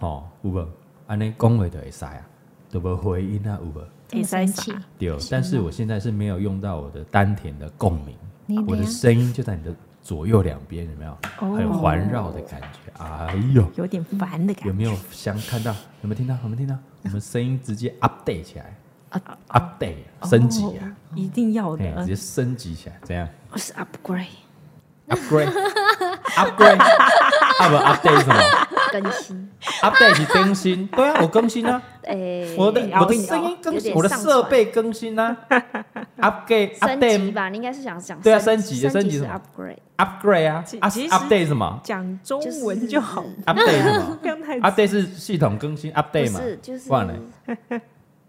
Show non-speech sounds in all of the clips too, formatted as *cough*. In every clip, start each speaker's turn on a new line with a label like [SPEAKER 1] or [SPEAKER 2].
[SPEAKER 1] 吼，哦有无？安尼讲话就会使啊，就无回音啊，有无？
[SPEAKER 2] 会
[SPEAKER 3] 生
[SPEAKER 2] 使
[SPEAKER 3] 气
[SPEAKER 2] 啥？
[SPEAKER 1] 对，但是我现在是没有用到我的丹田的共鸣，
[SPEAKER 3] 你
[SPEAKER 1] 我
[SPEAKER 3] 等
[SPEAKER 1] 的
[SPEAKER 3] 下
[SPEAKER 1] 声音就在你的左右两边，有没有？很环绕的感觉。哎呦，
[SPEAKER 2] 有点烦的
[SPEAKER 1] 有
[SPEAKER 2] 感觉。
[SPEAKER 1] 没有想看到？有没有听到？有没有听到？我们声音直接 update 起来
[SPEAKER 2] 啊
[SPEAKER 1] ，update 升级啊，
[SPEAKER 2] 哦一定要
[SPEAKER 1] 哎，直
[SPEAKER 2] 的呃
[SPEAKER 1] 接，升级起来，怎样
[SPEAKER 2] 我是 upgrade，
[SPEAKER 1] ？upgrade，upgrade，啊不 update 是什么
[SPEAKER 3] 更新，
[SPEAKER 1] ？update 是更新，对啊，我更新啊，
[SPEAKER 3] *laughs* 哎，
[SPEAKER 1] 我的我
[SPEAKER 3] 有
[SPEAKER 1] 的
[SPEAKER 3] 点
[SPEAKER 1] 声
[SPEAKER 2] 哦
[SPEAKER 1] 音更
[SPEAKER 3] 有
[SPEAKER 1] 新，
[SPEAKER 3] 点
[SPEAKER 1] 我的
[SPEAKER 3] 上
[SPEAKER 1] 设
[SPEAKER 3] 传
[SPEAKER 1] 备更新啊
[SPEAKER 2] *laughs*
[SPEAKER 1] ，upgrade
[SPEAKER 3] 升级
[SPEAKER 1] update
[SPEAKER 3] 吧，你应该是想想
[SPEAKER 1] 对啊升级
[SPEAKER 3] 升
[SPEAKER 1] 升级
[SPEAKER 3] 是
[SPEAKER 1] 什么
[SPEAKER 3] upgrade，
[SPEAKER 1] upgrade 啊
[SPEAKER 2] 其
[SPEAKER 1] 啊
[SPEAKER 2] 其实
[SPEAKER 1] ，update 是什么
[SPEAKER 2] 讲中
[SPEAKER 3] 就是
[SPEAKER 2] 文就好，
[SPEAKER 1] ？update 是什
[SPEAKER 2] *laughs*
[SPEAKER 1] 么
[SPEAKER 2] 不要太
[SPEAKER 1] ？update 是系统更新
[SPEAKER 3] 不
[SPEAKER 1] update 嘛？
[SPEAKER 3] 是就是
[SPEAKER 1] 忘了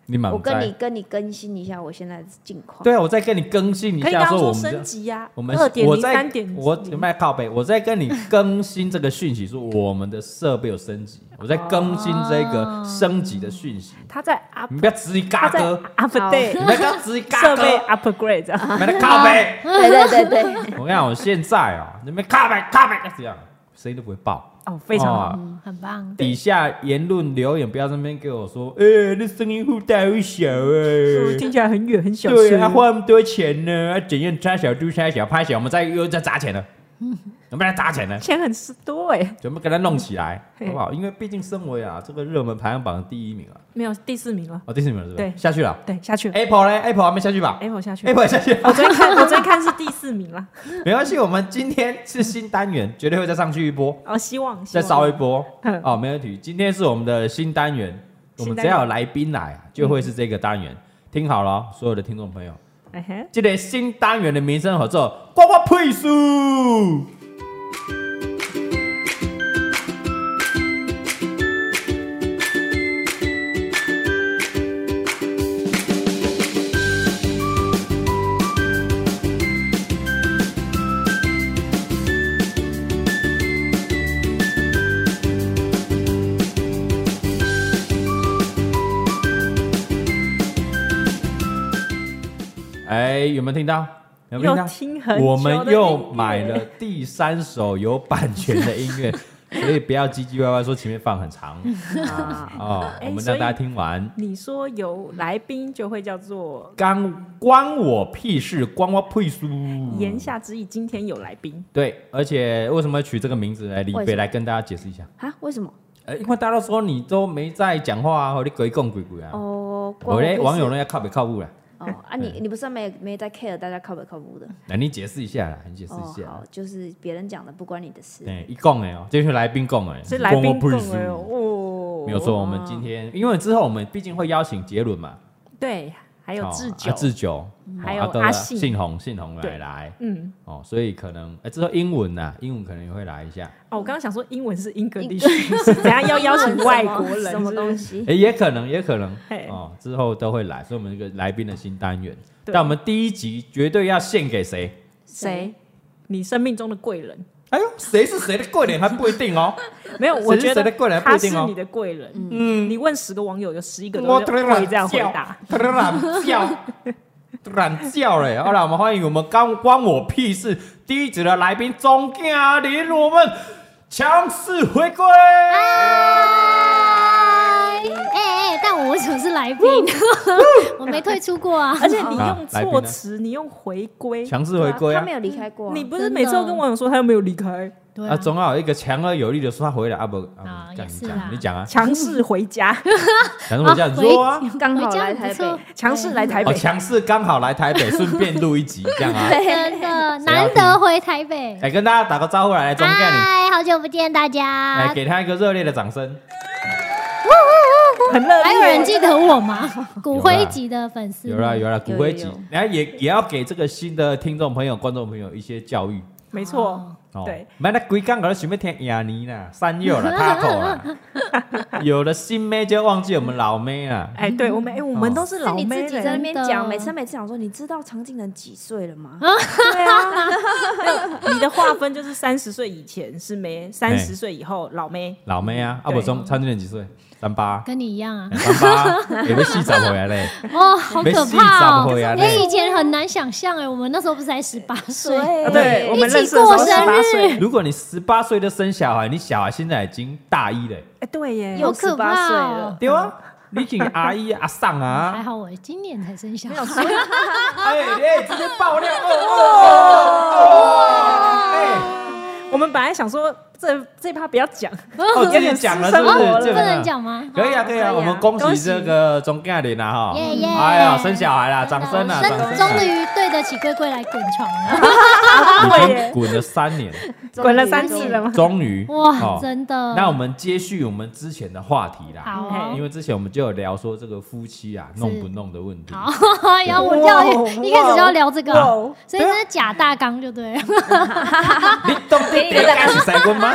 [SPEAKER 1] 你满
[SPEAKER 3] 我跟你跟你更新一下我现在的近况。
[SPEAKER 1] 对啊，我再跟你更新一
[SPEAKER 2] 哦可以
[SPEAKER 1] 下，
[SPEAKER 2] 刚刚
[SPEAKER 1] 我
[SPEAKER 2] 说
[SPEAKER 1] 们
[SPEAKER 2] 升
[SPEAKER 1] 的
[SPEAKER 2] 级呀，
[SPEAKER 1] 我们
[SPEAKER 2] 二点
[SPEAKER 1] 我
[SPEAKER 2] 零、
[SPEAKER 1] 在
[SPEAKER 2] 三点零，
[SPEAKER 1] 我卖靠背，我在跟你更新这个讯息，说我们的设备有升级，我在更新这个
[SPEAKER 2] 哦
[SPEAKER 1] 升级的讯息。
[SPEAKER 2] 他在 up，
[SPEAKER 1] 你不要吱一嘎
[SPEAKER 2] 他在
[SPEAKER 1] 哥，你
[SPEAKER 2] update
[SPEAKER 1] 不要吱一嘎
[SPEAKER 2] *laughs* 设
[SPEAKER 1] 哥，
[SPEAKER 2] 备 upgrade 啊这样。
[SPEAKER 1] 买的靠背。
[SPEAKER 3] *laughs* 对对对对， *laughs*
[SPEAKER 1] *laughs* 我跟你讲，我现在啊，你们靠背靠背这样，声音都不会爆。
[SPEAKER 2] 哦，非常好，
[SPEAKER 1] 哦
[SPEAKER 3] 嗯
[SPEAKER 4] 很棒。
[SPEAKER 1] 底下言论留言不要在那边给我说，呃，那声音忽大忽小哎、
[SPEAKER 2] 听起来很远很小
[SPEAKER 1] 对
[SPEAKER 2] 声
[SPEAKER 1] 啊，。花那么多钱呢，啊怎样拆小猪拆小拍小，我们再又再砸钱
[SPEAKER 2] *laughs*
[SPEAKER 1] 了，我们来砸钱了，
[SPEAKER 2] 钱很是多哎，
[SPEAKER 1] 准备给它弄起来，
[SPEAKER 2] *laughs* 嘿
[SPEAKER 1] 好不好？因为毕竟身为啊这个热门排行榜的第一名啊，
[SPEAKER 2] 没有第四名了，
[SPEAKER 1] 哦，第四名了是不是？
[SPEAKER 2] 对
[SPEAKER 1] 下去了。
[SPEAKER 2] 对，下去了。
[SPEAKER 1] Apple 呢？Apple 还没下去吧
[SPEAKER 2] Apple 下去了。
[SPEAKER 1] ？Apple 也下去了， *laughs*
[SPEAKER 2] 我昨天看，我昨天看是第四名了。
[SPEAKER 1] 没关系，我们今天是新单元，绝对会再上去一波，
[SPEAKER 2] 哦，希望
[SPEAKER 1] 再
[SPEAKER 2] 稍
[SPEAKER 1] 烧一
[SPEAKER 2] 微
[SPEAKER 1] 波
[SPEAKER 2] 嗯。
[SPEAKER 1] 哦，没问题。今天是我们的新单元，我
[SPEAKER 2] 新
[SPEAKER 1] 们
[SPEAKER 2] 单元嗯
[SPEAKER 1] 只要有来宾来啊，就会是这个单元。听好了哦，所有的听众朋友，
[SPEAKER 2] 哎嘿，
[SPEAKER 1] 这个新单元的名称合作，关我屁事。哎，有没有听到？有没有听
[SPEAKER 2] 又
[SPEAKER 1] 到？
[SPEAKER 2] 听很久的音乐
[SPEAKER 1] 我们又买了第三首有版权的音
[SPEAKER 2] *laughs*
[SPEAKER 1] 乐，所以不要唧唧歪歪说前面放很长
[SPEAKER 2] 啊。
[SPEAKER 1] 哦，
[SPEAKER 2] 哎
[SPEAKER 1] 我们
[SPEAKER 2] 所
[SPEAKER 1] 让
[SPEAKER 2] 以
[SPEAKER 1] 大家听完。
[SPEAKER 2] 你说有来宾就会叫做
[SPEAKER 1] 干关我屁事，关我屁事。
[SPEAKER 2] 言下之意，今天有来宾，
[SPEAKER 1] 对，而且为什么取这个名字？来，李
[SPEAKER 3] 为什
[SPEAKER 1] 北
[SPEAKER 3] 么
[SPEAKER 1] 来跟大家解释一下。
[SPEAKER 3] 啊，为什么？
[SPEAKER 1] 呃，因为大家都说你都没在讲话啊，和你鬼讲鬼鬼啊。
[SPEAKER 3] 哦，关
[SPEAKER 1] 我
[SPEAKER 3] 我
[SPEAKER 1] 嘞
[SPEAKER 3] 屁
[SPEAKER 1] 网友
[SPEAKER 3] 事
[SPEAKER 1] 呢要靠北靠步啦，
[SPEAKER 3] 哦啊，你你不是没没在 care 大家靠不靠谱的？
[SPEAKER 1] 那你解释一下啦，你解释
[SPEAKER 3] 哦
[SPEAKER 1] 一，下
[SPEAKER 3] 好。，就是别人讲的不关你的事。
[SPEAKER 1] 对，一共哎哦，这是来宾共哎，
[SPEAKER 2] 是来宾
[SPEAKER 1] 关
[SPEAKER 2] 共
[SPEAKER 1] 我屁事
[SPEAKER 2] 了哦，
[SPEAKER 1] 没有错，我们今天因为之后我们毕竟会邀请杰伦嘛，
[SPEAKER 2] 对，还有
[SPEAKER 1] 哦
[SPEAKER 2] 志
[SPEAKER 1] 啊
[SPEAKER 2] 久，嗯
[SPEAKER 1] 志久，
[SPEAKER 2] 还有
[SPEAKER 1] 阿
[SPEAKER 2] 阿信
[SPEAKER 1] 啊信红，信红来
[SPEAKER 2] 对
[SPEAKER 1] 来
[SPEAKER 2] 嗯，
[SPEAKER 1] 哦，所以可能哎，之后英文呐，英文可能也会来一下，
[SPEAKER 2] 哦，我刚刚想说英文是 English，是怎样要邀请外国人
[SPEAKER 3] 什么东
[SPEAKER 2] 西？
[SPEAKER 3] 西？
[SPEAKER 1] *laughs* 哎，也可能，也可能
[SPEAKER 2] 嘿
[SPEAKER 1] 哦，之后都会来，所以我们这个来宾的新单元，
[SPEAKER 2] 对
[SPEAKER 1] 但我们第一集绝对要献给谁？
[SPEAKER 2] 谁？你生命中的贵人？
[SPEAKER 1] 哎呦，谁是谁的贵人还不一定
[SPEAKER 2] *laughs*
[SPEAKER 1] 哦。
[SPEAKER 2] 没有，我
[SPEAKER 1] 谁是
[SPEAKER 2] 觉
[SPEAKER 1] 谁
[SPEAKER 2] 得
[SPEAKER 1] 的贵人不
[SPEAKER 2] 他
[SPEAKER 1] 一定
[SPEAKER 2] 是
[SPEAKER 1] 哦
[SPEAKER 2] 你的贵人。
[SPEAKER 1] 嗯，
[SPEAKER 2] 你问十个网友，有十一个
[SPEAKER 1] 我
[SPEAKER 2] 都
[SPEAKER 1] 突
[SPEAKER 2] 会
[SPEAKER 1] 然
[SPEAKER 2] 这样回
[SPEAKER 1] 叫
[SPEAKER 2] 答。，
[SPEAKER 1] 突然
[SPEAKER 2] *laughs*
[SPEAKER 1] 叫，突然叫嘞！好了，我们欢迎我们刚关我屁事第一组的来宾钟嘉玲，我们强势回归。
[SPEAKER 4] 哎哎，但我为什么是来宾？ *laughs* 我没退出过
[SPEAKER 1] *laughs*
[SPEAKER 4] 啊。
[SPEAKER 2] 而且你
[SPEAKER 1] 好
[SPEAKER 2] 用
[SPEAKER 1] 来宾呢
[SPEAKER 2] 措辞，你用回归，
[SPEAKER 1] 强势回归
[SPEAKER 3] 对啊
[SPEAKER 1] 啊
[SPEAKER 3] 他！没有离开过啊。
[SPEAKER 2] 你不是每次都跟网友说他又没有离开，
[SPEAKER 4] 对
[SPEAKER 1] 啊，总要有一个强而有力的说他回来啊不啊
[SPEAKER 4] 啊，
[SPEAKER 1] 干
[SPEAKER 4] 也
[SPEAKER 1] 你
[SPEAKER 4] 是
[SPEAKER 1] 讲
[SPEAKER 4] 啦
[SPEAKER 1] 你讲啊，
[SPEAKER 2] 强势回家，
[SPEAKER 1] 强势回家你说啊，
[SPEAKER 3] 刚好
[SPEAKER 4] 回家
[SPEAKER 3] 来
[SPEAKER 4] 很不
[SPEAKER 3] 台
[SPEAKER 4] 错
[SPEAKER 3] 北，
[SPEAKER 2] 强势来台
[SPEAKER 1] 哦，
[SPEAKER 2] 北，
[SPEAKER 1] 强势刚好来台北，顺便录一集这样
[SPEAKER 2] *laughs*
[SPEAKER 1] 啊。哎
[SPEAKER 4] 真的难得回台北。
[SPEAKER 1] 来跟大家打个招呼来，来钟嘉
[SPEAKER 2] 啊
[SPEAKER 1] 玲，
[SPEAKER 4] 嗨，好久不见大
[SPEAKER 1] 来
[SPEAKER 4] 家。
[SPEAKER 1] 哎给他一个热烈的掌声。
[SPEAKER 2] 很热烈。
[SPEAKER 4] 还有人记得我
[SPEAKER 1] *laughs*
[SPEAKER 4] 吗？骨灰级的粉丝。
[SPEAKER 1] 有啦有啦，骨
[SPEAKER 3] 有
[SPEAKER 1] 灰
[SPEAKER 3] 有
[SPEAKER 1] 级
[SPEAKER 3] 有，
[SPEAKER 1] 然后也也要给这个新的听众朋友、观众朋友一些教育。
[SPEAKER 2] 没错
[SPEAKER 4] 哦，
[SPEAKER 1] 哦，
[SPEAKER 2] 对，
[SPEAKER 1] 买那鬼刚搞到随便听雅尼啦、山柚啦、塔口啦，
[SPEAKER 2] *laughs*
[SPEAKER 1] 有了新妹就忘记我们老妹啦。
[SPEAKER 2] 哎，对我们，哎，我们都是
[SPEAKER 3] 是
[SPEAKER 2] 老
[SPEAKER 3] 你
[SPEAKER 2] 妹
[SPEAKER 3] 自己在那
[SPEAKER 2] 嘞，
[SPEAKER 3] 边
[SPEAKER 4] 真的
[SPEAKER 3] 讲，每次每次讲说，你知道常景人几岁了吗？
[SPEAKER 2] 对啊，
[SPEAKER 4] *laughs*
[SPEAKER 2] *laughs* 没有你的划分就是三十岁以前是妹，三
[SPEAKER 1] 哎
[SPEAKER 2] 十岁以后老妹，
[SPEAKER 1] 老妹啊，啊
[SPEAKER 2] 嗯对嗯
[SPEAKER 1] 不，中参军人几岁？三八，
[SPEAKER 4] 跟你一
[SPEAKER 1] *laughs*
[SPEAKER 4] 样啊
[SPEAKER 1] 哎。三
[SPEAKER 2] *laughs*
[SPEAKER 1] 八，也被戏找回来嘞。
[SPEAKER 4] 哦，好
[SPEAKER 1] 没
[SPEAKER 4] 可
[SPEAKER 1] 戏
[SPEAKER 4] 怕
[SPEAKER 1] 找
[SPEAKER 4] 哦！
[SPEAKER 1] 回来
[SPEAKER 4] 哎，以前很难想象哎，我们那时候不是才十八岁，
[SPEAKER 2] 啊对我们
[SPEAKER 4] 一
[SPEAKER 2] 认
[SPEAKER 4] 起
[SPEAKER 2] 识的时候
[SPEAKER 4] 过生
[SPEAKER 2] 18
[SPEAKER 4] 是
[SPEAKER 1] 如果你十八岁就生小孩，你小孩现在已经大一了、
[SPEAKER 2] 哎、对耶，
[SPEAKER 4] 有
[SPEAKER 3] 又
[SPEAKER 4] 可
[SPEAKER 3] 十
[SPEAKER 4] 怕
[SPEAKER 3] 八岁
[SPEAKER 4] 哦
[SPEAKER 3] 了，
[SPEAKER 1] 对啊，你请阿姨阿上
[SPEAKER 4] 还
[SPEAKER 1] 啊，
[SPEAKER 4] *laughs* 好我今年才生小
[SPEAKER 2] 没有所
[SPEAKER 4] 孩，
[SPEAKER 2] 以
[SPEAKER 1] 哎哎，直接爆料哦哦
[SPEAKER 2] 我们本来想说这这一趴不要讲，
[SPEAKER 1] 哦，哦，这里讲了是不是？这
[SPEAKER 4] 哦不能，讲哦吗？
[SPEAKER 1] 可以啊可以啊，我们恭喜这个钟嘉玲啊哈，
[SPEAKER 4] 耶耶！
[SPEAKER 1] 哎呀，生小孩啦，掌声啊，掌声！
[SPEAKER 4] 终于对得起龟龟来滚床了，
[SPEAKER 2] 对耶，
[SPEAKER 1] 滚了三年，
[SPEAKER 2] 滚了三次了吗？
[SPEAKER 1] 终于哦
[SPEAKER 4] 哇，真的。
[SPEAKER 1] 那我们接续我们之前的话题啦，
[SPEAKER 4] 好
[SPEAKER 1] 因
[SPEAKER 4] 哦，
[SPEAKER 1] 为之前我们就有聊说这个夫妻啊弄不弄的问题。
[SPEAKER 4] 好， *laughs* 然后我
[SPEAKER 2] 哇
[SPEAKER 4] 要
[SPEAKER 2] 哦
[SPEAKER 4] 一开始就要聊这个啊
[SPEAKER 2] 哇哦，
[SPEAKER 4] 所以这是假大纲就对了。 *laughs*
[SPEAKER 1] 你懂得点开始塞
[SPEAKER 2] *laughs*
[SPEAKER 1] 棍吗？我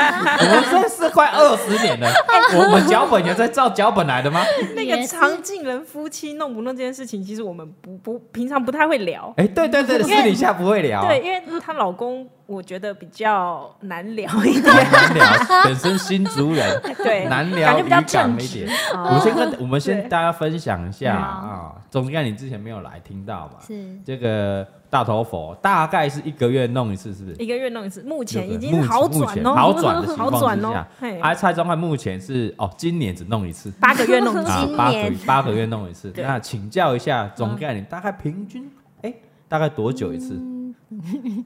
[SPEAKER 1] 们这是快二十年了，
[SPEAKER 2] 哎
[SPEAKER 1] 我们脚本也在照脚本来的吗？
[SPEAKER 2] 那
[SPEAKER 4] 也
[SPEAKER 2] 个
[SPEAKER 4] 是
[SPEAKER 2] 常进人夫妻弄不弄这件事情，其实我们不不平常不太会聊。
[SPEAKER 1] 哎，对对对，私底下不会聊，啊
[SPEAKER 2] 对，因为她老公我觉得比较难聊一
[SPEAKER 1] *laughs*
[SPEAKER 2] 点，
[SPEAKER 1] 难聊，本身新族人
[SPEAKER 2] 对，
[SPEAKER 1] 难
[SPEAKER 2] 感
[SPEAKER 1] 聊，
[SPEAKER 2] 觉
[SPEAKER 1] 语
[SPEAKER 2] 比较
[SPEAKER 1] 感
[SPEAKER 2] 正
[SPEAKER 1] 一
[SPEAKER 2] 直
[SPEAKER 1] 点。
[SPEAKER 3] 哦
[SPEAKER 1] 我先跟我们先
[SPEAKER 2] 对
[SPEAKER 1] 大家分享一下
[SPEAKER 4] 嗯
[SPEAKER 1] 啊，总之看你之前没有来听到吧？
[SPEAKER 4] 是
[SPEAKER 1] 这个大头佛大概是一个月弄一次，是不是？
[SPEAKER 2] 一个月弄一次，目前
[SPEAKER 1] 对
[SPEAKER 2] 已
[SPEAKER 1] 不对
[SPEAKER 2] 经
[SPEAKER 1] 目
[SPEAKER 2] 好
[SPEAKER 1] 目
[SPEAKER 2] 转
[SPEAKER 1] 前
[SPEAKER 2] 哦，
[SPEAKER 1] 好转的情
[SPEAKER 2] *laughs* 好
[SPEAKER 1] 况
[SPEAKER 2] 转
[SPEAKER 1] 之
[SPEAKER 2] 哦
[SPEAKER 1] 下，，
[SPEAKER 2] 嘿
[SPEAKER 1] 而蔡宗汉目前是哦，今年只弄一次，
[SPEAKER 2] 八个月弄
[SPEAKER 1] *laughs*
[SPEAKER 2] 一次，
[SPEAKER 1] 啊
[SPEAKER 3] 今，
[SPEAKER 1] 八个
[SPEAKER 3] 年
[SPEAKER 1] 月八个月弄一次。
[SPEAKER 2] 对
[SPEAKER 1] 那请教一下总概念，大概平均哎，大概多久一次？
[SPEAKER 4] 嗯，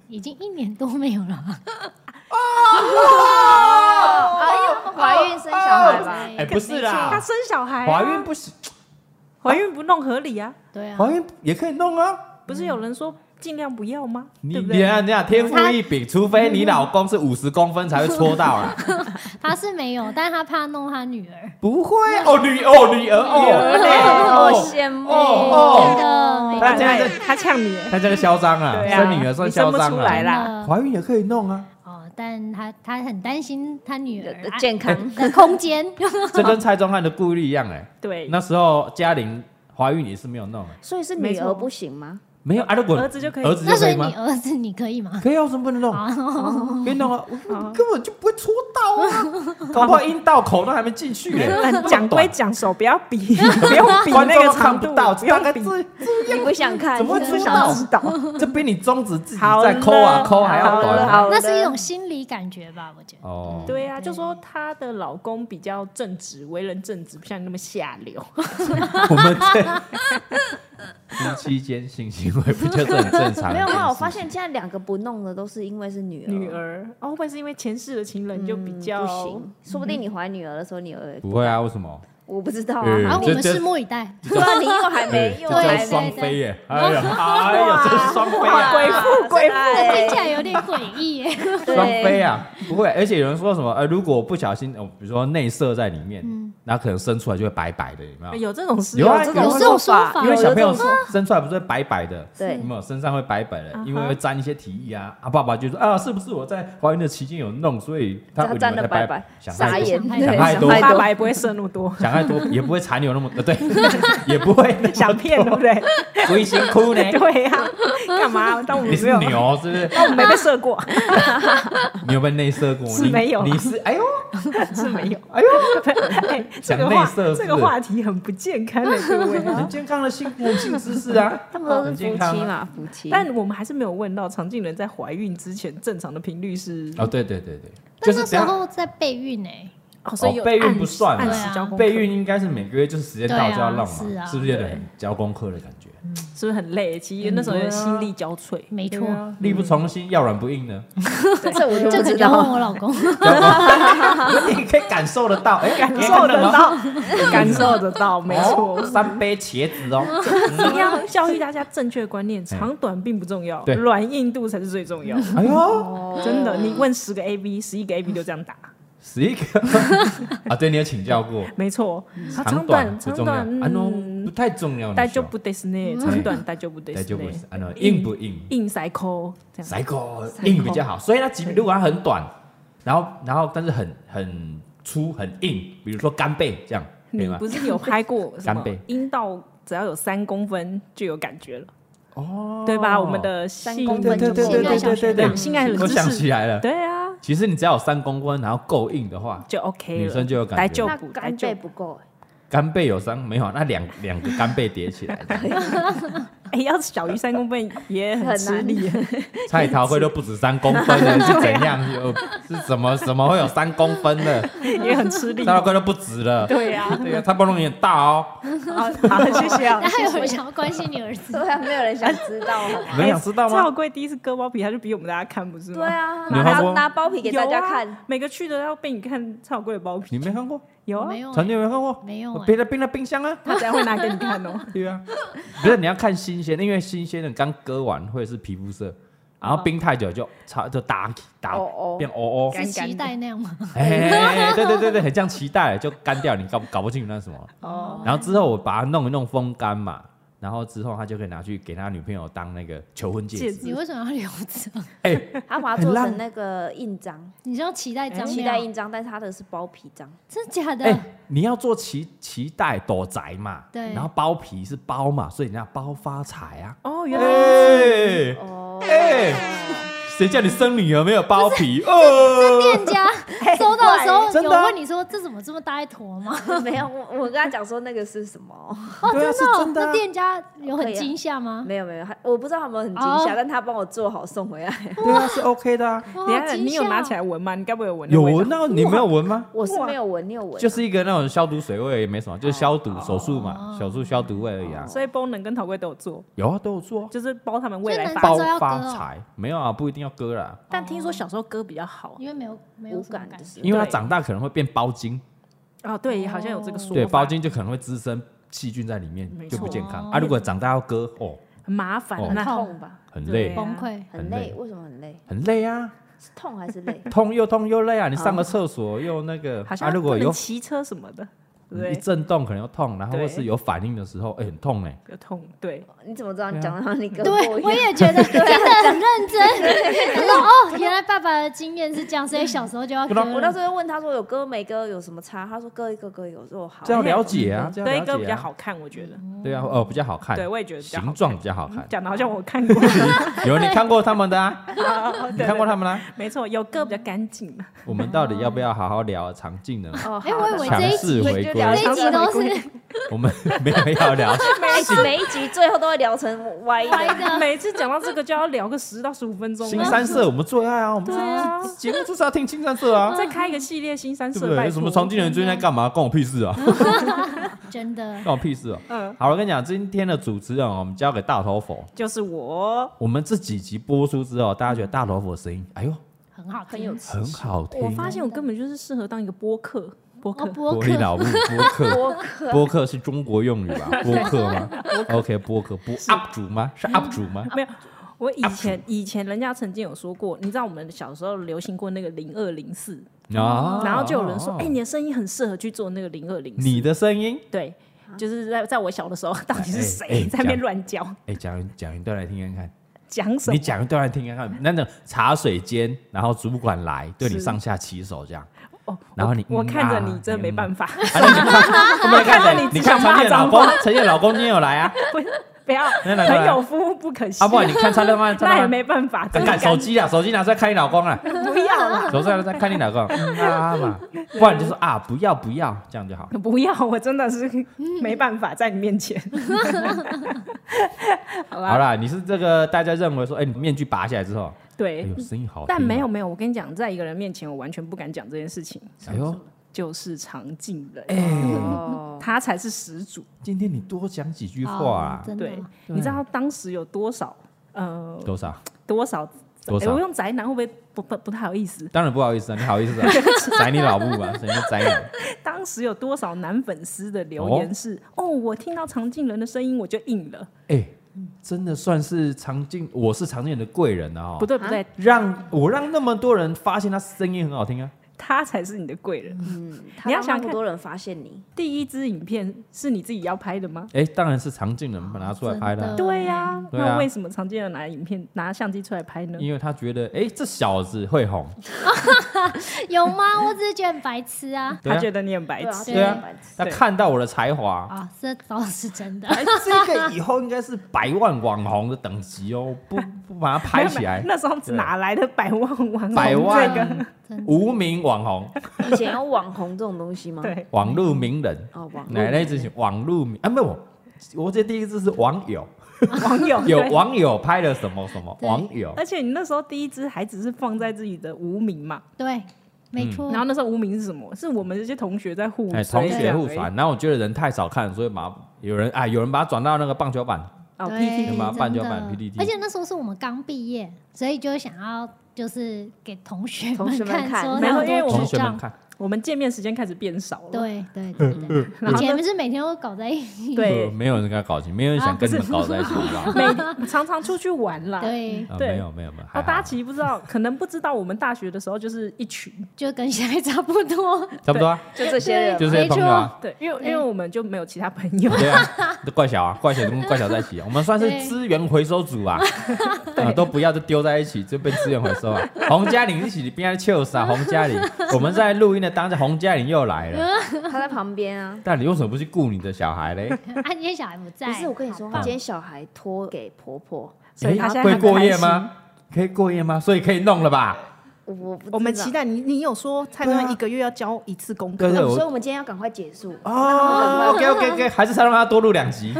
[SPEAKER 4] 已经一年多没有了吧，
[SPEAKER 3] 哎呦，怀孕生小孩吧，
[SPEAKER 1] 哎，不是
[SPEAKER 2] 她
[SPEAKER 1] 啦，
[SPEAKER 2] 生小孩啊，
[SPEAKER 1] 怀孕不行，
[SPEAKER 2] 怀孕不弄合理啊？
[SPEAKER 4] 对啊，
[SPEAKER 1] 怀孕也可以弄啊。
[SPEAKER 2] 不是有人说尽量不要吗？
[SPEAKER 1] 你啊
[SPEAKER 2] 对嗯不
[SPEAKER 1] 你
[SPEAKER 2] 对？
[SPEAKER 1] 看这样天赋异禀，除非你老公是五十公分才会戳到啊
[SPEAKER 2] *laughs*
[SPEAKER 1] 啦。
[SPEAKER 4] 他是没有，但是他怕弄他女儿，
[SPEAKER 1] 不会哦，女哦女儿
[SPEAKER 2] 嗯儿嘞
[SPEAKER 1] 哦
[SPEAKER 3] 好
[SPEAKER 1] 哦，
[SPEAKER 3] 羡慕
[SPEAKER 1] 哦
[SPEAKER 4] 真的没
[SPEAKER 1] 大
[SPEAKER 4] 办
[SPEAKER 1] 家
[SPEAKER 4] 法
[SPEAKER 1] 在
[SPEAKER 2] 他呛你耶，
[SPEAKER 1] 他真的嚣张啊，
[SPEAKER 2] 对啊
[SPEAKER 1] 生女儿算
[SPEAKER 2] 你生
[SPEAKER 1] 嚣
[SPEAKER 2] 不
[SPEAKER 1] 张
[SPEAKER 2] 出
[SPEAKER 1] 啊
[SPEAKER 2] 来啦
[SPEAKER 4] 真的
[SPEAKER 1] 怀孕也可以弄啊，
[SPEAKER 4] 呃哦，但他他很担心他女儿啊
[SPEAKER 3] 健康。
[SPEAKER 4] 的
[SPEAKER 1] *laughs*
[SPEAKER 4] 空间，
[SPEAKER 1] 这跟蔡宗翰的顾虑一样哎、
[SPEAKER 2] 对，
[SPEAKER 1] 那时候嘉玲怀孕也是没有弄、哎，
[SPEAKER 3] 所以是
[SPEAKER 2] 没
[SPEAKER 3] 女
[SPEAKER 2] 错
[SPEAKER 3] 儿不行吗？
[SPEAKER 1] 没有啊，如果
[SPEAKER 2] 儿子就可以
[SPEAKER 1] 儿子
[SPEAKER 4] 那
[SPEAKER 1] 就
[SPEAKER 4] 所
[SPEAKER 1] 可以
[SPEAKER 4] 以你
[SPEAKER 1] 吗？
[SPEAKER 4] 儿子你可以吗？
[SPEAKER 1] 可以啊，为什么不能弄？可以弄啊，我我根本就不会戳到啊，搞不好阴道口都还没进去嘞、 *laughs*
[SPEAKER 2] 但
[SPEAKER 1] 这
[SPEAKER 2] 哎讲
[SPEAKER 1] 么
[SPEAKER 2] 归
[SPEAKER 1] 短，
[SPEAKER 2] 讲，手不要比，
[SPEAKER 1] *laughs*
[SPEAKER 2] 不用比
[SPEAKER 1] 观众
[SPEAKER 2] 那
[SPEAKER 1] 都
[SPEAKER 2] 个
[SPEAKER 1] 看
[SPEAKER 2] 长度
[SPEAKER 1] 不，到，
[SPEAKER 2] 不
[SPEAKER 1] 大
[SPEAKER 2] 用
[SPEAKER 1] 概
[SPEAKER 2] 比，
[SPEAKER 1] 这
[SPEAKER 3] 你不想看？
[SPEAKER 1] 怎么会
[SPEAKER 2] 真的
[SPEAKER 1] 知
[SPEAKER 2] 想
[SPEAKER 1] 道
[SPEAKER 2] 知道。
[SPEAKER 1] *laughs* 这比你中指自己
[SPEAKER 2] 好
[SPEAKER 1] 在抠啊
[SPEAKER 2] 了
[SPEAKER 1] 抠还要
[SPEAKER 2] 好了
[SPEAKER 1] 短。
[SPEAKER 2] 好了
[SPEAKER 4] 那是一种心理感觉吧，我觉得。
[SPEAKER 1] 哦，
[SPEAKER 2] 对呀、啊，就
[SPEAKER 4] 对
[SPEAKER 2] 说她的老公比较正直，为人正直，不像你那么下流。
[SPEAKER 1] 我们这夫妻间性行为不就是很正常的
[SPEAKER 2] *laughs*
[SPEAKER 1] 事情？
[SPEAKER 3] 没有啊，我发现现在两个不弄的都是因为是女儿，嗯
[SPEAKER 2] 女儿哦，会不会是因为前世的情人就比较、
[SPEAKER 3] 不行，说不定你怀女儿的时候，你儿
[SPEAKER 1] 不会啊，为什么？
[SPEAKER 3] 我不知道啊，
[SPEAKER 1] 嗯
[SPEAKER 4] 然后我们
[SPEAKER 1] 这这
[SPEAKER 4] 拭目以待。
[SPEAKER 3] 对啊，你又还
[SPEAKER 1] 哎
[SPEAKER 3] 没，
[SPEAKER 1] 这
[SPEAKER 3] 又
[SPEAKER 1] 叫
[SPEAKER 3] 还
[SPEAKER 4] 对
[SPEAKER 1] 双
[SPEAKER 3] 没，
[SPEAKER 1] 飞
[SPEAKER 2] *laughs*
[SPEAKER 1] 耶！哎呀，哎呀，这是双飞啊！
[SPEAKER 2] 贵妇贵妇
[SPEAKER 4] 这 *laughs* 听起
[SPEAKER 3] 妇，
[SPEAKER 4] 来有点诡异耶。
[SPEAKER 3] 对
[SPEAKER 1] 双飞啊，不会。而且有人说什么？呃，如果不小心，呃，比如说内射在里面，那可能生出来就会白白的，有没有？
[SPEAKER 2] 有这种事，
[SPEAKER 1] 有啊
[SPEAKER 2] 这
[SPEAKER 4] 有
[SPEAKER 2] 种
[SPEAKER 4] 这种说法
[SPEAKER 1] 因为小朋友
[SPEAKER 3] 有这种
[SPEAKER 1] 生出来不是会白白的，
[SPEAKER 3] 对
[SPEAKER 1] 有没有身上会白白的
[SPEAKER 2] 啊哈，
[SPEAKER 1] 因为会沾一些体液啊。啊，爸爸就说啊，是不是我在怀孕的期间有弄，所以他
[SPEAKER 3] 他沾了白白
[SPEAKER 1] 想
[SPEAKER 3] 傻
[SPEAKER 1] 太多，
[SPEAKER 3] 眼，
[SPEAKER 1] 多
[SPEAKER 3] 对，
[SPEAKER 4] 想太
[SPEAKER 1] 想太多，
[SPEAKER 3] 想
[SPEAKER 2] 爸爸也不会生那么多 *laughs*
[SPEAKER 1] 想太多也不会残留那么，呃对，也不会
[SPEAKER 2] 想骗对不对？
[SPEAKER 1] 鬼辛苦呢。
[SPEAKER 2] *laughs* 对呀、
[SPEAKER 1] *laughs*
[SPEAKER 2] 干嘛？当我
[SPEAKER 1] 啊
[SPEAKER 2] 们
[SPEAKER 1] 你
[SPEAKER 2] 没
[SPEAKER 1] 是
[SPEAKER 2] 有，
[SPEAKER 1] 牛是不是？
[SPEAKER 2] 当我们
[SPEAKER 1] *laughs*
[SPEAKER 2] 没被射过， *laughs*
[SPEAKER 1] 你有被内射过？
[SPEAKER 2] 是
[SPEAKER 1] 你
[SPEAKER 2] 没有啊
[SPEAKER 1] 你是哎呦，
[SPEAKER 2] 是没有。
[SPEAKER 1] 哎呦，
[SPEAKER 2] 哎这个
[SPEAKER 1] 讲内
[SPEAKER 2] 话
[SPEAKER 1] 射是不是
[SPEAKER 2] 这个话题很不健康的各位啊 *laughs*
[SPEAKER 1] 很。健康的性很性知识啊，
[SPEAKER 3] 他们都是
[SPEAKER 1] 很
[SPEAKER 3] 夫
[SPEAKER 1] 健
[SPEAKER 3] 妻
[SPEAKER 1] 康啊。
[SPEAKER 3] 嘛，夫妻。
[SPEAKER 2] 但我们还是没有问到常静人在怀孕之前正常的频率是
[SPEAKER 1] 哦，对对对对，就
[SPEAKER 4] 但
[SPEAKER 1] 是
[SPEAKER 4] 那
[SPEAKER 1] 这
[SPEAKER 4] 时
[SPEAKER 1] 样。
[SPEAKER 4] 候在备孕哎，
[SPEAKER 2] 哦，所以
[SPEAKER 1] 哦
[SPEAKER 2] 有
[SPEAKER 1] 备孕
[SPEAKER 2] 按
[SPEAKER 1] 不算啊
[SPEAKER 2] 按时交功课
[SPEAKER 1] 备孕应该是每个月就是时间到就要浪
[SPEAKER 4] 对啊是
[SPEAKER 1] 嘛，
[SPEAKER 4] 啊
[SPEAKER 1] 是不是有点交功课的感觉？
[SPEAKER 2] 是不是很累？其实那时候有点心力交瘁。
[SPEAKER 4] 没错
[SPEAKER 2] 对，啊
[SPEAKER 1] 力不从心，要软不硬呢？
[SPEAKER 3] 这我就
[SPEAKER 4] 这
[SPEAKER 3] 不
[SPEAKER 4] 可
[SPEAKER 3] 知
[SPEAKER 4] 能问
[SPEAKER 3] 道，
[SPEAKER 4] 我老公。
[SPEAKER 1] 交功你可以感受得到，哎，感
[SPEAKER 2] 感受得，到， *laughs* 感受得到，没错
[SPEAKER 1] 哦。三杯茄子
[SPEAKER 2] *laughs*
[SPEAKER 1] 哦，
[SPEAKER 2] 一样教育大家正确的观念，长短并不重要，
[SPEAKER 1] 哎对
[SPEAKER 2] 软硬度才是最重要。
[SPEAKER 1] 哎呦，
[SPEAKER 2] 真的，你问十个 A B，十一个 A B 就这样打，
[SPEAKER 1] 十一个 *laughs* 啊，对你有请教过，
[SPEAKER 2] 没错。
[SPEAKER 3] 嗯
[SPEAKER 2] 啊
[SPEAKER 1] 长
[SPEAKER 2] 短，
[SPEAKER 1] 不
[SPEAKER 2] 长
[SPEAKER 1] 重要，
[SPEAKER 2] 短，
[SPEAKER 1] 啊喏，不
[SPEAKER 2] 嗯，
[SPEAKER 1] 太重要，
[SPEAKER 2] 带就不得是
[SPEAKER 3] 嗯
[SPEAKER 2] 呢，长短带就不得
[SPEAKER 1] 对，
[SPEAKER 2] 是
[SPEAKER 1] 就
[SPEAKER 2] 呢
[SPEAKER 1] 不，是，啊喏，硬不硬？
[SPEAKER 2] 硬塞扣这样。
[SPEAKER 1] 塞口硬比较好，所以它即便如果它很短，然后然后但是很很粗很硬，比如说干贝这样，可以
[SPEAKER 2] 你
[SPEAKER 1] 吗？
[SPEAKER 2] 不是有拍过什
[SPEAKER 1] 干
[SPEAKER 2] 么
[SPEAKER 1] 贝
[SPEAKER 2] 阴道只要有三公分就有感觉了，
[SPEAKER 1] 哦
[SPEAKER 2] 对吧？我们的性
[SPEAKER 3] 公分
[SPEAKER 1] 对对对对对对对对，
[SPEAKER 2] 性爱的
[SPEAKER 1] 我
[SPEAKER 2] 知
[SPEAKER 1] 想
[SPEAKER 2] 识，
[SPEAKER 1] 起来了，
[SPEAKER 2] 对啊，
[SPEAKER 1] 其实你只要有三公分，然后够硬的话，
[SPEAKER 2] 就 OK 了。
[SPEAKER 1] 女生就有感觉
[SPEAKER 2] 来就
[SPEAKER 3] 那
[SPEAKER 2] 补，来
[SPEAKER 3] 干
[SPEAKER 2] 就
[SPEAKER 3] 贝
[SPEAKER 2] 补。
[SPEAKER 3] 不够欸，
[SPEAKER 1] 干贝有三没有，那两两个干贝叠起来，
[SPEAKER 2] 哎、要小于三公分也很
[SPEAKER 3] 很
[SPEAKER 2] 吃
[SPEAKER 3] 难
[SPEAKER 2] 力。
[SPEAKER 1] 菜桃会都不止三公分
[SPEAKER 2] *laughs*
[SPEAKER 1] 了，是怎样？有是怎么怎么会有三公分的？
[SPEAKER 2] *laughs* 也很吃力。
[SPEAKER 1] 菜桃会都不止了。
[SPEAKER 2] 对呀、
[SPEAKER 1] 对呀、啊，菜包容易很大哦。
[SPEAKER 2] 好，好， *laughs* 谢谢啊
[SPEAKER 4] 然。后有人想要关心你儿 *laughs* 子，
[SPEAKER 3] 对啊，没有人想知道好
[SPEAKER 2] *laughs*
[SPEAKER 3] 吗？
[SPEAKER 1] 你们想知道
[SPEAKER 2] 哎蔡
[SPEAKER 1] 吗
[SPEAKER 2] 小？贵第一次割包皮，他就比我们大家看，不是吗？
[SPEAKER 3] 对啊，
[SPEAKER 1] 你有
[SPEAKER 3] 拿
[SPEAKER 1] 看过
[SPEAKER 3] 拿包皮给
[SPEAKER 2] 有啊，
[SPEAKER 3] 大家
[SPEAKER 2] *laughs*
[SPEAKER 3] 看，
[SPEAKER 2] 每个去的要被你看蔡小贵的包皮，
[SPEAKER 1] 你没看过？
[SPEAKER 2] 有啊
[SPEAKER 4] 没，有欸
[SPEAKER 1] 曾经有没有看过？
[SPEAKER 4] 没有
[SPEAKER 1] 我
[SPEAKER 4] 欸
[SPEAKER 1] 冰在冰在冰箱啊。
[SPEAKER 2] 他等下会拿给你看哦。
[SPEAKER 1] 对啊，不是你要看新鲜的，因为新鲜的刚割完会是皮肤色，然
[SPEAKER 2] 哦
[SPEAKER 1] 后冰太久就差就打打
[SPEAKER 3] 哦哦
[SPEAKER 1] 变哦哦，
[SPEAKER 4] 是期待那样吗？
[SPEAKER 1] 哎，对对对对，很像脐带就干掉，你搞搞不清楚那是什么。
[SPEAKER 2] 哦，
[SPEAKER 1] 然后之后我把它弄一弄风干嘛，然后之后他就可以拿去给他女朋友当那个求婚戒
[SPEAKER 2] 戒
[SPEAKER 1] 指。
[SPEAKER 4] 你
[SPEAKER 2] 指
[SPEAKER 4] 为什么要留着？
[SPEAKER 1] 哎，
[SPEAKER 3] 他把它做成那个印章，
[SPEAKER 4] 你要期待张
[SPEAKER 3] 期待
[SPEAKER 4] 亮？
[SPEAKER 3] 印章，但是他的是包皮章，
[SPEAKER 4] 真假的？
[SPEAKER 1] 哎，你要做脐脐带躲宅嘛，
[SPEAKER 4] 对
[SPEAKER 1] 然后包皮是包嘛，所以人家包发财啊。
[SPEAKER 2] 哦，原来
[SPEAKER 1] 哎
[SPEAKER 3] 哦，
[SPEAKER 1] 哎，谁叫你生女儿没有包皮？哦，
[SPEAKER 4] 店家收到的时候
[SPEAKER 1] 真
[SPEAKER 4] 有
[SPEAKER 1] 的啊
[SPEAKER 4] 问你说这怎么这么大一坨吗？
[SPEAKER 3] *laughs* 没有，我我跟他讲说那个是什么， *laughs*
[SPEAKER 4] 哦，
[SPEAKER 1] 对啊
[SPEAKER 4] 真的
[SPEAKER 1] 是
[SPEAKER 4] 哦
[SPEAKER 1] 真，的啊
[SPEAKER 4] 那店家有很惊吓吗？
[SPEAKER 3] 没有没有，他我不知道他们很惊
[SPEAKER 4] 哦
[SPEAKER 3] 吓，但他帮我做好送回来，
[SPEAKER 1] *laughs* 对啊，是 OK 的啊。
[SPEAKER 4] 哇哦
[SPEAKER 2] 等一下你有拿起
[SPEAKER 4] 来？
[SPEAKER 2] 来闻吗？你该不会有闻？
[SPEAKER 1] 有啊闻？到你没有闻吗？
[SPEAKER 3] 我是没有闻，你有闻？
[SPEAKER 1] 就是一个那种消毒水味，也没什么，就是消毒手术嘛，手术消毒味而已啊。
[SPEAKER 2] 所以包能跟陶贵都有做，
[SPEAKER 1] 有啊，都有做啊，
[SPEAKER 2] 就是包他们未来
[SPEAKER 4] 真的
[SPEAKER 2] 发。
[SPEAKER 1] 包
[SPEAKER 4] 那时候要割
[SPEAKER 1] 发
[SPEAKER 4] 哦
[SPEAKER 1] 财没有啊，不一定要割啦，
[SPEAKER 2] 但听说小时候割比较好
[SPEAKER 4] 因为没有没有
[SPEAKER 3] 无
[SPEAKER 4] 什么
[SPEAKER 3] 感
[SPEAKER 4] 感
[SPEAKER 3] 的
[SPEAKER 4] 觉，
[SPEAKER 3] 是，
[SPEAKER 1] 因为它
[SPEAKER 2] 对
[SPEAKER 1] 长大可能会变包茎，
[SPEAKER 2] 哦，对，好像有这个说法。
[SPEAKER 1] 对，包茎就可能会滋生细菌在里面
[SPEAKER 2] 没，
[SPEAKER 1] 就
[SPEAKER 2] 错
[SPEAKER 1] 不健康
[SPEAKER 4] 哦
[SPEAKER 1] 啊。如果长大要割，哦，
[SPEAKER 2] 很麻烦啊
[SPEAKER 1] 哦
[SPEAKER 2] 那
[SPEAKER 3] 痛吧，
[SPEAKER 1] 很
[SPEAKER 2] 对
[SPEAKER 1] 累，
[SPEAKER 2] 啊
[SPEAKER 4] 崩溃。
[SPEAKER 3] 很
[SPEAKER 1] 很累
[SPEAKER 3] 累，为什么很累？
[SPEAKER 1] 很累啊，
[SPEAKER 3] 是痛还是累？
[SPEAKER 1] 痛又痛又累啊。你上个厕所又那个，
[SPEAKER 2] 好
[SPEAKER 1] 啊，
[SPEAKER 2] 像
[SPEAKER 1] 如
[SPEAKER 2] 不
[SPEAKER 1] 果
[SPEAKER 2] 能
[SPEAKER 1] 有
[SPEAKER 2] 骑车什么的，对不
[SPEAKER 1] 一
[SPEAKER 2] 对，
[SPEAKER 1] 震动可能又痛，然后或
[SPEAKER 2] 对
[SPEAKER 1] 是有反应的时候，哎，很痛哎。
[SPEAKER 2] 有痛，对，
[SPEAKER 3] 你怎么知道？
[SPEAKER 1] 对啊
[SPEAKER 3] 你讲到你跟 *laughs*
[SPEAKER 4] 对，我
[SPEAKER 3] 一样
[SPEAKER 4] 也觉得真的很认真。他说：“哦，原来爸爸的经验是这样，所以小时候就要割
[SPEAKER 3] 我那
[SPEAKER 4] 了。
[SPEAKER 3] 时候问他说有割没割有什么差，他说割一个割一个，我说哦好
[SPEAKER 1] 这样了解啊，这
[SPEAKER 2] 对
[SPEAKER 1] 样
[SPEAKER 2] 割
[SPEAKER 1] 了
[SPEAKER 2] 比
[SPEAKER 1] 解
[SPEAKER 2] 较
[SPEAKER 1] 啊，
[SPEAKER 2] 好看，我觉得。
[SPEAKER 1] 对啊，哦，比较好看，
[SPEAKER 2] 对，我也觉得比较好
[SPEAKER 1] 形状比较好
[SPEAKER 2] *laughs*
[SPEAKER 1] 看。
[SPEAKER 2] 讲的好像我看
[SPEAKER 1] *laughs*
[SPEAKER 2] 过，
[SPEAKER 1] 有你看过他们的啊？你
[SPEAKER 2] 你
[SPEAKER 1] 看过他
[SPEAKER 2] 们？
[SPEAKER 1] 们啦、
[SPEAKER 2] 没错，有割比较干净嘛。
[SPEAKER 1] 我们到底要不要好好聊常进呢？
[SPEAKER 3] 哦，
[SPEAKER 4] 哎我以为
[SPEAKER 1] 强
[SPEAKER 4] 这一
[SPEAKER 1] 势
[SPEAKER 4] 集
[SPEAKER 1] 回
[SPEAKER 3] 就
[SPEAKER 1] 归，
[SPEAKER 3] 聊
[SPEAKER 4] 这一集都是
[SPEAKER 1] 我们没有要聊，
[SPEAKER 3] 每一集每一集最后都会聊成歪的，
[SPEAKER 4] 歪
[SPEAKER 2] *laughs*
[SPEAKER 4] 的，
[SPEAKER 2] 每次讲到这个就要聊个十到十五分钟
[SPEAKER 1] 新
[SPEAKER 2] 了。
[SPEAKER 1] 三色我们最爱啊，我们
[SPEAKER 2] 啊对啊，
[SPEAKER 1] 节目就是要听新三色啊，
[SPEAKER 2] 再开一个系列新三
[SPEAKER 1] 对
[SPEAKER 2] 色，
[SPEAKER 1] 不对？
[SPEAKER 2] 拜
[SPEAKER 1] 有
[SPEAKER 2] 托
[SPEAKER 1] 什么常进人最近在干嘛？关我屁事
[SPEAKER 2] *laughs*
[SPEAKER 1] 啊！
[SPEAKER 4] 真的。
[SPEAKER 1] 关我屁事啊！
[SPEAKER 2] 嗯，
[SPEAKER 1] 好了，我跟你讲，今天的主持人哦我们交给大头佛。
[SPEAKER 2] 就是我，
[SPEAKER 1] 我们这几集播出之后，大家
[SPEAKER 2] 嗯
[SPEAKER 1] 觉得大头佛的声音，哎呦，
[SPEAKER 4] 很好听，
[SPEAKER 3] 很有
[SPEAKER 4] 哦
[SPEAKER 1] 很好听
[SPEAKER 2] 我。发现我根本就是适合当一个播客，播客，
[SPEAKER 4] 播
[SPEAKER 1] 璃
[SPEAKER 4] 客
[SPEAKER 1] 老木播客，播客是中国用语
[SPEAKER 2] *laughs*
[SPEAKER 1] 吧？播客吗？OK，播客不 UP 主吗？是 UP 主吗？
[SPEAKER 2] 没有。我以前以前人家曾经有说过，你知道我们小时候流行过那个零二零四，
[SPEAKER 1] 啊
[SPEAKER 2] 然后就有人说，哎，你的声音很适合去做那个零二零四。
[SPEAKER 1] 你的声音，
[SPEAKER 2] 对，就是在在我小的时候，到
[SPEAKER 1] 哎
[SPEAKER 2] 底是
[SPEAKER 1] 哎
[SPEAKER 2] 谁
[SPEAKER 1] 哎
[SPEAKER 2] 在那边
[SPEAKER 1] 讲
[SPEAKER 2] 乱叫
[SPEAKER 1] 哎，讲讲一段来听看
[SPEAKER 2] 讲什
[SPEAKER 1] 看，
[SPEAKER 2] 么
[SPEAKER 1] 你？讲一段来听看看，那种茶水间，然后主管来对你上下其手这样，
[SPEAKER 2] 哦，
[SPEAKER 1] 然后你
[SPEAKER 2] 我我
[SPEAKER 1] 嗯
[SPEAKER 2] 看着
[SPEAKER 1] 啊
[SPEAKER 2] 你，真的
[SPEAKER 1] 嗯
[SPEAKER 2] 没
[SPEAKER 1] *laughs*
[SPEAKER 2] 办法，
[SPEAKER 1] 啊那你
[SPEAKER 2] *laughs*
[SPEAKER 1] 看，我没看
[SPEAKER 2] 看到
[SPEAKER 1] 着
[SPEAKER 2] 你
[SPEAKER 1] 你
[SPEAKER 2] 只
[SPEAKER 1] 看
[SPEAKER 2] 想
[SPEAKER 1] 陈
[SPEAKER 2] 骂
[SPEAKER 1] 燕老
[SPEAKER 2] 脏
[SPEAKER 1] 公
[SPEAKER 2] 话，
[SPEAKER 1] 陈燕老公今天有来啊，
[SPEAKER 2] 不不要，
[SPEAKER 1] 那来来
[SPEAKER 2] *laughs* 很有夫不可惜
[SPEAKER 1] 啊，不然你看蔡乐曼，蔡
[SPEAKER 2] *laughs* 那
[SPEAKER 1] 乐
[SPEAKER 2] 也
[SPEAKER 1] 曼，
[SPEAKER 2] 没办法，真
[SPEAKER 1] 敢看
[SPEAKER 2] 的
[SPEAKER 1] 手机啊，手机拿出来看你老公啊，
[SPEAKER 2] 不要了，
[SPEAKER 1] 手机拿出来看你老公，嗯啊嘛，不然你就说啊，不要不要，这样就好。
[SPEAKER 2] 不要，我真的是没办法在你面前。 *laughs*
[SPEAKER 1] 好
[SPEAKER 2] 好啦，
[SPEAKER 1] 啦，你是这个大家认为说，哎，你面具拔下来之后，哎
[SPEAKER 2] 对
[SPEAKER 1] 呦，，声音好听哦，
[SPEAKER 2] 但没有没有，我跟你讲，在一个人面前，我完全不敢讲这件事情，
[SPEAKER 1] 哎呦，
[SPEAKER 2] 就是常静人，
[SPEAKER 1] 哎
[SPEAKER 3] 哦，
[SPEAKER 2] *laughs* 他才是始祖。
[SPEAKER 1] 今天你多讲几句话
[SPEAKER 4] 哦
[SPEAKER 1] 啊，
[SPEAKER 4] 真的
[SPEAKER 2] 对
[SPEAKER 4] 哦，
[SPEAKER 2] 你知道当时有多少呃
[SPEAKER 1] 多少？
[SPEAKER 2] 多少？
[SPEAKER 1] 多
[SPEAKER 2] 哎
[SPEAKER 1] 少
[SPEAKER 2] 我用宅男会不会不不不太好意思？
[SPEAKER 1] 当然不好意思啊，你好意思
[SPEAKER 2] *laughs*
[SPEAKER 1] 啊，宰你老母吧，谁叫宰你？
[SPEAKER 2] 当时有多少男粉丝的留言是：“哦，我听到常静人的声音我就硬了。
[SPEAKER 1] 哎、真的算是常进，我是常进人的贵人啊、哦。
[SPEAKER 2] 不对不对，
[SPEAKER 1] 让我让那么多人发现他声音很好听啊！
[SPEAKER 2] 他才是你的贵人。
[SPEAKER 1] 嗯
[SPEAKER 3] 他
[SPEAKER 2] 你要
[SPEAKER 3] 让
[SPEAKER 2] 想
[SPEAKER 3] 那么
[SPEAKER 2] 看
[SPEAKER 3] 多人发现你，
[SPEAKER 2] 第一支影片是你自己要拍的吗？
[SPEAKER 1] 哎、当然是常进人拿出
[SPEAKER 2] 哦
[SPEAKER 1] 来拍的啊、
[SPEAKER 4] 真的
[SPEAKER 2] 对呀、
[SPEAKER 1] 对啊
[SPEAKER 2] 那为什么常静人拿影片拿相机出来拍呢？
[SPEAKER 1] 因为他觉得哎、这小子会红，
[SPEAKER 4] 有吗？我只是觉得很白痴啊。
[SPEAKER 1] 对啊
[SPEAKER 2] 他觉得你很白
[SPEAKER 3] 对啊，
[SPEAKER 2] 痴。
[SPEAKER 4] 对
[SPEAKER 3] 对啊，
[SPEAKER 1] 他看到我的才
[SPEAKER 2] *laughs*
[SPEAKER 1] 华，
[SPEAKER 4] 啊，这倒是真的。
[SPEAKER 1] 哎，这个以后应该是百万网红的等级哦，不不把它拍起来
[SPEAKER 2] 没有没有， *laughs* 那时候哪来的百万网红
[SPEAKER 1] 百
[SPEAKER 2] 这个？
[SPEAKER 1] 万
[SPEAKER 4] 真的
[SPEAKER 1] 无名网红、
[SPEAKER 3] 以前有网红这种东西吗？，
[SPEAKER 2] 对，
[SPEAKER 1] 网络名人。
[SPEAKER 3] 哦，网
[SPEAKER 2] 嗯
[SPEAKER 1] 奶
[SPEAKER 3] 红
[SPEAKER 1] 奶之前网路名啊，没有，我这第一个字是网友，
[SPEAKER 2] 网友
[SPEAKER 1] 有
[SPEAKER 2] 对
[SPEAKER 1] 网友拍了什么什么
[SPEAKER 4] 对
[SPEAKER 1] 网友
[SPEAKER 2] 而且你那时候第一只还只是放在自己的无名嘛，
[SPEAKER 4] 对，
[SPEAKER 1] 嗯
[SPEAKER 4] 没错。
[SPEAKER 2] 然后那时候无名是什么？是我们这些同学在互
[SPEAKER 1] 哎，同
[SPEAKER 2] 吹这
[SPEAKER 1] 学
[SPEAKER 2] 样
[SPEAKER 1] 互
[SPEAKER 2] 而已
[SPEAKER 1] 传，然后我觉得人太少看，所以把有人啊，有人把它转到那个棒球版，
[SPEAKER 2] 哦
[SPEAKER 4] 对
[SPEAKER 2] ，PT
[SPEAKER 1] 有没有
[SPEAKER 4] 真
[SPEAKER 1] 半就
[SPEAKER 4] 的
[SPEAKER 1] 半 PDD
[SPEAKER 4] 而且那时候是我们刚毕业，所以就想要就是给同学
[SPEAKER 3] 同学们
[SPEAKER 4] 看
[SPEAKER 3] 看
[SPEAKER 4] 说
[SPEAKER 2] 没有
[SPEAKER 4] 他
[SPEAKER 2] 因为
[SPEAKER 4] 有
[SPEAKER 2] 我
[SPEAKER 4] 多
[SPEAKER 1] 同
[SPEAKER 2] 们
[SPEAKER 1] 学
[SPEAKER 4] 智
[SPEAKER 1] 们
[SPEAKER 4] 障。
[SPEAKER 1] 看，
[SPEAKER 2] 我们见面时间开始变少了。
[SPEAKER 4] 对
[SPEAKER 2] *laughs*
[SPEAKER 4] 对对对，
[SPEAKER 2] 然
[SPEAKER 4] 以
[SPEAKER 2] 后
[SPEAKER 4] 前
[SPEAKER 2] 呢
[SPEAKER 4] 不是每天都搞在一起。
[SPEAKER 1] 呃
[SPEAKER 2] 对，啊
[SPEAKER 1] 没有人跟他搞清，没有人想跟你们搞
[SPEAKER 2] *laughs*
[SPEAKER 1] 在一起吧？
[SPEAKER 2] 每常常出去玩啦。
[SPEAKER 4] 对，
[SPEAKER 1] 啊，
[SPEAKER 2] 对
[SPEAKER 1] 没有没有没有，还好
[SPEAKER 2] 哦，大家其实不知道，可能不知道我们大学的时候就是一群，
[SPEAKER 4] 就跟现在差不多。
[SPEAKER 1] 差不多啊，
[SPEAKER 3] 就这些人
[SPEAKER 1] 就这些朋友啊，
[SPEAKER 2] 对，因为因
[SPEAKER 4] 对
[SPEAKER 2] 为我们就没有其他朋友，
[SPEAKER 1] 对啊，都怪小啊，怪小跟怪小在一起啊，我们算是
[SPEAKER 4] 对
[SPEAKER 1] 资源回收组啊，啊，都不要就丢在一起，就被资源回收啊。洪嘉玲一起边在 c h 啊，洪嘉玲，我们在录音的当下，洪嘉玲又来
[SPEAKER 2] 嗯
[SPEAKER 1] 了，
[SPEAKER 3] 他在旁边啊。
[SPEAKER 1] 但你为什么不去顾你的小孩嘞？
[SPEAKER 4] 啊，今天小孩不在。
[SPEAKER 3] 不是，我跟你说，今
[SPEAKER 4] 好棒
[SPEAKER 3] 天小孩托给婆婆，
[SPEAKER 2] 所以他
[SPEAKER 1] 诶
[SPEAKER 2] 现在
[SPEAKER 1] 会
[SPEAKER 2] 很
[SPEAKER 1] 过
[SPEAKER 2] 开
[SPEAKER 1] 夜
[SPEAKER 2] 心
[SPEAKER 1] 吗？可以过夜吗？所以可以弄了吧？
[SPEAKER 3] 我我不知道
[SPEAKER 2] 我们期。待你，你有说蔡
[SPEAKER 3] 对啊
[SPEAKER 2] 妈妈一个月要交一次功
[SPEAKER 1] 对
[SPEAKER 2] 课，
[SPEAKER 1] 对
[SPEAKER 3] 哦
[SPEAKER 1] 我
[SPEAKER 3] 所以我们今天要赶快结束。
[SPEAKER 1] 哦，OK OK OK，还是他让他多录两集。 *laughs*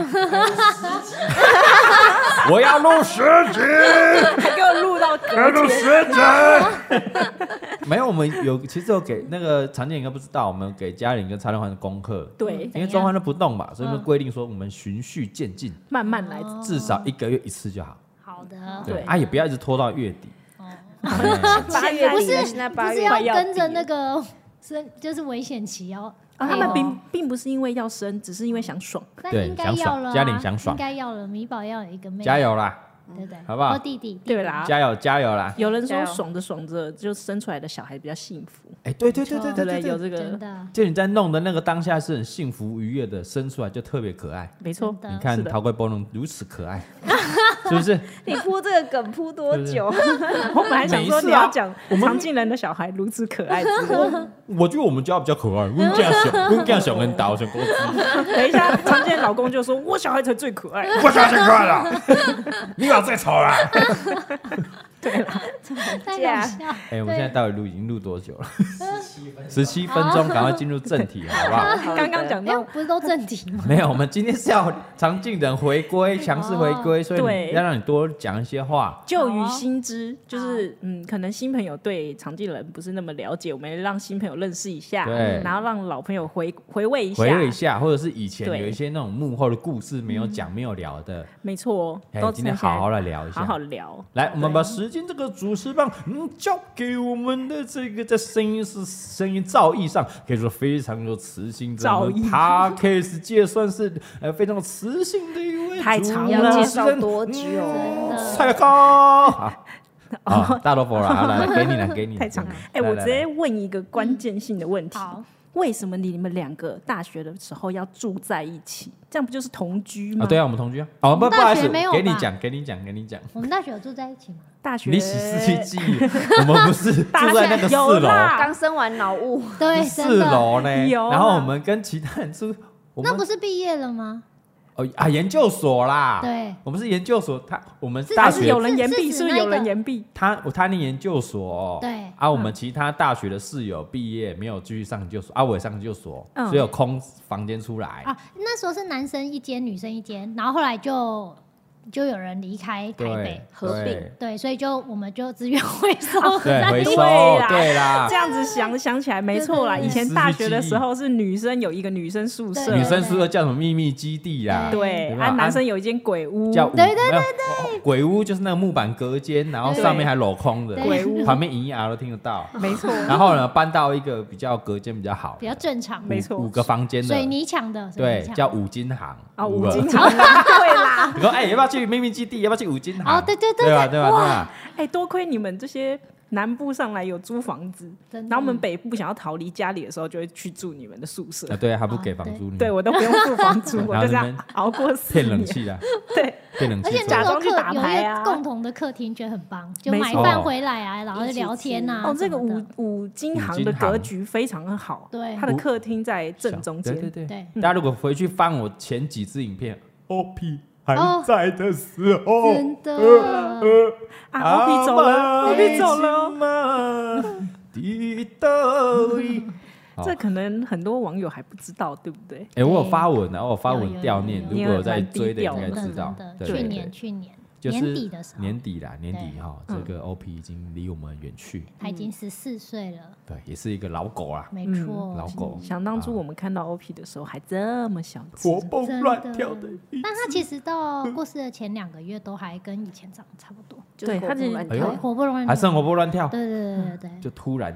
[SPEAKER 1] 我要录十 *laughs* 集，
[SPEAKER 2] *laughs* 还给我录到
[SPEAKER 1] 要
[SPEAKER 2] 隔
[SPEAKER 1] 录
[SPEAKER 2] 天。
[SPEAKER 1] 十集。没有，我们有其实有给那个常见应该不知道，我们有给嘉玲跟蔡亮欢的功课，
[SPEAKER 2] 对，
[SPEAKER 1] 因为中欢都不动嘛，所以我们规定说我们循序渐进，
[SPEAKER 2] 慢慢
[SPEAKER 4] 哦
[SPEAKER 2] 来，
[SPEAKER 1] 至少一个月一次就好。
[SPEAKER 4] 好的。
[SPEAKER 1] 对，哦
[SPEAKER 2] 对
[SPEAKER 1] 啊也不要一直拖到月底。哎
[SPEAKER 2] 八月
[SPEAKER 4] 不
[SPEAKER 2] 底
[SPEAKER 4] 是
[SPEAKER 3] 现在
[SPEAKER 4] 不
[SPEAKER 3] 八
[SPEAKER 4] 是
[SPEAKER 3] 月
[SPEAKER 4] 要
[SPEAKER 2] 快要
[SPEAKER 4] 跟着
[SPEAKER 2] 毕业
[SPEAKER 4] 那个是就是危险期哦要，
[SPEAKER 2] 啊他们并并不是因为要生，只是因为想爽。
[SPEAKER 4] 但
[SPEAKER 1] 对
[SPEAKER 4] 应该
[SPEAKER 1] 想
[SPEAKER 4] 要
[SPEAKER 1] 爽
[SPEAKER 4] 了啊，
[SPEAKER 1] 嘉玲想爽
[SPEAKER 4] 应该要了。米宝要有一个妹，
[SPEAKER 1] 加，油啦，
[SPEAKER 4] 对不对？
[SPEAKER 1] 好不好
[SPEAKER 4] 或弟弟，
[SPEAKER 2] 嗯对啦，
[SPEAKER 1] 加油加油啦！
[SPEAKER 2] 有人
[SPEAKER 3] 加
[SPEAKER 2] 说
[SPEAKER 3] 油
[SPEAKER 2] 爽着爽着就生出来的小孩比较幸福，
[SPEAKER 1] 哎，对对对
[SPEAKER 4] 没错
[SPEAKER 1] 对对
[SPEAKER 2] 对不
[SPEAKER 1] 对
[SPEAKER 2] 对？有
[SPEAKER 1] 对，
[SPEAKER 2] 这
[SPEAKER 4] 真
[SPEAKER 2] 个， *laughs*
[SPEAKER 4] 的，
[SPEAKER 1] 就你在弄的那个当下是很幸福愉悦的，生出来就特别可爱。
[SPEAKER 2] 没错
[SPEAKER 4] 真，的
[SPEAKER 1] 你看
[SPEAKER 2] 嗯是的
[SPEAKER 1] 陶贵波龙如此可
[SPEAKER 2] *laughs*
[SPEAKER 1] 爱，是不是？
[SPEAKER 3] 你铺这个梗铺多久？
[SPEAKER 2] 我本来想
[SPEAKER 1] 每一
[SPEAKER 2] 说
[SPEAKER 1] 次
[SPEAKER 2] 你
[SPEAKER 1] 啊
[SPEAKER 2] 要讲常进人的小孩如此可爱之类的，
[SPEAKER 1] 我觉得我们家比较可爱，温家小，温家小跟打我想公司，
[SPEAKER 2] *laughs* 等一下常进人老公就说：“我小孩才最可爱。
[SPEAKER 1] 我相信可爱了，
[SPEAKER 2] *laughs*
[SPEAKER 1] 你老最丑了。
[SPEAKER 3] 假
[SPEAKER 4] 太搞笑。
[SPEAKER 1] 哎，我们现在到底录已经录多久了？十七分钟，赶快进入正题好不
[SPEAKER 2] *laughs*
[SPEAKER 1] 好？
[SPEAKER 3] 好”的
[SPEAKER 2] 刚刚讲
[SPEAKER 4] *laughs* 哎，
[SPEAKER 2] 到
[SPEAKER 4] 不是都正题
[SPEAKER 2] *laughs*
[SPEAKER 4] 吗？
[SPEAKER 1] 没有，我们今天是要常进人回归，强势回归，所以
[SPEAKER 2] 对
[SPEAKER 1] 要让你多讲一些话。
[SPEAKER 2] 旧与新知，就是嗯，可能新朋友对常进人不是那么了解，我们让新朋友认识一下，
[SPEAKER 1] 对
[SPEAKER 2] 然后让老朋友回回味一下，
[SPEAKER 1] 回味一下，或者是以前
[SPEAKER 2] 对
[SPEAKER 1] 有一些那种幕后的故事没有讲、没有聊的，
[SPEAKER 2] 没错
[SPEAKER 1] 哎，
[SPEAKER 2] 都，
[SPEAKER 1] 今天好好
[SPEAKER 2] 来
[SPEAKER 1] 来聊一下。
[SPEAKER 2] 好好聊，
[SPEAKER 1] 来，我们把时间这个主持棒，嗯，交给我们的这个在声音是声音造诣上，可以说非常有磁性。
[SPEAKER 2] 造诣
[SPEAKER 1] p a r k a s 界算是呃非常有磁性的一位
[SPEAKER 2] 太
[SPEAKER 1] 主
[SPEAKER 2] 长
[SPEAKER 1] 持
[SPEAKER 2] 了
[SPEAKER 1] 人
[SPEAKER 3] 要介绍多久
[SPEAKER 1] 嗯蔡康啊，啊大萝卜啦，好来来给你了，给你啦
[SPEAKER 2] 太长
[SPEAKER 1] 给你啦。
[SPEAKER 2] 哎，
[SPEAKER 1] 来
[SPEAKER 2] 我
[SPEAKER 1] 来
[SPEAKER 2] 直
[SPEAKER 1] 嗯来
[SPEAKER 2] 接问一个关键性的问题：
[SPEAKER 4] 嗯好，
[SPEAKER 2] 为什么你们两个大学的时候要住在一起？这样不就是同居吗？
[SPEAKER 1] 啊，对啊，我们同居啊，哦不
[SPEAKER 4] 我们
[SPEAKER 1] 不好
[SPEAKER 4] 大
[SPEAKER 1] 意
[SPEAKER 4] 学
[SPEAKER 1] 思，
[SPEAKER 4] 没有
[SPEAKER 1] 给你
[SPEAKER 4] 吧
[SPEAKER 1] 讲，给你讲，给你讲。
[SPEAKER 4] 我们大学有住在一起吗？
[SPEAKER 2] 大学
[SPEAKER 1] 你洗四七记，我们不是住
[SPEAKER 2] 大
[SPEAKER 1] 在那个
[SPEAKER 2] 学
[SPEAKER 1] 四
[SPEAKER 2] 有
[SPEAKER 1] 楼，
[SPEAKER 2] 啦
[SPEAKER 3] 刚生完脑雾，
[SPEAKER 4] 对，真
[SPEAKER 1] 四
[SPEAKER 4] 的。
[SPEAKER 1] 楼呢，
[SPEAKER 2] 有
[SPEAKER 1] 然后
[SPEAKER 2] 啦
[SPEAKER 1] 我们跟其他人住，我
[SPEAKER 4] 那
[SPEAKER 1] 们
[SPEAKER 4] 不是毕业了吗？
[SPEAKER 1] 哦啊，研究所啦，
[SPEAKER 4] 对，
[SPEAKER 1] 我们是研究所，他我们
[SPEAKER 4] 是
[SPEAKER 1] 大
[SPEAKER 2] 还是
[SPEAKER 1] 学
[SPEAKER 2] 有人言
[SPEAKER 4] 是
[SPEAKER 2] 毕，
[SPEAKER 4] 指
[SPEAKER 2] 是不是
[SPEAKER 4] 那
[SPEAKER 2] 有人
[SPEAKER 4] 个
[SPEAKER 2] 言毕？
[SPEAKER 1] 他我他念研究所哦，
[SPEAKER 4] 对
[SPEAKER 1] 啊，我们其他大学的室友毕业没有继续上研究所，啊，我也上研究所，
[SPEAKER 2] 嗯
[SPEAKER 1] 所以有空房间出来，
[SPEAKER 4] 啊，那时候是男生一间，女生一间，然后后来就就有人离开台
[SPEAKER 1] 对
[SPEAKER 4] 北，，
[SPEAKER 3] 合并
[SPEAKER 1] 对
[SPEAKER 4] *laughs* 对，所以就我们就资源回收。
[SPEAKER 1] 对，回收，
[SPEAKER 2] 对啦
[SPEAKER 1] 对啦
[SPEAKER 2] 这，样子想想起来没错啦，
[SPEAKER 4] 对对对
[SPEAKER 2] 以前大学的时候是女生有一个女生宿舍
[SPEAKER 4] 对，
[SPEAKER 1] 女生宿舍叫什么秘密基地啦，
[SPEAKER 2] 对，
[SPEAKER 1] 对吧
[SPEAKER 2] 啊，男生有一间鬼屋，
[SPEAKER 4] *laughs*
[SPEAKER 1] 叫
[SPEAKER 4] 对
[SPEAKER 1] 对对对，鬼屋就是那个木板隔间，然后
[SPEAKER 4] 对
[SPEAKER 1] 上面还镂空的，
[SPEAKER 4] 鬼屋
[SPEAKER 1] 旁边营业啊都听得到。
[SPEAKER 2] 没错，
[SPEAKER 1] 然后呢，搬到一个比较隔间比较好的，
[SPEAKER 4] 比较正常，
[SPEAKER 2] 没错
[SPEAKER 1] 五个房间
[SPEAKER 4] 水
[SPEAKER 1] 的，
[SPEAKER 4] 泥墙的，水泥
[SPEAKER 1] 对，
[SPEAKER 4] 墙
[SPEAKER 1] 叫五金行
[SPEAKER 4] 哦
[SPEAKER 2] 啊，
[SPEAKER 1] 五
[SPEAKER 2] 五
[SPEAKER 1] 个
[SPEAKER 2] 金行对啦， *laughs*
[SPEAKER 1] 你说哎，要不要去秘密基
[SPEAKER 4] *laughs*
[SPEAKER 1] 地？要不要去五金行？
[SPEAKER 4] 哦对对对
[SPEAKER 1] 对吧，对吧，对吧？
[SPEAKER 2] 哎，多亏你们这些南部上来有租房子，
[SPEAKER 4] 真的
[SPEAKER 2] 然后我们北部想要逃离家里的时候，就会去住你们的宿舍
[SPEAKER 1] 啊，，对，还不给
[SPEAKER 4] 哦
[SPEAKER 1] 房
[SPEAKER 4] 对
[SPEAKER 1] 租，你
[SPEAKER 2] 对我都不用付
[SPEAKER 1] *laughs*，
[SPEAKER 2] 房租
[SPEAKER 1] 然后
[SPEAKER 2] 我就这
[SPEAKER 1] 那
[SPEAKER 2] 样
[SPEAKER 1] 边
[SPEAKER 2] 熬过
[SPEAKER 1] *laughs*
[SPEAKER 2] 四
[SPEAKER 1] 骗冷
[SPEAKER 2] 年，
[SPEAKER 4] *laughs*
[SPEAKER 1] 气啊，
[SPEAKER 2] 对，
[SPEAKER 1] 骗冷
[SPEAKER 4] 而
[SPEAKER 1] 气
[SPEAKER 4] 且
[SPEAKER 1] 出
[SPEAKER 4] 那
[SPEAKER 1] 来。
[SPEAKER 2] 假
[SPEAKER 4] 时候
[SPEAKER 2] 装去
[SPEAKER 4] 客
[SPEAKER 2] 打
[SPEAKER 4] 有
[SPEAKER 2] 牌
[SPEAKER 4] 一
[SPEAKER 2] 啊
[SPEAKER 4] 个共同的客厅，觉得很棒，就
[SPEAKER 2] 没
[SPEAKER 4] 买
[SPEAKER 1] 错
[SPEAKER 4] 饭回来啊，然后
[SPEAKER 3] 一
[SPEAKER 4] 就
[SPEAKER 3] 起
[SPEAKER 4] 聊天呐、啊。
[SPEAKER 2] 哦，这个
[SPEAKER 4] 什么
[SPEAKER 2] 五 *laughs*
[SPEAKER 4] 的
[SPEAKER 2] 五金
[SPEAKER 1] 五
[SPEAKER 2] 行
[SPEAKER 1] 金
[SPEAKER 2] 的格
[SPEAKER 1] 行
[SPEAKER 2] 局非常好，啊
[SPEAKER 4] 对
[SPEAKER 2] 它的客厅在正中间，
[SPEAKER 1] 对对
[SPEAKER 4] 对
[SPEAKER 1] 对，大家如果回去翻我前几支影片，OP 还
[SPEAKER 4] 哦
[SPEAKER 1] 在的时候，
[SPEAKER 4] 真的、哦
[SPEAKER 2] 啊，我
[SPEAKER 1] *laughs*
[SPEAKER 2] 比走了，我比走了。
[SPEAKER 4] *laughs*
[SPEAKER 1] 了。滴答好
[SPEAKER 2] 这可能很多网友还不知道，对不对？
[SPEAKER 1] 哎，我有发文啊，我有发
[SPEAKER 4] 有
[SPEAKER 1] 文
[SPEAKER 4] 有
[SPEAKER 1] 悼念，
[SPEAKER 4] 有
[SPEAKER 1] 如
[SPEAKER 2] 有
[SPEAKER 1] 果有
[SPEAKER 2] 有
[SPEAKER 1] 在
[SPEAKER 2] 蛮低
[SPEAKER 1] 追的应
[SPEAKER 2] 调
[SPEAKER 1] 该
[SPEAKER 2] 的
[SPEAKER 1] 知道
[SPEAKER 4] 真的，
[SPEAKER 1] 对
[SPEAKER 4] 去
[SPEAKER 1] 对
[SPEAKER 4] 年
[SPEAKER 1] 对
[SPEAKER 4] 去年
[SPEAKER 1] 就是
[SPEAKER 4] 年底的时候，
[SPEAKER 1] 年底啦，年底
[SPEAKER 4] 对嗯
[SPEAKER 1] 哈，这个 OP 已经离我们很远去，
[SPEAKER 4] 他已经十四岁了，
[SPEAKER 1] 对，也是一个老狗啦，
[SPEAKER 4] 没
[SPEAKER 2] 嗯
[SPEAKER 4] 错，
[SPEAKER 1] 老狗
[SPEAKER 2] 想当初我们看到 OP 的时候还这么小只，
[SPEAKER 1] 活蹦
[SPEAKER 4] 真
[SPEAKER 1] 乱跳的
[SPEAKER 4] 的。但他其实到过世的前两个月都还跟以前长得差不多，
[SPEAKER 2] 对他其实
[SPEAKER 1] 哎呦
[SPEAKER 4] 还活不容易。
[SPEAKER 1] 还是很活蹦乱跳，
[SPEAKER 4] 对对对对
[SPEAKER 1] 就突然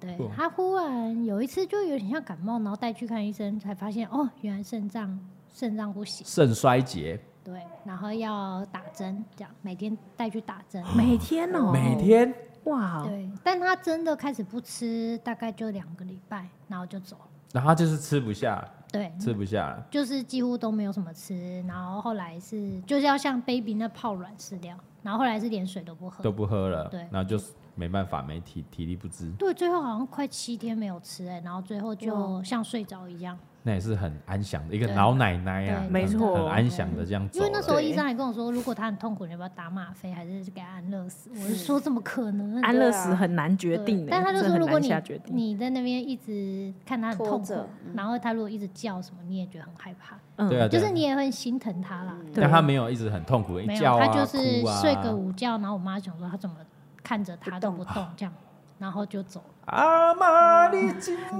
[SPEAKER 4] 对
[SPEAKER 1] 哦
[SPEAKER 4] 对，他忽然有一次就有点像感冒，然后带去看医生，才发现哦，原来肾脏肾脏不行，
[SPEAKER 1] 肾衰竭，
[SPEAKER 4] 对，然后要打针，这样每天带去打针。
[SPEAKER 2] 每天哦，
[SPEAKER 1] 每天
[SPEAKER 2] 哇，
[SPEAKER 4] 对，但他真的开始不吃，大概就两个礼拜，然后就走了。
[SPEAKER 1] 然后他就是吃不下，
[SPEAKER 4] 对，
[SPEAKER 1] 吃不下了，
[SPEAKER 4] 就是几乎都没有什么吃，然后后来是就是要像 baby 那泡软饲料，然后后来是连水都不喝
[SPEAKER 1] 都。不喝了
[SPEAKER 4] 嗯对，
[SPEAKER 1] 然后就是没办法，没体体力不支，
[SPEAKER 4] 对，最后好像快七天没有吃哎、然后最后就像睡着一样，
[SPEAKER 1] 那也是很安详的一个
[SPEAKER 4] 对
[SPEAKER 1] 老奶奶呀、啊，
[SPEAKER 4] 对没嗯
[SPEAKER 1] 很
[SPEAKER 2] 错
[SPEAKER 1] 很安详的这样走
[SPEAKER 4] 因
[SPEAKER 1] 了。
[SPEAKER 4] 为那时候
[SPEAKER 2] 对
[SPEAKER 4] 医生还跟我说，如果他很痛苦，你要不要打吗啡，还是给他安乐死？我是说怎么可能？
[SPEAKER 2] 安乐死很难决
[SPEAKER 4] 对
[SPEAKER 2] 定欸，
[SPEAKER 4] 但他就
[SPEAKER 2] 这
[SPEAKER 4] 说，
[SPEAKER 2] 很
[SPEAKER 4] 如果
[SPEAKER 2] 难
[SPEAKER 4] 你
[SPEAKER 2] 下决定，
[SPEAKER 4] 你在那边一直看他很
[SPEAKER 3] 拖
[SPEAKER 4] 痛苦
[SPEAKER 3] 着，
[SPEAKER 4] 然后他如果一直叫什么，你也觉得很害怕，
[SPEAKER 2] 嗯
[SPEAKER 1] 对啊，
[SPEAKER 4] 就
[SPEAKER 1] 对啊
[SPEAKER 4] 是你也会心疼他啦。
[SPEAKER 2] 对
[SPEAKER 1] 但他没有一直很痛苦，一
[SPEAKER 4] 没
[SPEAKER 1] 叫
[SPEAKER 4] 有，
[SPEAKER 1] 啊，
[SPEAKER 4] 他就是
[SPEAKER 1] 哭啊
[SPEAKER 4] 睡个午觉，然后我妈想说他怎么看着他
[SPEAKER 3] 不
[SPEAKER 4] 都
[SPEAKER 3] 动
[SPEAKER 4] 不动这样，然后就走了。
[SPEAKER 1] 阿玛尼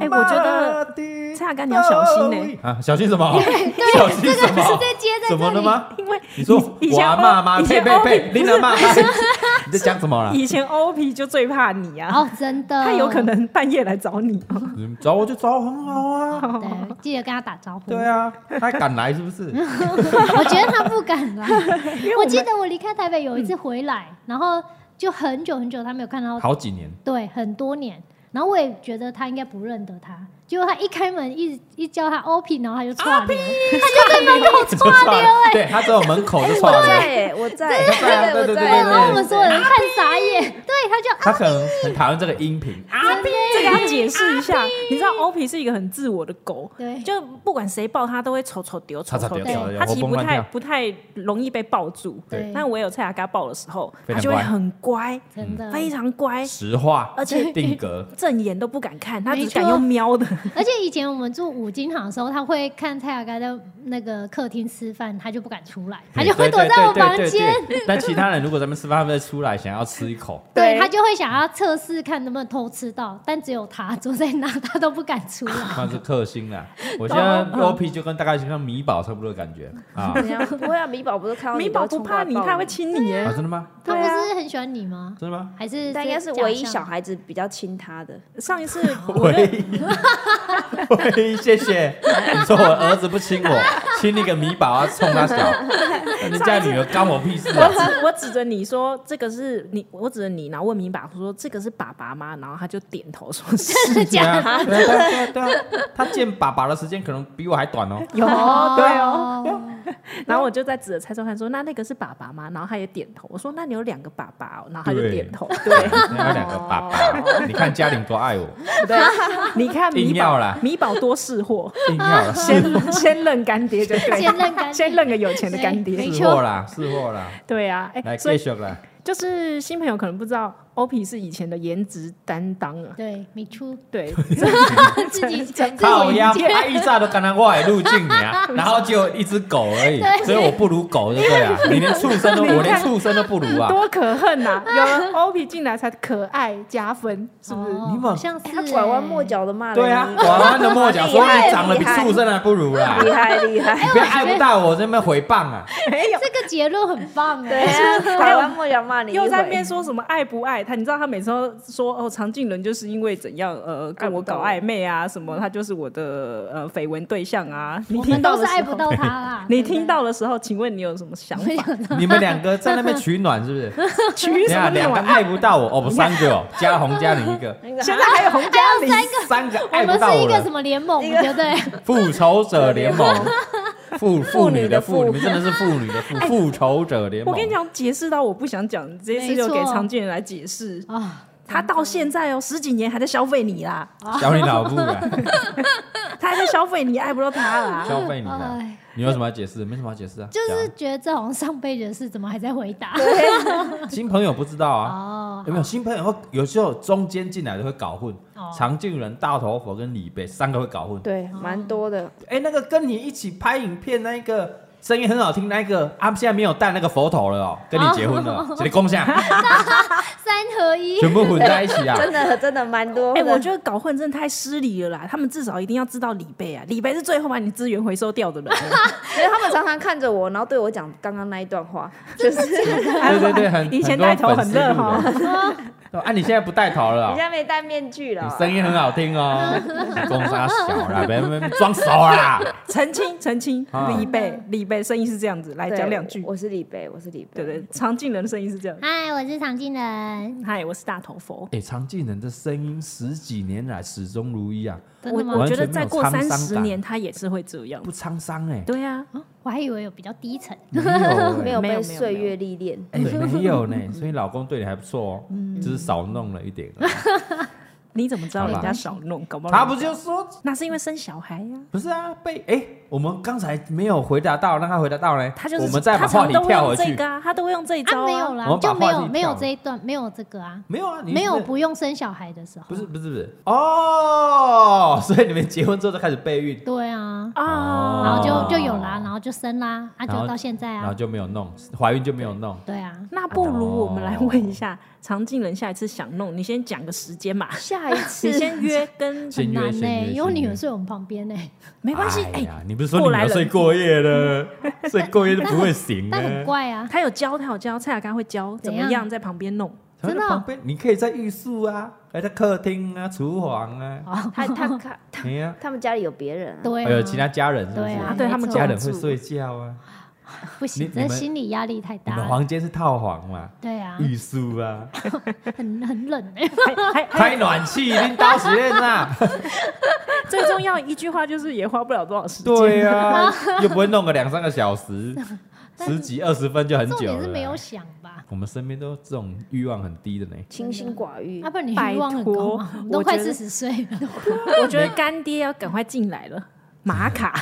[SPEAKER 2] 哎我觉得蔡雅刚你要小心欸
[SPEAKER 1] 啊，小心什
[SPEAKER 2] *laughs*
[SPEAKER 1] 么？ *laughs* 小心什么？
[SPEAKER 4] 再接在
[SPEAKER 1] 怎么了吗？
[SPEAKER 2] 因为
[SPEAKER 1] 你说
[SPEAKER 2] 以以
[SPEAKER 1] 我
[SPEAKER 2] 前
[SPEAKER 1] 阿妈吗？
[SPEAKER 2] 以
[SPEAKER 1] 呸
[SPEAKER 2] 前
[SPEAKER 1] 呸
[SPEAKER 2] OP
[SPEAKER 1] 呸！你阿妈吗？你在讲什
[SPEAKER 2] *laughs*
[SPEAKER 1] 么啦？
[SPEAKER 2] 以前 OP 就最怕你啊，
[SPEAKER 4] 哦，真的，
[SPEAKER 2] 他有可。能半夜来找你哦，
[SPEAKER 1] 你们找我就找我，很好啊。
[SPEAKER 4] 对，记得跟他打招呼。
[SPEAKER 1] 对，啊，他敢来是不是？
[SPEAKER 2] 嗯
[SPEAKER 4] 我觉得他不敢啦。
[SPEAKER 2] *laughs* 因为
[SPEAKER 4] 我
[SPEAKER 2] 们嗯
[SPEAKER 4] 记得我离开台北有一次回来，然后就很久很久他没有看到，
[SPEAKER 1] 好几
[SPEAKER 2] *laughs*
[SPEAKER 1] 年，
[SPEAKER 4] 对，很多年。然后我也觉得他应该不认得他，结果他一开门一一叫他 OP，然后他就错了，
[SPEAKER 1] 啊就
[SPEAKER 2] 啊
[SPEAKER 1] *laughs* 算了对他在我门口就
[SPEAKER 3] 我
[SPEAKER 1] 算
[SPEAKER 2] *laughs*
[SPEAKER 1] 了。
[SPEAKER 3] 在耶，我在，我
[SPEAKER 1] 对
[SPEAKER 3] 在，
[SPEAKER 1] 对
[SPEAKER 3] 我
[SPEAKER 1] 对对
[SPEAKER 3] 在，
[SPEAKER 1] 对
[SPEAKER 4] 然后我们所有人看傻眼，对，他就
[SPEAKER 1] 他可能很讨厌这个音频，
[SPEAKER 2] 啊这个要解释一下，你知道 OP 是一个很自我的狗，
[SPEAKER 4] 对
[SPEAKER 2] 就不管谁抱它都会丑丑丢丑
[SPEAKER 1] 叉叉
[SPEAKER 2] 丑
[SPEAKER 1] 掉
[SPEAKER 2] 丢，
[SPEAKER 1] 掉
[SPEAKER 4] 对
[SPEAKER 1] 掉，
[SPEAKER 2] 它
[SPEAKER 1] 活
[SPEAKER 2] 其实
[SPEAKER 1] 蹦
[SPEAKER 2] 不
[SPEAKER 1] 乱
[SPEAKER 2] 太
[SPEAKER 1] 跳。
[SPEAKER 2] 不太容易被抱住。
[SPEAKER 4] 对
[SPEAKER 2] 但唯有蔡雅嘎抱的时候，
[SPEAKER 1] 非常
[SPEAKER 2] 它就会
[SPEAKER 1] 乖
[SPEAKER 2] 很乖，
[SPEAKER 4] 真
[SPEAKER 1] 嗯
[SPEAKER 4] 的
[SPEAKER 2] 非常乖，
[SPEAKER 1] 实话，
[SPEAKER 2] 而且
[SPEAKER 1] 定
[SPEAKER 2] *laughs*
[SPEAKER 1] 格，
[SPEAKER 2] 正眼都不敢看，它只
[SPEAKER 4] 没错
[SPEAKER 2] 敢用瞄
[SPEAKER 4] *laughs*
[SPEAKER 2] 的。
[SPEAKER 4] 而且以前我们住五金行的时候，他会看蔡雅刚在那个客厅吃饭，他就不敢出来，他就会躲在我房
[SPEAKER 1] 对。
[SPEAKER 4] 间。
[SPEAKER 2] *laughs*
[SPEAKER 1] 对对对对但其他人如果咱们吃饭，他们出来想要吃一口，
[SPEAKER 2] 对
[SPEAKER 4] 对他就会想要测试看能不能偷吃到，但只有他坐在那，他都不敢
[SPEAKER 3] *laughs*
[SPEAKER 4] 出来。
[SPEAKER 1] 那是克星啊。我现在 OP 就跟大概就像米宝差不多的感觉啊
[SPEAKER 3] 怎样？不会啊，米宝不是看到
[SPEAKER 2] 米
[SPEAKER 3] 你都
[SPEAKER 2] 宝
[SPEAKER 3] 会
[SPEAKER 2] 不
[SPEAKER 3] 冲过
[SPEAKER 2] 怕
[SPEAKER 3] 来
[SPEAKER 2] 你，
[SPEAKER 3] 抱
[SPEAKER 2] 它会亲你耶
[SPEAKER 1] 啊，。真的吗？
[SPEAKER 4] 他
[SPEAKER 3] 对啊
[SPEAKER 4] 不是很喜欢你吗？
[SPEAKER 1] 真的吗？
[SPEAKER 4] 还是
[SPEAKER 3] 但应该是
[SPEAKER 4] 假象
[SPEAKER 3] 唯一小孩子比较亲他的。
[SPEAKER 4] 嗯
[SPEAKER 2] 上
[SPEAKER 1] *laughs*
[SPEAKER 2] 一次我就
[SPEAKER 1] 喂喂，谢谢。你说我儿子不亲我，亲那个米宝啊，冲他小，人家女儿干我屁事
[SPEAKER 2] 我 *laughs*
[SPEAKER 1] 啊！
[SPEAKER 2] 指我指着你说这个是你，我指着你，然后问米宝说这个是爸爸吗？然后他就点头说是。
[SPEAKER 4] 真的
[SPEAKER 1] 对
[SPEAKER 4] 假
[SPEAKER 1] 啊，
[SPEAKER 4] 的？
[SPEAKER 1] 对啊，对啊对啊，对啊他见爸爸的时间可能比我还短哦。
[SPEAKER 2] 有
[SPEAKER 1] 对哦，
[SPEAKER 4] 哦，
[SPEAKER 2] 然
[SPEAKER 1] 嗯
[SPEAKER 2] 后我就在指着蔡宗翰说：“那那个是爸爸吗？”然后他也点头。我说：“那你有两个爸爸、哦。”然后他就
[SPEAKER 1] 对
[SPEAKER 2] 点头。
[SPEAKER 1] 对，还有两个爸爸，你看嘉玲多爱我，
[SPEAKER 2] 对，你看
[SPEAKER 1] 硬
[SPEAKER 2] 米
[SPEAKER 1] 要
[SPEAKER 2] 宝
[SPEAKER 1] 啦
[SPEAKER 2] 米宝多识
[SPEAKER 1] *laughs*
[SPEAKER 2] 货，
[SPEAKER 1] 硬要
[SPEAKER 2] 先先认干爹就对，
[SPEAKER 4] 先认干爹
[SPEAKER 2] 先认个有钱的干爹
[SPEAKER 4] 对
[SPEAKER 2] *laughs*
[SPEAKER 4] 没。
[SPEAKER 1] 是货啦，是货啦，
[SPEAKER 2] 对啊，哎、
[SPEAKER 1] 来
[SPEAKER 2] 所
[SPEAKER 1] 继
[SPEAKER 2] 以
[SPEAKER 1] 续啦。
[SPEAKER 2] 就是新朋友可能不知道，OP 是以前的颜值担当啊。
[SPEAKER 4] *laughs* 对，米初 *laughs*
[SPEAKER 1] *laughs*
[SPEAKER 2] 对，
[SPEAKER 4] 自
[SPEAKER 3] *laughs*
[SPEAKER 4] 己自己
[SPEAKER 1] 靠呀，
[SPEAKER 4] 理解
[SPEAKER 1] 他一炸都刚刚我也路径你啊，然后就一只狗而已，所以我不如狗就对了，你连畜生都，我连畜生都不如啊。
[SPEAKER 2] 多可恨呐、有了 OP 进来才可爱加分，是不是？
[SPEAKER 4] 哦
[SPEAKER 1] 你们
[SPEAKER 4] 好像
[SPEAKER 3] 哎
[SPEAKER 4] 是
[SPEAKER 3] 他拐弯抹
[SPEAKER 4] 欸。
[SPEAKER 3] 角的骂了
[SPEAKER 1] 对啊
[SPEAKER 3] 你，
[SPEAKER 1] 拐弯的抹角说
[SPEAKER 3] *laughs* 厉害
[SPEAKER 1] 你长得比畜生还不如啦，
[SPEAKER 3] 厉害厉害
[SPEAKER 1] 你。不要爱不到我这边回谤啊，
[SPEAKER 2] 没有，
[SPEAKER 4] 哎这个结论很棒
[SPEAKER 3] *laughs* 对
[SPEAKER 4] 哎，
[SPEAKER 3] 啊，
[SPEAKER 4] *laughs*
[SPEAKER 3] 拐弯抹角骂你一回，
[SPEAKER 2] 又在那边说什么爱不爱他？你知道他每次都说哦，常静人就是因为怎样呃跟我搞暧昧啊什么，他就是我的呃绯闻对象啊。你
[SPEAKER 4] 我
[SPEAKER 2] 听
[SPEAKER 4] 们
[SPEAKER 2] 到
[SPEAKER 4] 都
[SPEAKER 2] 的
[SPEAKER 4] 是
[SPEAKER 2] 时
[SPEAKER 4] 爱
[SPEAKER 2] 候
[SPEAKER 4] 不，到他啦。
[SPEAKER 2] 你听到的时候，请问你有什么想 *laughs* 法？
[SPEAKER 1] 你们两个在那边取暖是不是？
[SPEAKER 2] 取
[SPEAKER 1] 你
[SPEAKER 2] 什么
[SPEAKER 1] 看啊两个
[SPEAKER 2] 暖？
[SPEAKER 1] 爱不到我，哦不三个哦，加红加你一个，
[SPEAKER 2] 啊现在还有洪嘉玲，
[SPEAKER 1] 三个
[SPEAKER 4] 哎
[SPEAKER 1] 爱
[SPEAKER 4] 我
[SPEAKER 1] 不
[SPEAKER 4] 们
[SPEAKER 1] 到
[SPEAKER 4] 是一
[SPEAKER 1] 我
[SPEAKER 4] 个
[SPEAKER 1] 了
[SPEAKER 4] 什。么联盟，
[SPEAKER 3] 一个
[SPEAKER 4] 对不对？ *laughs*
[SPEAKER 1] 复仇者联盟，妇妇女的妇，
[SPEAKER 3] 妇
[SPEAKER 1] 你们真的是妇女的妇，复仇者联
[SPEAKER 2] 我
[SPEAKER 1] 盟。
[SPEAKER 2] 跟你讲，解释到我不想讲，这件事
[SPEAKER 4] 没
[SPEAKER 2] 就给
[SPEAKER 4] 错
[SPEAKER 2] 常静人来解释。
[SPEAKER 4] 啊，
[SPEAKER 2] 哦他到现在哦，十几年还在消费你啦，
[SPEAKER 1] 讲，小你老布啊， *laughs*
[SPEAKER 2] 他还在消费你爱不到他啦。
[SPEAKER 4] *laughs*
[SPEAKER 1] 消费你的，
[SPEAKER 4] 哎，
[SPEAKER 1] 你有什么要解释？没什么要解释啊，
[SPEAKER 4] 就是觉得这种上辈子的事怎么还在回答？
[SPEAKER 1] 讲新朋友不知道啊，
[SPEAKER 4] 哦，
[SPEAKER 1] 有没有新朋友会？有时候中间进来的会搞混，
[SPEAKER 4] 哦
[SPEAKER 1] 常进人、大头佛跟李贝三个会搞混。
[SPEAKER 3] 对，蛮多的。
[SPEAKER 1] 哎，那个跟你一起拍影片那一个。声音很好听，那一个啊，现在没有戴那个佛头了哦，跟你结婚了，直接攻下，
[SPEAKER 4] 三合一，
[SPEAKER 1] 全部混在一起啊！
[SPEAKER 3] *laughs* 真的真的蛮多的。
[SPEAKER 2] 哎、我觉得搞混真的太失礼了啦！他们至少一定要知道李贝啊，李贝是最后把你资源回收掉的人，
[SPEAKER 3] 因为他们常常看着我，然后对我讲刚刚那一段话，就是
[SPEAKER 1] *laughs*
[SPEAKER 3] 你
[SPEAKER 1] 对对
[SPEAKER 2] *laughs*
[SPEAKER 1] 对，很
[SPEAKER 2] 以
[SPEAKER 1] 很
[SPEAKER 2] 前
[SPEAKER 1] 多
[SPEAKER 2] 带头
[SPEAKER 1] 粉
[SPEAKER 2] 很
[SPEAKER 1] 丝
[SPEAKER 2] 热
[SPEAKER 1] 路
[SPEAKER 2] 哈
[SPEAKER 1] 人。对啊，你现在不带头了哦、
[SPEAKER 3] 现在没戴面具了
[SPEAKER 1] 你。声音很好听哦，公沙小啦，别别别装熟啦。
[SPEAKER 2] 澄清澄清
[SPEAKER 1] 啊，
[SPEAKER 2] 李贝李贝声音是这样子，来
[SPEAKER 3] 对
[SPEAKER 2] 讲两句，
[SPEAKER 3] 我是李贝，我是李贝。
[SPEAKER 2] 对对，常进人的声音是这样。
[SPEAKER 4] 嗨，我是常进人，
[SPEAKER 2] 嗨，我是大头佛。
[SPEAKER 1] 哎、常进人的声音十几年来始终如一啊，
[SPEAKER 4] 真
[SPEAKER 2] 我
[SPEAKER 4] 的
[SPEAKER 2] 我
[SPEAKER 4] 吗？
[SPEAKER 1] 完
[SPEAKER 2] 觉得
[SPEAKER 1] 全没
[SPEAKER 2] 再
[SPEAKER 1] 有
[SPEAKER 2] 过
[SPEAKER 1] 沧
[SPEAKER 2] 三
[SPEAKER 1] 桑
[SPEAKER 2] 十
[SPEAKER 1] 感
[SPEAKER 2] 年，他也是会这样
[SPEAKER 1] 不。沧桑哎、
[SPEAKER 2] 对啊，
[SPEAKER 4] 啊我还以为有比较低沉，
[SPEAKER 1] 没有哎、
[SPEAKER 3] 没有
[SPEAKER 2] *laughs* 没有
[SPEAKER 3] 被
[SPEAKER 2] 没有
[SPEAKER 3] 岁月历练。
[SPEAKER 1] 哎、没有
[SPEAKER 2] *laughs*
[SPEAKER 1] 呢、所以老公对你还不错哦、
[SPEAKER 2] 嗯
[SPEAKER 1] 只是少弄了一点而已。
[SPEAKER 2] 你怎么知道
[SPEAKER 1] 好吧
[SPEAKER 2] 人家少弄？搞不
[SPEAKER 1] *laughs*
[SPEAKER 2] 好
[SPEAKER 1] 他
[SPEAKER 2] 人
[SPEAKER 1] 不
[SPEAKER 2] 家
[SPEAKER 1] 就说
[SPEAKER 2] 那是因为生小孩呀、
[SPEAKER 1] 不是啊？被哎、我们刚才没有回答到，让他回答到呢。
[SPEAKER 2] 他就是
[SPEAKER 1] 我们再把话题
[SPEAKER 2] 他常都
[SPEAKER 1] 跳回
[SPEAKER 2] 会用
[SPEAKER 1] 去
[SPEAKER 2] 这。个啊，他都会用这一招、
[SPEAKER 4] 啊，
[SPEAKER 2] 啊。
[SPEAKER 4] 没有
[SPEAKER 1] 我
[SPEAKER 4] 啦，
[SPEAKER 1] 们把
[SPEAKER 4] 就没
[SPEAKER 1] 话
[SPEAKER 4] 有
[SPEAKER 1] 题
[SPEAKER 4] 没有
[SPEAKER 1] 跳
[SPEAKER 4] 这一段，没有这个啊，
[SPEAKER 1] 没有啊，你是
[SPEAKER 4] 没有不用生小孩的时候，
[SPEAKER 1] 不是不是不是哦，所以你们结婚之后就开始备孕，
[SPEAKER 4] 对啊，
[SPEAKER 2] 啊，
[SPEAKER 4] 然后
[SPEAKER 1] 哦
[SPEAKER 4] 就就有啦，然后就生啦，啊，就
[SPEAKER 1] 然后
[SPEAKER 4] 到现在
[SPEAKER 1] 然后
[SPEAKER 4] 啊，
[SPEAKER 1] 就没有弄，怀孕就没有弄。
[SPEAKER 4] 对啊，
[SPEAKER 2] 那不如我们
[SPEAKER 1] 哦
[SPEAKER 2] 来问一下常静人，下一次想弄，你先讲个时间嘛，
[SPEAKER 3] 下一
[SPEAKER 2] *laughs*
[SPEAKER 3] 次
[SPEAKER 2] 你先约跟
[SPEAKER 1] 先
[SPEAKER 4] 很
[SPEAKER 1] 约
[SPEAKER 4] 难
[SPEAKER 1] 先约
[SPEAKER 4] 呢，因为
[SPEAKER 1] 先
[SPEAKER 4] 女
[SPEAKER 1] 约
[SPEAKER 4] 儿睡我们旁边呢，欸
[SPEAKER 2] 没关系，
[SPEAKER 1] 哎
[SPEAKER 2] 哎、
[SPEAKER 1] 呀，你不是说你
[SPEAKER 2] 过
[SPEAKER 1] 们要
[SPEAKER 2] 来人
[SPEAKER 1] 睡过夜
[SPEAKER 2] *laughs*
[SPEAKER 1] 了？睡过夜就不会醒
[SPEAKER 4] 但很
[SPEAKER 1] 了。
[SPEAKER 4] 怪啊，
[SPEAKER 2] 他有教，他有教，蔡雅刚会教怎
[SPEAKER 4] 怎
[SPEAKER 2] 么
[SPEAKER 4] 样
[SPEAKER 2] 样在旁边弄，
[SPEAKER 1] 然后
[SPEAKER 4] 真的哦
[SPEAKER 1] 旁边你可以在浴室啊，还在客厅啊、厨房啊，
[SPEAKER 4] 哦
[SPEAKER 3] 他他看
[SPEAKER 1] 哎呀，
[SPEAKER 3] 他们家里有别人啊，
[SPEAKER 4] 对啊，
[SPEAKER 1] 还有哎其他家人是不
[SPEAKER 4] 对啊
[SPEAKER 1] 是？
[SPEAKER 2] 啊，对
[SPEAKER 4] 没
[SPEAKER 2] 他们
[SPEAKER 4] 错
[SPEAKER 1] 家
[SPEAKER 2] 家
[SPEAKER 1] 人
[SPEAKER 2] 人
[SPEAKER 1] 会睡觉啊，
[SPEAKER 4] 不行
[SPEAKER 1] 你，你
[SPEAKER 4] 这
[SPEAKER 1] 们
[SPEAKER 4] 心理压力太
[SPEAKER 1] 你
[SPEAKER 4] 大
[SPEAKER 1] 们
[SPEAKER 4] 了，
[SPEAKER 1] 房间是套房嘛？
[SPEAKER 4] 对啊，
[SPEAKER 1] 浴室
[SPEAKER 4] *laughs*
[SPEAKER 1] 啊，
[SPEAKER 4] 很很冷哎，
[SPEAKER 2] 还还
[SPEAKER 1] 开暖气，拎刀实验
[SPEAKER 4] *laughs*
[SPEAKER 1] 啊，
[SPEAKER 2] 最重要一句话就是也花不了多少时间，
[SPEAKER 1] 对啊，又不会弄个两三个小
[SPEAKER 4] *laughs*
[SPEAKER 1] 时，十几二十分就很
[SPEAKER 4] 重
[SPEAKER 1] 久
[SPEAKER 4] 点
[SPEAKER 1] 了
[SPEAKER 4] 是没有
[SPEAKER 1] 啊。
[SPEAKER 4] 想吧。
[SPEAKER 1] 我们身边都这种欲望很低的呢。
[SPEAKER 3] 清心寡欲
[SPEAKER 4] 啊，。不然你
[SPEAKER 2] 拜
[SPEAKER 4] 欲望很高吗
[SPEAKER 2] 托？
[SPEAKER 4] 我 *laughs* 们都
[SPEAKER 2] 我
[SPEAKER 4] 快
[SPEAKER 2] 觉得
[SPEAKER 4] 四十岁了，
[SPEAKER 2] 我觉得干爹要赶快进来了，玛卡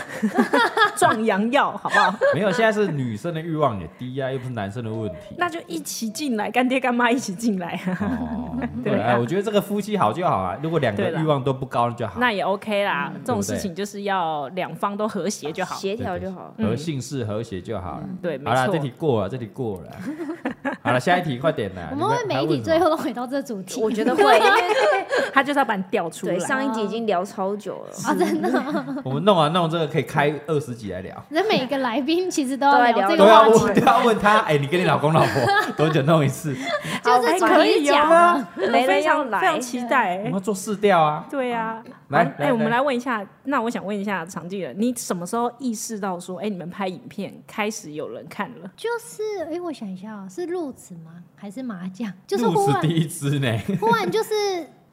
[SPEAKER 2] 壮阳药好不好？
[SPEAKER 1] 没有，现在是女生的欲望也低啊，又不是男生的问题。
[SPEAKER 2] 那就一起进来，干爹干妈一起进来啊，
[SPEAKER 1] 哦，对
[SPEAKER 4] *laughs*
[SPEAKER 2] 对
[SPEAKER 1] 哎，
[SPEAKER 2] 啊
[SPEAKER 1] 我觉得这个夫妻好就好啊，如果两个
[SPEAKER 2] 对啦
[SPEAKER 1] 欲望都不高就好，
[SPEAKER 2] 那也 OK 啦。这种
[SPEAKER 1] 对
[SPEAKER 2] 事
[SPEAKER 1] 不对
[SPEAKER 2] 情就是要两方都和谐就好。
[SPEAKER 3] 协
[SPEAKER 1] 对对
[SPEAKER 3] 调就好。嗯
[SPEAKER 1] 和姓氏和谐就好了。
[SPEAKER 4] 嗯
[SPEAKER 2] 对，没
[SPEAKER 1] 好了，这题
[SPEAKER 2] 错。
[SPEAKER 1] 过了，这题过
[SPEAKER 4] *laughs*
[SPEAKER 1] 了。好了，下一题快点啦！
[SPEAKER 4] 我们会每一题最
[SPEAKER 1] 后
[SPEAKER 4] 后都回到这主题。
[SPEAKER 3] 我觉得会，因为
[SPEAKER 2] 他就是要把你调出来
[SPEAKER 3] 对。上一集已经聊超久了，
[SPEAKER 4] *laughs* 啊，真的，
[SPEAKER 1] 我们弄啊弄这个可以开二十集来聊。啊
[SPEAKER 4] 那每个来宾其实都
[SPEAKER 3] 都
[SPEAKER 4] 要
[SPEAKER 3] 在
[SPEAKER 4] 聊
[SPEAKER 3] 聊
[SPEAKER 4] 这
[SPEAKER 1] 都
[SPEAKER 4] 个
[SPEAKER 1] 要
[SPEAKER 4] 话题，
[SPEAKER 1] 问 *laughs* 都要问他，哎，你跟你老公老婆多久弄一
[SPEAKER 4] *laughs*
[SPEAKER 1] 次？
[SPEAKER 3] 好
[SPEAKER 4] 就是
[SPEAKER 2] 哎可
[SPEAKER 4] 可
[SPEAKER 2] 以
[SPEAKER 4] 以
[SPEAKER 2] 有
[SPEAKER 4] 讲
[SPEAKER 2] 吗
[SPEAKER 4] 啊。
[SPEAKER 2] 我
[SPEAKER 3] 没人
[SPEAKER 2] 非
[SPEAKER 3] 要
[SPEAKER 2] 常非
[SPEAKER 3] 来
[SPEAKER 2] 常，期待、
[SPEAKER 1] 我们要做试调啊。
[SPEAKER 2] 对啊，
[SPEAKER 1] 来
[SPEAKER 2] 好
[SPEAKER 1] 来
[SPEAKER 2] 哎、我们
[SPEAKER 1] 来
[SPEAKER 2] 来问一下，那我想问一下常记人，你什么时候意识到说，哎、你们拍影片开始有人看了？
[SPEAKER 4] 就是，哎，我想一下哦，是鹿子吗？还是麻将？就是
[SPEAKER 1] 鹿
[SPEAKER 4] 忽
[SPEAKER 1] 是第
[SPEAKER 4] 然，
[SPEAKER 1] 一支呢，
[SPEAKER 4] 忽然就是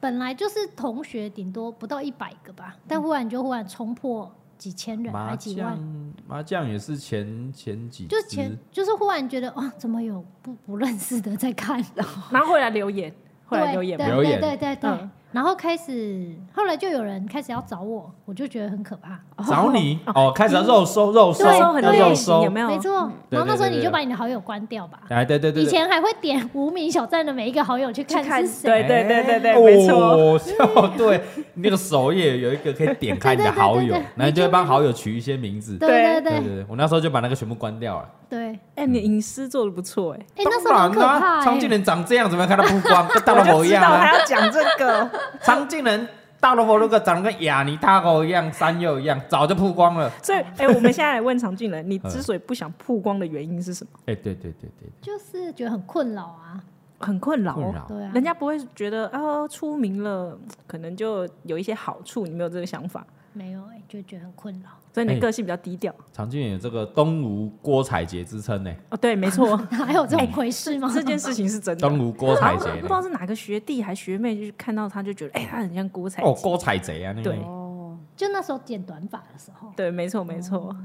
[SPEAKER 4] 本来就是同学，顶多不到一百个吧，但忽然就忽然冲破几千人，
[SPEAKER 1] 麻
[SPEAKER 4] 还几万，
[SPEAKER 1] 将麻将也是前前几
[SPEAKER 4] 就是
[SPEAKER 1] 支
[SPEAKER 4] 前就是忽然觉得，哦，怎么有不不认识的在看？
[SPEAKER 2] 然后会来留言，会来
[SPEAKER 4] 对
[SPEAKER 2] 留言
[SPEAKER 4] 对
[SPEAKER 2] 吗？
[SPEAKER 1] 留言
[SPEAKER 4] 对对对对
[SPEAKER 2] 嗯
[SPEAKER 4] 然后开始，后来就有人开始要找我，我就觉得很可怕。
[SPEAKER 1] 找
[SPEAKER 4] *laughs*
[SPEAKER 1] 你哦，开始要肉收肉收，
[SPEAKER 2] 那时候很
[SPEAKER 1] 要
[SPEAKER 4] 对
[SPEAKER 1] 肉
[SPEAKER 2] 流
[SPEAKER 1] 收
[SPEAKER 2] 行，有，没有？嗯
[SPEAKER 4] 没错，
[SPEAKER 1] 对
[SPEAKER 4] 然后那时候
[SPEAKER 1] 对对
[SPEAKER 4] 你
[SPEAKER 1] 对
[SPEAKER 4] 就把你的好友关掉吧。
[SPEAKER 1] 哎，对对对，
[SPEAKER 4] 以
[SPEAKER 1] 对
[SPEAKER 4] 前还会点无名小站的每一个好友去
[SPEAKER 3] 去看
[SPEAKER 4] 看是谁，
[SPEAKER 2] 对对对对对，
[SPEAKER 1] 哎
[SPEAKER 2] 没错。
[SPEAKER 1] 哦，笑对，那个首页有一个可以点开你的好
[SPEAKER 4] 对对
[SPEAKER 1] 友
[SPEAKER 4] 对对对，
[SPEAKER 1] 然后你就会帮好友取一些名字。
[SPEAKER 4] 对对
[SPEAKER 1] 对
[SPEAKER 4] 对
[SPEAKER 1] 对，我那时候就把那个全部关掉了。
[SPEAKER 4] 对。
[SPEAKER 2] 哎、你隐私做的不错哎、
[SPEAKER 4] 哎，那时候很可
[SPEAKER 1] 当然
[SPEAKER 4] 怕
[SPEAKER 1] 啦，张
[SPEAKER 4] 哎
[SPEAKER 1] 晋人长这样，怎么看他不光跟大萝卜一样
[SPEAKER 2] 我
[SPEAKER 1] 啊？
[SPEAKER 2] 就知道他要讲这
[SPEAKER 1] *laughs*
[SPEAKER 2] 个，
[SPEAKER 1] 张晋人大萝卜如果长得跟亚尼大狗一样、山柚一样，早就曝光了。
[SPEAKER 2] 所以哎、我们现在来问常俊人，
[SPEAKER 1] 嗯
[SPEAKER 2] 你之所以不想曝光的原因是什么？
[SPEAKER 1] 哎，对对对对，
[SPEAKER 4] 就是觉得很困扰啊。
[SPEAKER 2] 很困扰、
[SPEAKER 1] 哎困
[SPEAKER 2] 哦，
[SPEAKER 1] 扰。
[SPEAKER 4] 对啊，
[SPEAKER 2] 人家不会觉得哦，出名了可能就有一些好处，你没有这个想法，
[SPEAKER 4] 没有哎，就觉得很困扰。 *laughs*
[SPEAKER 2] 所以
[SPEAKER 1] 哎
[SPEAKER 2] 你个性比较低调。
[SPEAKER 1] 常俊人有这个东吴郭采洁之称呢，
[SPEAKER 2] 哦，对，没错，
[SPEAKER 4] 还有这种回事吗？
[SPEAKER 2] *laughs* 这件事情是真的。
[SPEAKER 1] 东吴郭采
[SPEAKER 2] 然
[SPEAKER 1] 洁
[SPEAKER 2] 后不知
[SPEAKER 1] 呢。
[SPEAKER 2] 道
[SPEAKER 1] 哦
[SPEAKER 2] 是哪个学弟还学妹，就是看到他就觉得，哎、他很像郭采洁。
[SPEAKER 1] 哦，郭采洁啊，那个
[SPEAKER 2] 对
[SPEAKER 3] 哦，
[SPEAKER 4] 就那时候剪短发的时
[SPEAKER 2] *laughs*
[SPEAKER 4] 候，
[SPEAKER 2] 对，没错没错，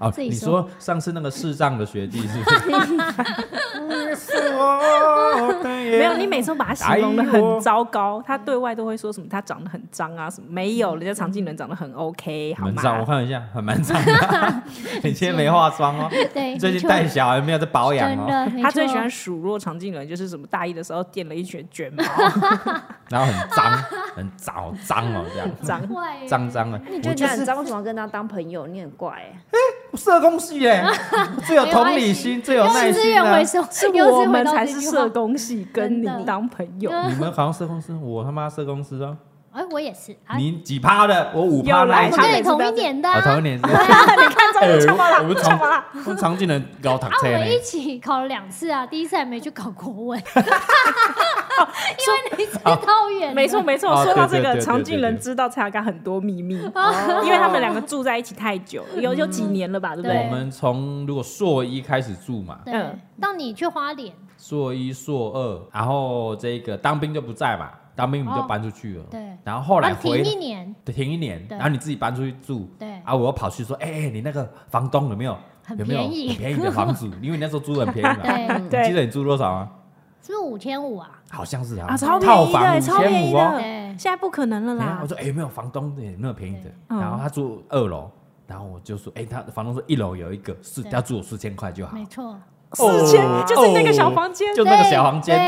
[SPEAKER 1] 哦，
[SPEAKER 4] 自己
[SPEAKER 1] 你
[SPEAKER 4] 说
[SPEAKER 1] 说上次那个视障的学弟是不是？你说的耶
[SPEAKER 2] 没有，你每次都把他形容的
[SPEAKER 1] 哎
[SPEAKER 2] 很糟糕，他对外都会说什么他长得很脏啊什么，没有，人家常进人长得很 OK，好
[SPEAKER 1] 蛮
[SPEAKER 2] 吗？
[SPEAKER 1] 脏，我看一下，很蛮脏的。你今天没化妆哦，
[SPEAKER 4] 对，
[SPEAKER 1] 最近
[SPEAKER 4] 没错
[SPEAKER 1] 带小孩没有在保养
[SPEAKER 4] 真
[SPEAKER 1] 哦，
[SPEAKER 4] 的，没
[SPEAKER 2] 他最
[SPEAKER 4] 错
[SPEAKER 2] 喜欢数落常进人，就是什么大一的时候垫了一卷卷毛，
[SPEAKER 1] 然后很脏，很脏，好脏哦，这样
[SPEAKER 4] *laughs*
[SPEAKER 2] 脏。
[SPEAKER 4] 怪耶
[SPEAKER 1] 脏脏的。
[SPEAKER 3] 你觉
[SPEAKER 1] 我
[SPEAKER 3] 得
[SPEAKER 1] 就
[SPEAKER 3] 你很
[SPEAKER 1] 是
[SPEAKER 3] 脏，为什么要跟他当朋友？你很怪哎、
[SPEAKER 1] 社工系耶，最有同理心，最有耐
[SPEAKER 4] 幼稚
[SPEAKER 1] 心啊
[SPEAKER 4] 园回
[SPEAKER 1] 的。
[SPEAKER 4] 收，
[SPEAKER 2] 是
[SPEAKER 4] 幼稚
[SPEAKER 2] 我
[SPEAKER 4] 园
[SPEAKER 2] 们
[SPEAKER 4] 回到
[SPEAKER 2] 才
[SPEAKER 4] 这
[SPEAKER 2] 是
[SPEAKER 4] 句
[SPEAKER 2] 社
[SPEAKER 4] 话
[SPEAKER 2] 工系，跟你
[SPEAKER 4] 真的
[SPEAKER 2] 当朋友。
[SPEAKER 1] 你们好像社工师，我他妈社工师哦。
[SPEAKER 4] 哎，我也是啊，
[SPEAKER 1] 你几趴的？我五趴
[SPEAKER 2] 又来
[SPEAKER 1] 来
[SPEAKER 4] 我
[SPEAKER 2] 他
[SPEAKER 4] 跟
[SPEAKER 2] 每
[SPEAKER 4] 你
[SPEAKER 2] 次都
[SPEAKER 4] 同
[SPEAKER 2] 要
[SPEAKER 4] 一
[SPEAKER 2] 这
[SPEAKER 4] 年的
[SPEAKER 1] 啊，
[SPEAKER 4] 啊，
[SPEAKER 1] 同一年是吧。
[SPEAKER 2] 看
[SPEAKER 1] *laughs*
[SPEAKER 2] 中了，呛爆
[SPEAKER 1] 哎我们
[SPEAKER 2] 他，
[SPEAKER 1] 从
[SPEAKER 2] 呛爆他！
[SPEAKER 1] 我们常进人搞读
[SPEAKER 4] 啊，
[SPEAKER 1] 册
[SPEAKER 4] 我们
[SPEAKER 1] 呢
[SPEAKER 4] 一。起考了两次啊，第一次还没去考国
[SPEAKER 1] *laughs*
[SPEAKER 4] 文， *laughs* 因为你在桃园的，
[SPEAKER 2] 没错没错，
[SPEAKER 1] 哦
[SPEAKER 2] 说到这
[SPEAKER 1] 对对对
[SPEAKER 2] 个，
[SPEAKER 1] 对
[SPEAKER 2] 常进
[SPEAKER 1] 对
[SPEAKER 2] 人
[SPEAKER 1] 对
[SPEAKER 2] 知道蔡雅刚很多秘密，
[SPEAKER 4] 啊，
[SPEAKER 2] 因为他们两个住在一起太久，有有几
[SPEAKER 4] 嗯
[SPEAKER 2] 年了吧，对不
[SPEAKER 1] 我
[SPEAKER 4] 对
[SPEAKER 2] 对？
[SPEAKER 1] 们从如果硕一开始住嘛，
[SPEAKER 4] 对
[SPEAKER 2] 嗯，
[SPEAKER 4] 到你去花莲，
[SPEAKER 1] 硕一、硕二，然后这个当兵就不在嘛，当兵我们就搬出去了。
[SPEAKER 4] 哦对，
[SPEAKER 1] 然后后来
[SPEAKER 4] 啊停
[SPEAKER 1] 回
[SPEAKER 4] 一年，
[SPEAKER 1] 对停一年，
[SPEAKER 4] 对
[SPEAKER 1] 然后你自己搬出去住，
[SPEAKER 4] 对，
[SPEAKER 1] 啊，我又跑去说，哎、哎，你那个房东有没有
[SPEAKER 4] 很
[SPEAKER 1] 有没有
[SPEAKER 4] 便
[SPEAKER 1] 很
[SPEAKER 4] 宜，
[SPEAKER 1] 便宜的房
[SPEAKER 4] *laughs*
[SPEAKER 1] 子？因为你那时候租很便宜嘛。
[SPEAKER 4] 对，
[SPEAKER 1] 你
[SPEAKER 3] 嗯
[SPEAKER 1] 记
[SPEAKER 2] 对
[SPEAKER 1] 得你租多少吗？
[SPEAKER 4] 是不是五千五啊？
[SPEAKER 1] 好像是
[SPEAKER 2] 啊，超
[SPEAKER 1] 套
[SPEAKER 2] 便宜
[SPEAKER 1] 房
[SPEAKER 2] 的，
[SPEAKER 1] 五
[SPEAKER 2] 超便
[SPEAKER 1] 千
[SPEAKER 2] 宜
[SPEAKER 1] 五
[SPEAKER 2] 的
[SPEAKER 1] 哦。，
[SPEAKER 4] 对
[SPEAKER 2] 现在不可能了
[SPEAKER 1] 然后
[SPEAKER 2] 啦
[SPEAKER 1] 我。说，哎、有没有房东有没有便宜的？
[SPEAKER 2] 嗯
[SPEAKER 1] 然后他住二楼，然后我就说，哎、他房东说一楼有一个是
[SPEAKER 4] 对
[SPEAKER 1] 要租我四千块就好
[SPEAKER 4] 没，错，
[SPEAKER 2] 四千
[SPEAKER 1] 哦
[SPEAKER 2] 就是那个小房间，
[SPEAKER 1] 啊就那个小房间。
[SPEAKER 4] 对，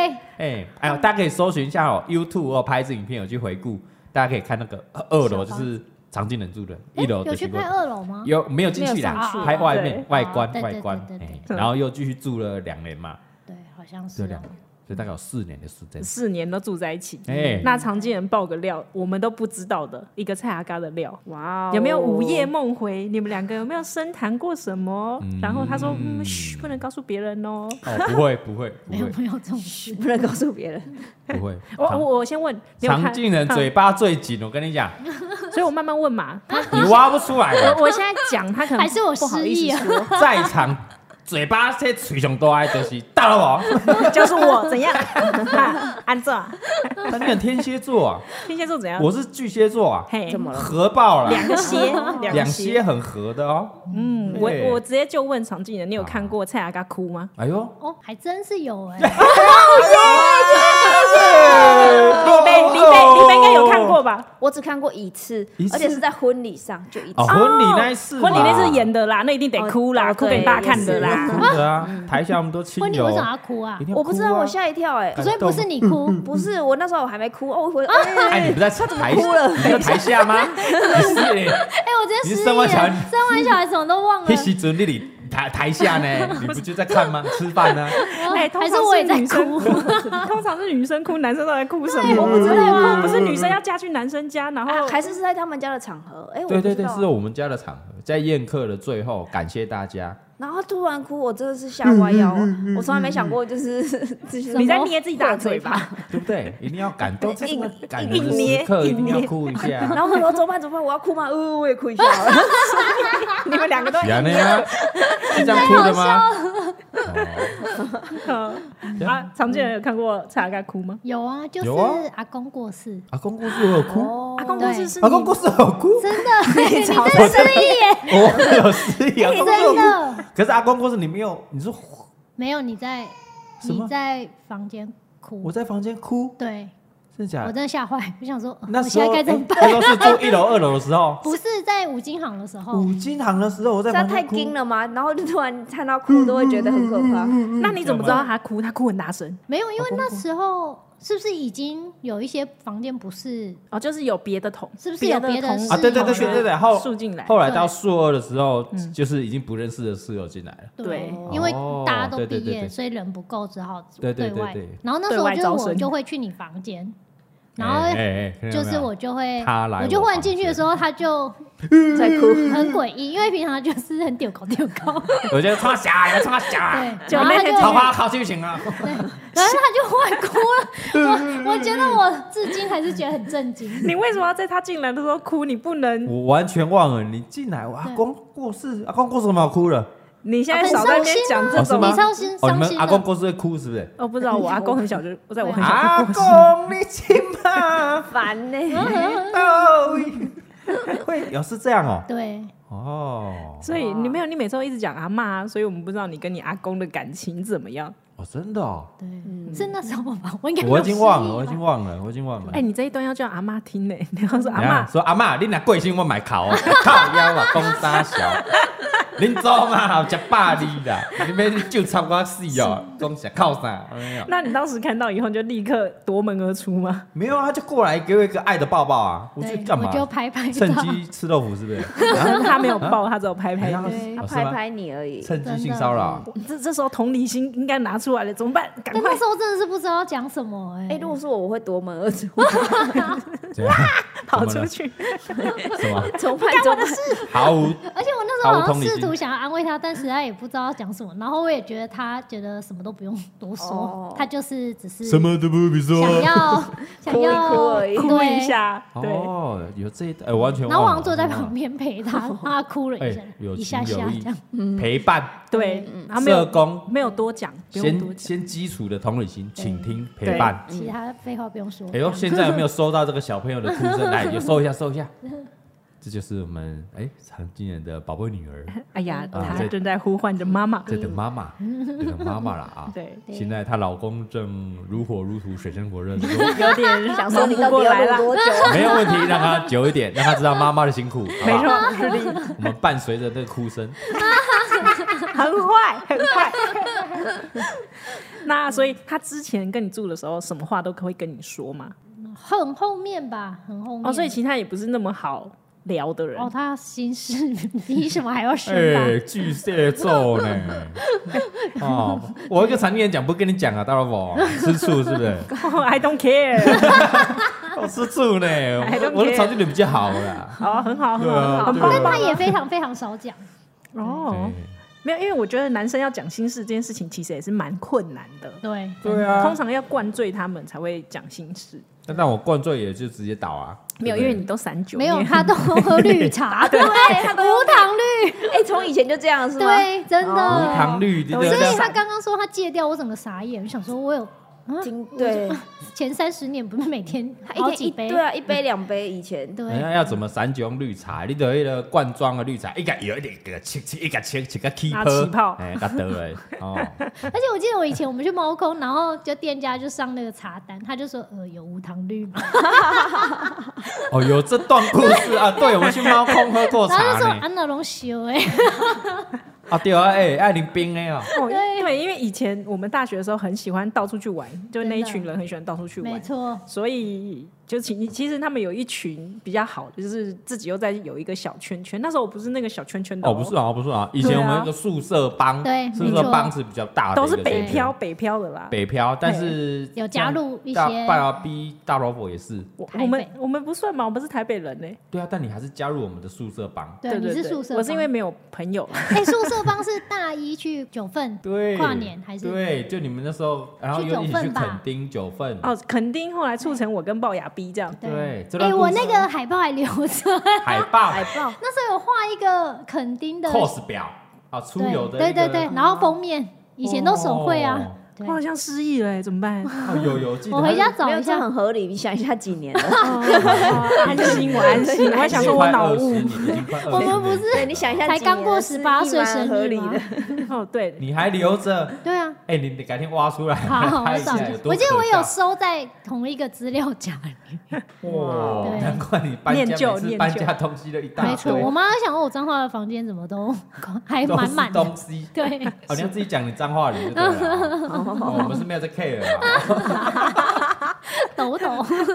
[SPEAKER 1] 哎、哎呦，大家可以搜寻一下哦，YouTube 哦，拍这影片有去回顾，大家可以看那个呃二楼就是常进人住的，
[SPEAKER 4] 哎
[SPEAKER 1] 一楼
[SPEAKER 4] 有
[SPEAKER 1] 的
[SPEAKER 4] 去
[SPEAKER 1] 是
[SPEAKER 4] 拍二楼吗？
[SPEAKER 1] 有没有进去
[SPEAKER 4] 没有上去
[SPEAKER 1] 啦？拍外面
[SPEAKER 2] 对
[SPEAKER 1] 外观
[SPEAKER 4] 对对
[SPEAKER 1] 外观
[SPEAKER 4] 对，对
[SPEAKER 1] 哎
[SPEAKER 2] 对
[SPEAKER 1] 然后又继续住了两年嘛，
[SPEAKER 4] 对，好像是
[SPEAKER 1] 就
[SPEAKER 4] 哦
[SPEAKER 1] 两年，所以大概有四年的时间。
[SPEAKER 2] 四年都住在一起。
[SPEAKER 1] 哎，
[SPEAKER 2] 那常进人爆个料，我们都不知道的一个蔡雅嘎的料。
[SPEAKER 3] 哇、哦，
[SPEAKER 2] 有没有午夜？梦 *laughs* 回？你们两个有没有深谈过什么？
[SPEAKER 1] 嗯
[SPEAKER 2] 然后他说：“嗯，嘘，不能告诉别人哦。
[SPEAKER 1] 哦，不会不会不
[SPEAKER 4] 没有
[SPEAKER 1] 会
[SPEAKER 4] 没有这种事，
[SPEAKER 2] *laughs*
[SPEAKER 3] 不能告诉别人。
[SPEAKER 1] 不会，
[SPEAKER 2] 我
[SPEAKER 1] 常
[SPEAKER 2] 我我先问，你有看
[SPEAKER 1] 常进人嘴巴最紧，我跟你
[SPEAKER 4] *laughs*
[SPEAKER 1] 讲，
[SPEAKER 2] 嗯 *laughs* 所以我慢慢
[SPEAKER 1] *laughs*
[SPEAKER 2] 问嘛。
[SPEAKER 1] 你挖不出来的，
[SPEAKER 2] 我我现在讲，他可能
[SPEAKER 4] 还是我
[SPEAKER 2] 不好
[SPEAKER 4] 失
[SPEAKER 2] 意
[SPEAKER 4] 忆
[SPEAKER 2] 思
[SPEAKER 4] 啊
[SPEAKER 2] 说，
[SPEAKER 1] 在场嘴巴这嘴上都爱就是大哦老
[SPEAKER 4] *laughs*
[SPEAKER 1] 王，
[SPEAKER 2] *laughs* 就是我怎样，哈按照
[SPEAKER 1] 他那个天蝎座
[SPEAKER 4] *laughs*
[SPEAKER 1] 啊，
[SPEAKER 2] 天蝎座怎样？
[SPEAKER 1] 我是巨蟹座啊，
[SPEAKER 2] 嘿
[SPEAKER 3] 怎么了？
[SPEAKER 1] 合爆了。
[SPEAKER 2] 两个蝎，
[SPEAKER 1] 两
[SPEAKER 2] 两
[SPEAKER 1] 些。很合的哦。
[SPEAKER 2] 嗯，我
[SPEAKER 1] 对
[SPEAKER 2] 我直接就问常进人，你有看过蔡雅嘎哭吗？
[SPEAKER 1] 哎呦，
[SPEAKER 4] 哦，还真是有
[SPEAKER 1] *laughs*
[SPEAKER 4] 哎，
[SPEAKER 2] 李贝李贝李贝应该有看过吧？
[SPEAKER 3] 我只看过一次，
[SPEAKER 1] 一次
[SPEAKER 3] 而且是在婚礼上，就一次。啊
[SPEAKER 1] 哦，婚礼那一次嘛，
[SPEAKER 2] 婚礼那次演的啦，那一定得哭啦，
[SPEAKER 3] 哦
[SPEAKER 2] 哭给你爸看的啦。
[SPEAKER 1] 哭的啊，台下我们都亲
[SPEAKER 4] 婚礼
[SPEAKER 1] 友
[SPEAKER 4] 为什，么要哭啊
[SPEAKER 1] 一？定要
[SPEAKER 3] 我不知道，
[SPEAKER 1] 哭啊
[SPEAKER 3] 我吓一跳哎、
[SPEAKER 1] 感
[SPEAKER 4] 所以不是
[SPEAKER 1] *laughs*
[SPEAKER 4] 你哭，
[SPEAKER 3] 不是，我那时候我还没哭哦，我回、哎
[SPEAKER 1] 哎，你不在台，
[SPEAKER 3] 哭了
[SPEAKER 1] 你在台下吗？你是
[SPEAKER 4] 哎，我真
[SPEAKER 1] 你
[SPEAKER 4] 失
[SPEAKER 1] 是生
[SPEAKER 4] 忆了，生
[SPEAKER 1] 完
[SPEAKER 4] 完
[SPEAKER 1] 小孩
[SPEAKER 4] 小孩什么都忘了
[SPEAKER 1] *laughs* 那，时准你里台台下呢？你不就在看吗？吃饭呢？
[SPEAKER 2] 哎，
[SPEAKER 4] 哦还是我也在
[SPEAKER 2] 通常是
[SPEAKER 4] 哭
[SPEAKER 2] 女，生，通常是女生哭，男生都在哭什
[SPEAKER 3] 对
[SPEAKER 2] 么？
[SPEAKER 3] 我不知道
[SPEAKER 2] 不是女生要嫁去男生家，然
[SPEAKER 1] *laughs*
[SPEAKER 2] 后
[SPEAKER 3] 啊还是是在他们家的场合哎、我
[SPEAKER 1] 对
[SPEAKER 3] 不
[SPEAKER 1] 对
[SPEAKER 3] 知
[SPEAKER 1] 对，
[SPEAKER 3] 道
[SPEAKER 1] 是我们家的场合，在宴客的最后，感谢大家。
[SPEAKER 3] 然后突然哭，我真的是吓歪腰，
[SPEAKER 1] 嗯
[SPEAKER 3] 我从来没想过就是 *laughs* 就是
[SPEAKER 4] 什么
[SPEAKER 2] 你在捏自己大嘴巴，
[SPEAKER 1] 对不对？一定要感动，这
[SPEAKER 3] 硬
[SPEAKER 1] 么感人的
[SPEAKER 2] 硬捏
[SPEAKER 1] 时刻一定要
[SPEAKER 2] 硬捏
[SPEAKER 1] 哭一
[SPEAKER 3] 然
[SPEAKER 1] 下。
[SPEAKER 3] 后我说怎么办怎么办，我要哭吗？呃，我也哭一下好了。
[SPEAKER 2] 你们两个都
[SPEAKER 1] 喜欢的呀，是这样哭的吗？哦
[SPEAKER 2] 啊。常见人有看过蔡阿嘎哭吗？
[SPEAKER 4] 有啊，就
[SPEAKER 1] 有啊
[SPEAKER 4] 是阿公过世，
[SPEAKER 1] 阿公故事我有哭，
[SPEAKER 3] 哦
[SPEAKER 2] 阿公
[SPEAKER 4] 对
[SPEAKER 2] 公是是
[SPEAKER 1] 阿公故事我有哭，
[SPEAKER 4] 真的，
[SPEAKER 1] *laughs*
[SPEAKER 4] 你
[SPEAKER 2] 吵
[SPEAKER 4] 真失忆耶，
[SPEAKER 1] 我有失忆。阿公故事我有哭，
[SPEAKER 4] 真的
[SPEAKER 1] 可是阿公故事你没有，你说
[SPEAKER 4] 没有你在
[SPEAKER 1] 什么
[SPEAKER 4] 你在房间
[SPEAKER 1] 我
[SPEAKER 4] 哭，
[SPEAKER 1] 在房间哭，
[SPEAKER 4] 对
[SPEAKER 1] 真的假
[SPEAKER 4] 我
[SPEAKER 1] 的？
[SPEAKER 4] 真的吓坏，我想说呃
[SPEAKER 1] 那
[SPEAKER 4] 我
[SPEAKER 1] 时
[SPEAKER 4] 现
[SPEAKER 1] 候
[SPEAKER 4] 在该怎么办？
[SPEAKER 1] 哎那时候是住一楼、二楼的时候，
[SPEAKER 4] *laughs* 不是在五金行的时候，
[SPEAKER 1] 五金行的时候，我在
[SPEAKER 3] 这样
[SPEAKER 1] 房
[SPEAKER 3] 太
[SPEAKER 1] 间哭。
[SPEAKER 3] 惊了吗？然后就突然看到哭，都会觉得很可怕。
[SPEAKER 2] 那你怎么知道他哭？他哭很大声
[SPEAKER 4] 没有，因为那时候是不是已经有一些房间不是？
[SPEAKER 2] 哦，就是有别的同，
[SPEAKER 4] 是不是有别的
[SPEAKER 2] 同
[SPEAKER 4] 室
[SPEAKER 2] 事
[SPEAKER 1] 啊，对对对对对对，后
[SPEAKER 2] 住进来？
[SPEAKER 1] 后来到硕二的时候，就是已经不认识的室友进来了。
[SPEAKER 2] 对
[SPEAKER 4] 因为
[SPEAKER 1] 哦
[SPEAKER 4] 大家都
[SPEAKER 1] 对
[SPEAKER 4] 毕
[SPEAKER 1] 对对对
[SPEAKER 4] 业，所以人不够，只好
[SPEAKER 1] 对对对
[SPEAKER 4] 外
[SPEAKER 1] 对。
[SPEAKER 4] 然后那时候
[SPEAKER 2] 对外招
[SPEAKER 4] 就我
[SPEAKER 2] 生
[SPEAKER 4] 就会去你房间，然
[SPEAKER 1] 哎
[SPEAKER 4] 后
[SPEAKER 1] 哎哎
[SPEAKER 4] 就是我就会
[SPEAKER 1] 他来我
[SPEAKER 4] 我就忽然进去的时候，他就
[SPEAKER 3] 在哭，
[SPEAKER 4] 很诡异，因为平常就是很丢高丢
[SPEAKER 3] *laughs*
[SPEAKER 4] 高，
[SPEAKER 1] 我就冲他小啊，冲他小啊，
[SPEAKER 4] 对，
[SPEAKER 2] 就
[SPEAKER 4] 然后
[SPEAKER 2] 那
[SPEAKER 4] 他就
[SPEAKER 1] 桃
[SPEAKER 2] 天吵
[SPEAKER 1] 花好剧情啊！
[SPEAKER 4] 然后他就忽然哭了，我 *laughs* 我觉得我至今还是觉得很震惊，
[SPEAKER 2] *laughs* 你为什么要在他进来的时
[SPEAKER 4] 嗯
[SPEAKER 2] 候哭？你不能
[SPEAKER 1] 我完全忘了你进来，我阿公过世，阿公过世怎么好哭了？
[SPEAKER 2] 你现在
[SPEAKER 4] 很
[SPEAKER 2] 少在那
[SPEAKER 4] 伤
[SPEAKER 2] 边
[SPEAKER 4] 心
[SPEAKER 2] 讲
[SPEAKER 4] 啊
[SPEAKER 2] 这
[SPEAKER 1] 哦是
[SPEAKER 2] 种
[SPEAKER 1] 吗
[SPEAKER 4] 你伤心
[SPEAKER 1] 哦，你
[SPEAKER 4] 伤
[SPEAKER 1] 们
[SPEAKER 4] 心
[SPEAKER 1] 阿公
[SPEAKER 4] 了。
[SPEAKER 1] 公司会哭是不是？
[SPEAKER 2] 哦，不知道，
[SPEAKER 4] *laughs*
[SPEAKER 2] 我阿公很小就，我在我很小
[SPEAKER 1] 阿
[SPEAKER 2] 就过世。
[SPEAKER 1] 公，你亲妈
[SPEAKER 3] 烦呢、
[SPEAKER 4] *laughs*
[SPEAKER 1] 哦，会有是这样哦，
[SPEAKER 4] 对，
[SPEAKER 1] 哦，
[SPEAKER 2] 所以你没有，你每次都一直讲阿妈，所以我们不知道你跟你阿公的感情怎么样。
[SPEAKER 1] 哦，真的
[SPEAKER 4] *laughs*
[SPEAKER 1] 哦，
[SPEAKER 4] 对，
[SPEAKER 3] 嗯
[SPEAKER 4] 是那时候吧，我应该没有啊
[SPEAKER 1] 我已经忘了，
[SPEAKER 4] 失忆
[SPEAKER 1] 我已经忘了，我已经忘了。
[SPEAKER 2] 哎，你这一段要叫阿妈听呢， *laughs* 你要
[SPEAKER 1] *laughs*
[SPEAKER 2] 说阿
[SPEAKER 1] 怎样
[SPEAKER 2] 妈，
[SPEAKER 1] 说阿嬷，你若贵姓我买烤哦，靠腰啊，公沙小，恁祖嘛有食百二啦，你免就插我死
[SPEAKER 4] *laughs*
[SPEAKER 1] 哦，讲啥靠啥？没有，
[SPEAKER 2] 那你当时看到以后就立刻夺门而出吗？ *laughs*
[SPEAKER 1] 没有啊，他就过来给我一个爱的抱抱啊，我去
[SPEAKER 4] 对，
[SPEAKER 1] 干嘛
[SPEAKER 4] 我？就
[SPEAKER 1] *laughs*
[SPEAKER 4] 拍拍照
[SPEAKER 1] 趁，机吃豆腐是不是？
[SPEAKER 4] *laughs*
[SPEAKER 2] 他没有抱，他只有拍
[SPEAKER 1] 哎
[SPEAKER 2] 拍
[SPEAKER 1] 呀
[SPEAKER 2] 你。
[SPEAKER 4] 对
[SPEAKER 3] 他
[SPEAKER 1] 哦是
[SPEAKER 3] 拍
[SPEAKER 1] 吗？
[SPEAKER 3] 拍你而已。
[SPEAKER 1] 趁机性骚扰，
[SPEAKER 2] 这这时候同理心应该拿出来了，怎
[SPEAKER 1] *laughs*
[SPEAKER 2] 么办？赶
[SPEAKER 4] *laughs* 但
[SPEAKER 2] 快
[SPEAKER 4] 那时候真的是不知道讲什么哎、
[SPEAKER 3] 哎、如果是我，我会夺门而出，
[SPEAKER 1] 怎
[SPEAKER 4] *laughs*
[SPEAKER 1] 样
[SPEAKER 2] 跑出去。
[SPEAKER 1] 什么？
[SPEAKER 3] 从派中
[SPEAKER 1] 毫无
[SPEAKER 4] 而且我那时候
[SPEAKER 1] 毫无
[SPEAKER 4] 好
[SPEAKER 1] 同
[SPEAKER 4] 像
[SPEAKER 1] 理心
[SPEAKER 4] 试图想要安慰他，但实在也不知道讲什么。然后我也觉得他觉得什么都不用多说，
[SPEAKER 3] 哦
[SPEAKER 4] 他就是只是
[SPEAKER 1] 什
[SPEAKER 4] 想
[SPEAKER 1] 么都不必说。
[SPEAKER 4] 要
[SPEAKER 3] *laughs*
[SPEAKER 4] 想
[SPEAKER 3] 哭一
[SPEAKER 4] 要
[SPEAKER 3] 哭而已
[SPEAKER 2] *laughs* 哭一下，对，
[SPEAKER 1] 哦，有这一哎，我完全忘了。
[SPEAKER 4] 然后王坐在
[SPEAKER 1] 我忘了
[SPEAKER 4] 旁，边
[SPEAKER 1] *laughs*
[SPEAKER 4] 陪他，让他哭了一下
[SPEAKER 1] 哎，，有
[SPEAKER 4] 一
[SPEAKER 1] 情
[SPEAKER 4] 下下
[SPEAKER 1] 有
[SPEAKER 4] 这
[SPEAKER 1] 义
[SPEAKER 4] 样。，嗯
[SPEAKER 1] 陪伴
[SPEAKER 2] 对，他没
[SPEAKER 1] 社
[SPEAKER 2] 有
[SPEAKER 1] 工
[SPEAKER 2] 没有多讲，不用多
[SPEAKER 1] 啊先
[SPEAKER 2] 讲。
[SPEAKER 1] 先基础的同理心，
[SPEAKER 4] 对
[SPEAKER 1] 倾听陪伴。
[SPEAKER 4] 其他废话不用说。
[SPEAKER 1] 哎
[SPEAKER 4] *laughs*
[SPEAKER 1] 呦，现在有没有收到这个小朋友的哭声？来，有收一下，收一下。这就是我们哎常进人的宝贝女儿，
[SPEAKER 2] *laughs* 哎呀，
[SPEAKER 1] 啊
[SPEAKER 2] 他
[SPEAKER 1] 在
[SPEAKER 2] 正在呼唤着妈妈。
[SPEAKER 1] 在等妈
[SPEAKER 2] *laughs*
[SPEAKER 1] 妈，在等妈妈了啊。
[SPEAKER 2] 嗯对，
[SPEAKER 4] 对
[SPEAKER 1] 现在她老公正如火如荼、水深火热地说，
[SPEAKER 2] *laughs* 有点
[SPEAKER 3] 想说你到
[SPEAKER 2] 过
[SPEAKER 3] 底
[SPEAKER 2] 来
[SPEAKER 3] 要
[SPEAKER 2] 了 *laughs*
[SPEAKER 3] 录。 *laughs* 多久？
[SPEAKER 1] 没有问题，让她久一点，让她知道妈妈的辛苦，好不
[SPEAKER 2] 没
[SPEAKER 1] 好？
[SPEAKER 2] 错，是的，
[SPEAKER 1] 我们伴随着这个哭声，
[SPEAKER 2] 很快，很快。 *laughs* 那所以他之前跟你住的时候，什么话都会跟你说嘛？
[SPEAKER 4] 嗯很后面吧，很后面。
[SPEAKER 2] 哦，所以其实他也不是那么好聊的人 *laughs*
[SPEAKER 4] 哦，。他心事 *laughs* 比什么还要深吧？
[SPEAKER 1] 哎，巨蟹座
[SPEAKER 2] *laughs*
[SPEAKER 1] 呢？哦，我一个常进人讲不跟你讲啊，大老婆吃醋是不是？
[SPEAKER 2] I don't care。
[SPEAKER 1] 我哦吃醋呢
[SPEAKER 2] I don't，care
[SPEAKER 1] 我的成绩比较好啦。
[SPEAKER 2] 好，哦很好，很
[SPEAKER 1] 对啊
[SPEAKER 2] 好，很
[SPEAKER 1] 对啊
[SPEAKER 2] 棒
[SPEAKER 4] 但
[SPEAKER 2] 很
[SPEAKER 4] 他
[SPEAKER 2] 棒。
[SPEAKER 4] 也非常非常少讲，
[SPEAKER 2] 哦，没有，因为我觉得男生要讲心事这件事情，其实也是蛮困难的。
[SPEAKER 4] 对，
[SPEAKER 1] 对啊
[SPEAKER 2] 通，常要灌醉他们才会讲心事，
[SPEAKER 1] 那让我灌醉也就直接倒啊。
[SPEAKER 2] 没有，因
[SPEAKER 1] 对不对
[SPEAKER 2] 为你都散酒，
[SPEAKER 4] 没有
[SPEAKER 2] 你也
[SPEAKER 4] 他都喝绿茶，对，无糖绿，
[SPEAKER 3] 哎、从以前就这样是吗？
[SPEAKER 4] 对，真
[SPEAKER 1] 无
[SPEAKER 4] 的。
[SPEAKER 1] 糖绿，对
[SPEAKER 2] 都
[SPEAKER 1] 不
[SPEAKER 2] 哦是
[SPEAKER 4] 所
[SPEAKER 1] 对？啊
[SPEAKER 4] 以他刚刚说他戒掉，我整个傻眼，我想说我有
[SPEAKER 3] 听对，
[SPEAKER 4] 前三十年不是每天
[SPEAKER 3] 一
[SPEAKER 4] 好
[SPEAKER 3] 天
[SPEAKER 4] 几
[SPEAKER 3] 一
[SPEAKER 4] 杯，
[SPEAKER 3] 对啊，一杯两杯以前。
[SPEAKER 1] 人
[SPEAKER 4] 对，
[SPEAKER 1] 哎家要怎么散酒用绿茶？你得那个罐装的绿茶，一个有一点给它切切，一个切切个气
[SPEAKER 2] 啊
[SPEAKER 1] 泡
[SPEAKER 2] 起泡
[SPEAKER 1] 哎，它得了哦， *laughs*
[SPEAKER 4] 而且我记得我以前我们去猫空，然后就店家就上那个茶单，他就说呃有无糖绿嘛，
[SPEAKER 1] 哦，有这段故事啊，对，我们去猫空喝过
[SPEAKER 4] 然后就
[SPEAKER 1] 茶
[SPEAKER 4] 说
[SPEAKER 1] 呢，
[SPEAKER 4] 安娜龙修哎，
[SPEAKER 1] 啊对啊，哎，爱林冰的哦，
[SPEAKER 2] *laughs* 哦，对，因为以前我们大学的时候很喜欢到处去玩，就那一群人很喜欢到处去
[SPEAKER 4] 没
[SPEAKER 2] 玩，
[SPEAKER 4] 错，
[SPEAKER 2] 所以就其其实他们有一群比较好，就是自己又在有一个小圈圈。那时候我不是那个小圈圈的、
[SPEAKER 1] 哦不是，啊不是啊，以前
[SPEAKER 2] 对啊
[SPEAKER 1] 我们那个宿舍帮，
[SPEAKER 4] 对
[SPEAKER 1] 宿
[SPEAKER 4] 没
[SPEAKER 1] 舍
[SPEAKER 4] 错
[SPEAKER 1] 帮是比较大哦的，
[SPEAKER 2] 都是北漂，北漂的啦。
[SPEAKER 1] 北漂，但是
[SPEAKER 4] 有加入一
[SPEAKER 1] 大
[SPEAKER 4] 些
[SPEAKER 1] 半要逼大萝卜也是，
[SPEAKER 2] 我
[SPEAKER 4] 台北
[SPEAKER 2] 我们我们不算嘛，我们是台北人呢、
[SPEAKER 1] 对啊，但你还是加入我们的宿舍帮，
[SPEAKER 4] 对，你
[SPEAKER 2] 对
[SPEAKER 4] 是
[SPEAKER 2] 对，
[SPEAKER 4] 宿舍帮，
[SPEAKER 2] 我是因为没有朋友，
[SPEAKER 1] *laughs*
[SPEAKER 4] 哎宿舍帮是大一去九份，
[SPEAKER 1] 对，
[SPEAKER 4] 跨年还是
[SPEAKER 1] 对，就你们那时候，然后
[SPEAKER 4] 去
[SPEAKER 1] 又一起
[SPEAKER 4] 九
[SPEAKER 1] 去
[SPEAKER 4] 份吧
[SPEAKER 1] 垦丁九份，
[SPEAKER 2] 哦，垦丁后来促成我跟龅牙逼这样。
[SPEAKER 1] 对，这段
[SPEAKER 4] 哎，
[SPEAKER 1] 故事
[SPEAKER 4] 我那个海报还留着， *laughs*
[SPEAKER 1] 海报
[SPEAKER 3] 海报
[SPEAKER 4] 那时候有画一个垦丁的
[SPEAKER 1] cos 表啊，出游的一
[SPEAKER 4] 对对
[SPEAKER 1] 个
[SPEAKER 4] 对，对，然后封面以前都手绘啊，对
[SPEAKER 2] 我好像失忆了、欸，怎么
[SPEAKER 4] *laughs*
[SPEAKER 2] 办？
[SPEAKER 1] 哦，有有记得，
[SPEAKER 4] 我回家
[SPEAKER 3] 没
[SPEAKER 4] 找
[SPEAKER 3] 有
[SPEAKER 4] 一
[SPEAKER 3] 这
[SPEAKER 4] 下，
[SPEAKER 3] 很合理。你想一下几年了？
[SPEAKER 2] 安心，我安心。我还想说，
[SPEAKER 1] *laughs*
[SPEAKER 2] 我脑雾。
[SPEAKER 1] 我
[SPEAKER 4] 我们不
[SPEAKER 3] *laughs* 对，
[SPEAKER 4] 是
[SPEAKER 3] 你想一下
[SPEAKER 4] 才
[SPEAKER 3] 几年
[SPEAKER 4] 刚
[SPEAKER 3] 了，
[SPEAKER 4] 过
[SPEAKER 3] 是
[SPEAKER 4] 18
[SPEAKER 3] 一
[SPEAKER 4] 岁
[SPEAKER 3] 蛮
[SPEAKER 4] 生
[SPEAKER 3] 合
[SPEAKER 4] 日
[SPEAKER 3] 理
[SPEAKER 4] 吗
[SPEAKER 3] 的。
[SPEAKER 2] 哦，对，
[SPEAKER 1] 你还留着，
[SPEAKER 4] 对啊。
[SPEAKER 1] 哎，你你改天挖出来
[SPEAKER 4] 好，
[SPEAKER 1] *laughs* 拍
[SPEAKER 4] 我
[SPEAKER 1] 一
[SPEAKER 4] 找一
[SPEAKER 1] 下
[SPEAKER 4] 下
[SPEAKER 1] 有。多
[SPEAKER 4] 我记得
[SPEAKER 1] 可
[SPEAKER 4] 我有
[SPEAKER 1] 笑
[SPEAKER 4] 收在同一个资料夹
[SPEAKER 1] *laughs*
[SPEAKER 4] 里面。
[SPEAKER 1] 哇，
[SPEAKER 4] 对
[SPEAKER 1] 难怪你搬
[SPEAKER 2] 念
[SPEAKER 1] 家
[SPEAKER 2] 旧
[SPEAKER 1] 每次
[SPEAKER 2] 念
[SPEAKER 1] 搬
[SPEAKER 2] 旧
[SPEAKER 1] 家东西都一大堆，
[SPEAKER 4] 没错，我妈想问我脏话的房间怎么都 *laughs* 还
[SPEAKER 1] 都
[SPEAKER 4] 满
[SPEAKER 1] 是
[SPEAKER 4] 满的。
[SPEAKER 1] 东西。
[SPEAKER 4] 对，
[SPEAKER 1] *laughs*
[SPEAKER 4] *laughs*
[SPEAKER 1] 哦，你要自己讲你脏话里就对了啊。哦我们是没有在 care 啊。
[SPEAKER 4] *laughs* 抖抖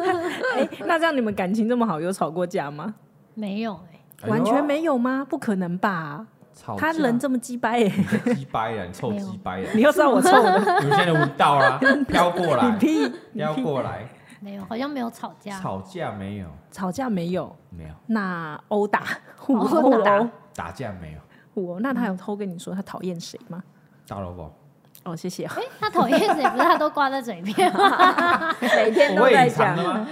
[SPEAKER 4] *laughs*
[SPEAKER 2] 哎、那这样你们感情这么好，有吵过架吗？
[SPEAKER 4] 没有哎、
[SPEAKER 1] 哎呦
[SPEAKER 2] 完全，没有吗？不可能吧？
[SPEAKER 1] 吵
[SPEAKER 2] 他
[SPEAKER 1] 架
[SPEAKER 2] 人这么鸡掰耶，
[SPEAKER 1] 鸡掰了，你臭鸡掰了，
[SPEAKER 2] 你又知道我臭的，
[SPEAKER 1] 有些人闻到啦，飘过
[SPEAKER 2] *laughs* 你
[SPEAKER 1] 来，
[SPEAKER 2] 屁！你
[SPEAKER 1] 飘
[SPEAKER 2] 屁！
[SPEAKER 1] 过来，
[SPEAKER 4] 没有，好像没有吵架。
[SPEAKER 1] 吵架没有？
[SPEAKER 2] 吵架没有？
[SPEAKER 1] 没有，
[SPEAKER 2] 那殴打、互殴、
[SPEAKER 4] 殴打
[SPEAKER 1] 打架没有，
[SPEAKER 2] 互殴，那他有偷跟你说他讨厌谁吗？
[SPEAKER 1] 大萝卜，
[SPEAKER 2] 哦，谢谢。
[SPEAKER 4] 哎、她讨厌谁？不是她都挂在嘴边
[SPEAKER 1] *laughs*
[SPEAKER 4] 吗？
[SPEAKER 3] *laughs* 每天
[SPEAKER 1] 我
[SPEAKER 3] 都
[SPEAKER 1] 会
[SPEAKER 3] 在
[SPEAKER 1] 隐藏的。
[SPEAKER 3] 讲
[SPEAKER 1] 吗？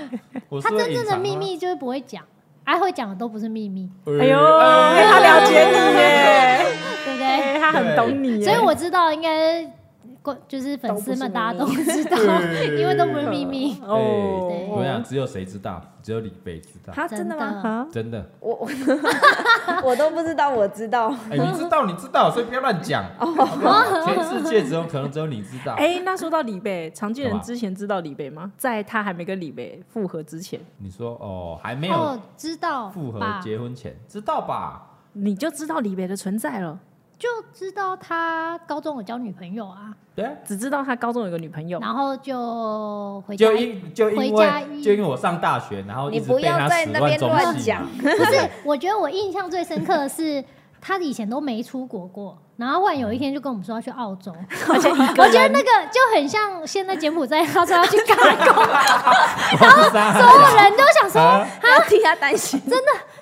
[SPEAKER 1] 我是
[SPEAKER 4] 她
[SPEAKER 1] 会
[SPEAKER 4] 真
[SPEAKER 1] 隐
[SPEAKER 4] 正的
[SPEAKER 1] 藏啊
[SPEAKER 4] 秘
[SPEAKER 1] 吗，
[SPEAKER 4] 密就是不会讲，哎、会讲的都不是秘密，
[SPEAKER 1] 哎
[SPEAKER 2] 哎呦，他了解你耶，
[SPEAKER 4] 对不
[SPEAKER 2] 哎
[SPEAKER 4] 对？
[SPEAKER 2] 他他很懂你耶，
[SPEAKER 4] 所以
[SPEAKER 1] 哎
[SPEAKER 4] 我知道应该观就是粉丝们大家都知道， *laughs* 因为都不是秘密。
[SPEAKER 1] 对，我想
[SPEAKER 2] 哦，
[SPEAKER 1] 只有谁知道，只有李贝知道，
[SPEAKER 3] 他真的吗？
[SPEAKER 2] 啊，
[SPEAKER 1] 真的。
[SPEAKER 3] 我我我都不知道，我知道。
[SPEAKER 1] 哎，你知道，你知道，所以不要乱讲。好不好全世界只有可能只有你知道。
[SPEAKER 2] 哎，那说到李贝，常进
[SPEAKER 1] 干
[SPEAKER 2] 人
[SPEAKER 1] 嘛
[SPEAKER 2] 之前知道李贝吗？在他还没跟李贝复合之前，
[SPEAKER 1] 你说哦，还没有
[SPEAKER 4] 哦，知道
[SPEAKER 1] 复合
[SPEAKER 4] 吧？
[SPEAKER 1] 结婚前，知道吧？
[SPEAKER 2] 你就知道李贝的存在了，
[SPEAKER 4] 就知道他高中有交女朋友啊，
[SPEAKER 1] 对啊，
[SPEAKER 2] 只知道他高中有个女朋友，
[SPEAKER 4] 然后就回家
[SPEAKER 1] 就因就因
[SPEAKER 4] 回家
[SPEAKER 1] 为就因为我上大学，然后一
[SPEAKER 3] 你
[SPEAKER 1] 直
[SPEAKER 3] 不
[SPEAKER 1] 被
[SPEAKER 3] 要
[SPEAKER 1] 他
[SPEAKER 3] 在
[SPEAKER 1] 始
[SPEAKER 3] 那
[SPEAKER 1] 乱
[SPEAKER 3] 边
[SPEAKER 1] 终
[SPEAKER 3] 乱
[SPEAKER 1] 弃
[SPEAKER 3] 讲，
[SPEAKER 4] 不是，我觉得我印象最深刻的是。他以前都没出国过，然后忽然有一天就跟我们说要去
[SPEAKER 2] *laughs*
[SPEAKER 4] 澳洲，
[SPEAKER 2] 而且一个
[SPEAKER 4] 我觉得
[SPEAKER 2] 人
[SPEAKER 4] 那个就很像现在柬埔寨，他说要去干
[SPEAKER 1] *laughs*
[SPEAKER 4] 工，
[SPEAKER 1] 我杀
[SPEAKER 4] 所有人都想说
[SPEAKER 1] 啊
[SPEAKER 3] 不要替他担心。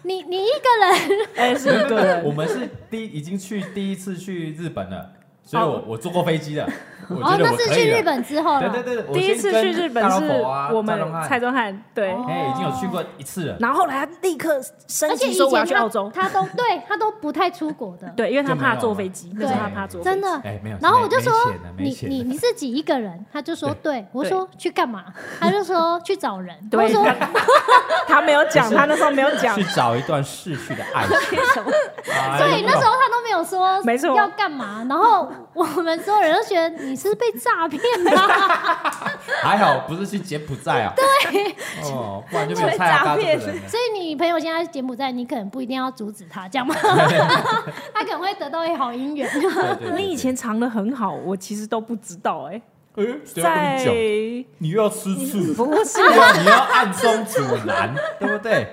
[SPEAKER 4] 你你一个人，
[SPEAKER 2] 哎是一个
[SPEAKER 1] 我
[SPEAKER 2] 人，
[SPEAKER 1] 们是第已经去第一次去日本了，所以我
[SPEAKER 2] 哦
[SPEAKER 1] 我坐过飞机的，我
[SPEAKER 4] 哦
[SPEAKER 1] 觉，得
[SPEAKER 4] 那
[SPEAKER 1] 我
[SPEAKER 4] 是
[SPEAKER 1] 可以
[SPEAKER 4] 去日
[SPEAKER 1] 了。
[SPEAKER 4] 本之后
[SPEAKER 1] 对
[SPEAKER 4] 了
[SPEAKER 1] 对，对，我
[SPEAKER 2] 第一
[SPEAKER 1] 先
[SPEAKER 2] 次
[SPEAKER 1] 跟
[SPEAKER 2] 去日本
[SPEAKER 1] 大
[SPEAKER 2] 是
[SPEAKER 1] 老婆啊
[SPEAKER 2] 我
[SPEAKER 1] 赵龙
[SPEAKER 2] 们
[SPEAKER 1] 汉
[SPEAKER 2] 蔡宗翰对，
[SPEAKER 4] 哦
[SPEAKER 1] 哎，已经有去过一次了，
[SPEAKER 2] 然后后来他立刻
[SPEAKER 4] 而
[SPEAKER 2] 升
[SPEAKER 4] 且
[SPEAKER 2] 级
[SPEAKER 4] 以
[SPEAKER 2] 说我要
[SPEAKER 4] 前
[SPEAKER 2] 去
[SPEAKER 4] 他
[SPEAKER 2] 澳洲，
[SPEAKER 4] 他都对他都不太出国的，
[SPEAKER 2] 对，因为他
[SPEAKER 1] 就没有
[SPEAKER 2] 怕
[SPEAKER 1] 了
[SPEAKER 2] 坐飞机，那时候他
[SPEAKER 1] 对
[SPEAKER 2] 怕坐飞机
[SPEAKER 4] 真的。
[SPEAKER 1] 哎，没有。
[SPEAKER 4] 然后我就
[SPEAKER 1] 没
[SPEAKER 4] 说
[SPEAKER 1] 没钱了没
[SPEAKER 4] 你
[SPEAKER 1] 钱 *laughs*
[SPEAKER 4] 你
[SPEAKER 1] 了
[SPEAKER 4] 你自己一个人，他就说对我说去干嘛，他就说去找人，我
[SPEAKER 2] 对，
[SPEAKER 4] 说
[SPEAKER 2] 他他没有讲，他那时候没有讲
[SPEAKER 4] *laughs*
[SPEAKER 1] 去，找一段逝去的爱情，哎
[SPEAKER 4] 所以那时候他都没有说
[SPEAKER 2] 没错
[SPEAKER 4] 要干嘛，然后我们所有人都觉得你是被诈骗吧？
[SPEAKER 1] 还好不是去柬埔寨
[SPEAKER 4] *laughs*
[SPEAKER 1] 啊，对，哦，不然就没有蔡阿嘎这个人了。
[SPEAKER 4] 所以你朋友现在柬埔寨，你可能不一定要阻止他，这样吗？他可能会得到一好姻缘。
[SPEAKER 1] 对对对对
[SPEAKER 2] 你以前藏的很好，我其实都不知道哎、
[SPEAKER 1] 哎，谁要跟
[SPEAKER 2] 在
[SPEAKER 1] 你讲？你又要吃醋， *laughs*
[SPEAKER 2] 不是，
[SPEAKER 1] 对啊，你要暗中阻拦，对不
[SPEAKER 2] *laughs*
[SPEAKER 1] 对？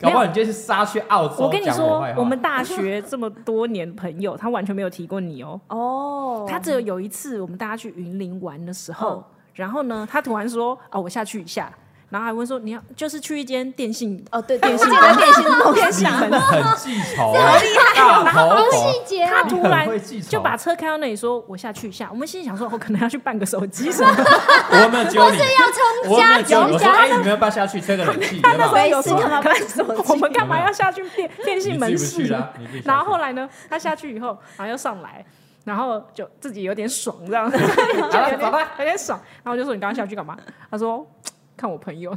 [SPEAKER 1] 搞不好你就是杀去澳洲，
[SPEAKER 2] 我跟你
[SPEAKER 1] 讲
[SPEAKER 2] 说
[SPEAKER 1] 坏，话
[SPEAKER 2] 我们大学这么多年朋友，他完全没有提过你哦、
[SPEAKER 3] 哦，
[SPEAKER 2] 他只有有一次我们大家去云林玩的时
[SPEAKER 4] 哦
[SPEAKER 2] 候，然后呢，他突然说：“哦，我下去一下。”然后还问说：“你要就是去一间电信
[SPEAKER 3] 哦，对对，我记得电信
[SPEAKER 1] *laughs*
[SPEAKER 3] 公
[SPEAKER 2] 电
[SPEAKER 3] 司
[SPEAKER 2] 信
[SPEAKER 1] 真
[SPEAKER 2] 门
[SPEAKER 1] 的很记仇，啊大头
[SPEAKER 4] 好
[SPEAKER 1] 佛
[SPEAKER 4] 细节
[SPEAKER 2] 他
[SPEAKER 4] 哦，
[SPEAKER 2] 突然
[SPEAKER 1] 你很会记仇
[SPEAKER 2] 就把车开到那里，说：“我下去一下。”我们心里想说：“我可能要去办个手机什么的。
[SPEAKER 1] 我有没有揪你？
[SPEAKER 4] 要
[SPEAKER 1] 我有
[SPEAKER 4] 冲
[SPEAKER 1] 没
[SPEAKER 4] 家
[SPEAKER 1] 有揪你？
[SPEAKER 4] 酒
[SPEAKER 1] 我说，
[SPEAKER 4] 家
[SPEAKER 1] 哎，你们要不要下去吹个冷气？”
[SPEAKER 2] 他那时候
[SPEAKER 1] 有
[SPEAKER 2] 有
[SPEAKER 3] 没事
[SPEAKER 2] 说
[SPEAKER 3] 干嘛办手：“
[SPEAKER 2] *laughs* 我
[SPEAKER 3] 机？
[SPEAKER 2] 们干嘛要下去电电
[SPEAKER 1] 没有
[SPEAKER 2] 信门
[SPEAKER 1] 你自己不去
[SPEAKER 2] 市
[SPEAKER 1] 啦？你自己下去
[SPEAKER 2] 然后后来呢，他下去以后，然后又上来，然后就自己有点爽这样子，就
[SPEAKER 1] 好了
[SPEAKER 2] 有
[SPEAKER 1] 走
[SPEAKER 2] 点
[SPEAKER 1] 吧
[SPEAKER 2] 有点爽。然后我就说你刚刚下去干嘛？他说。看我朋友，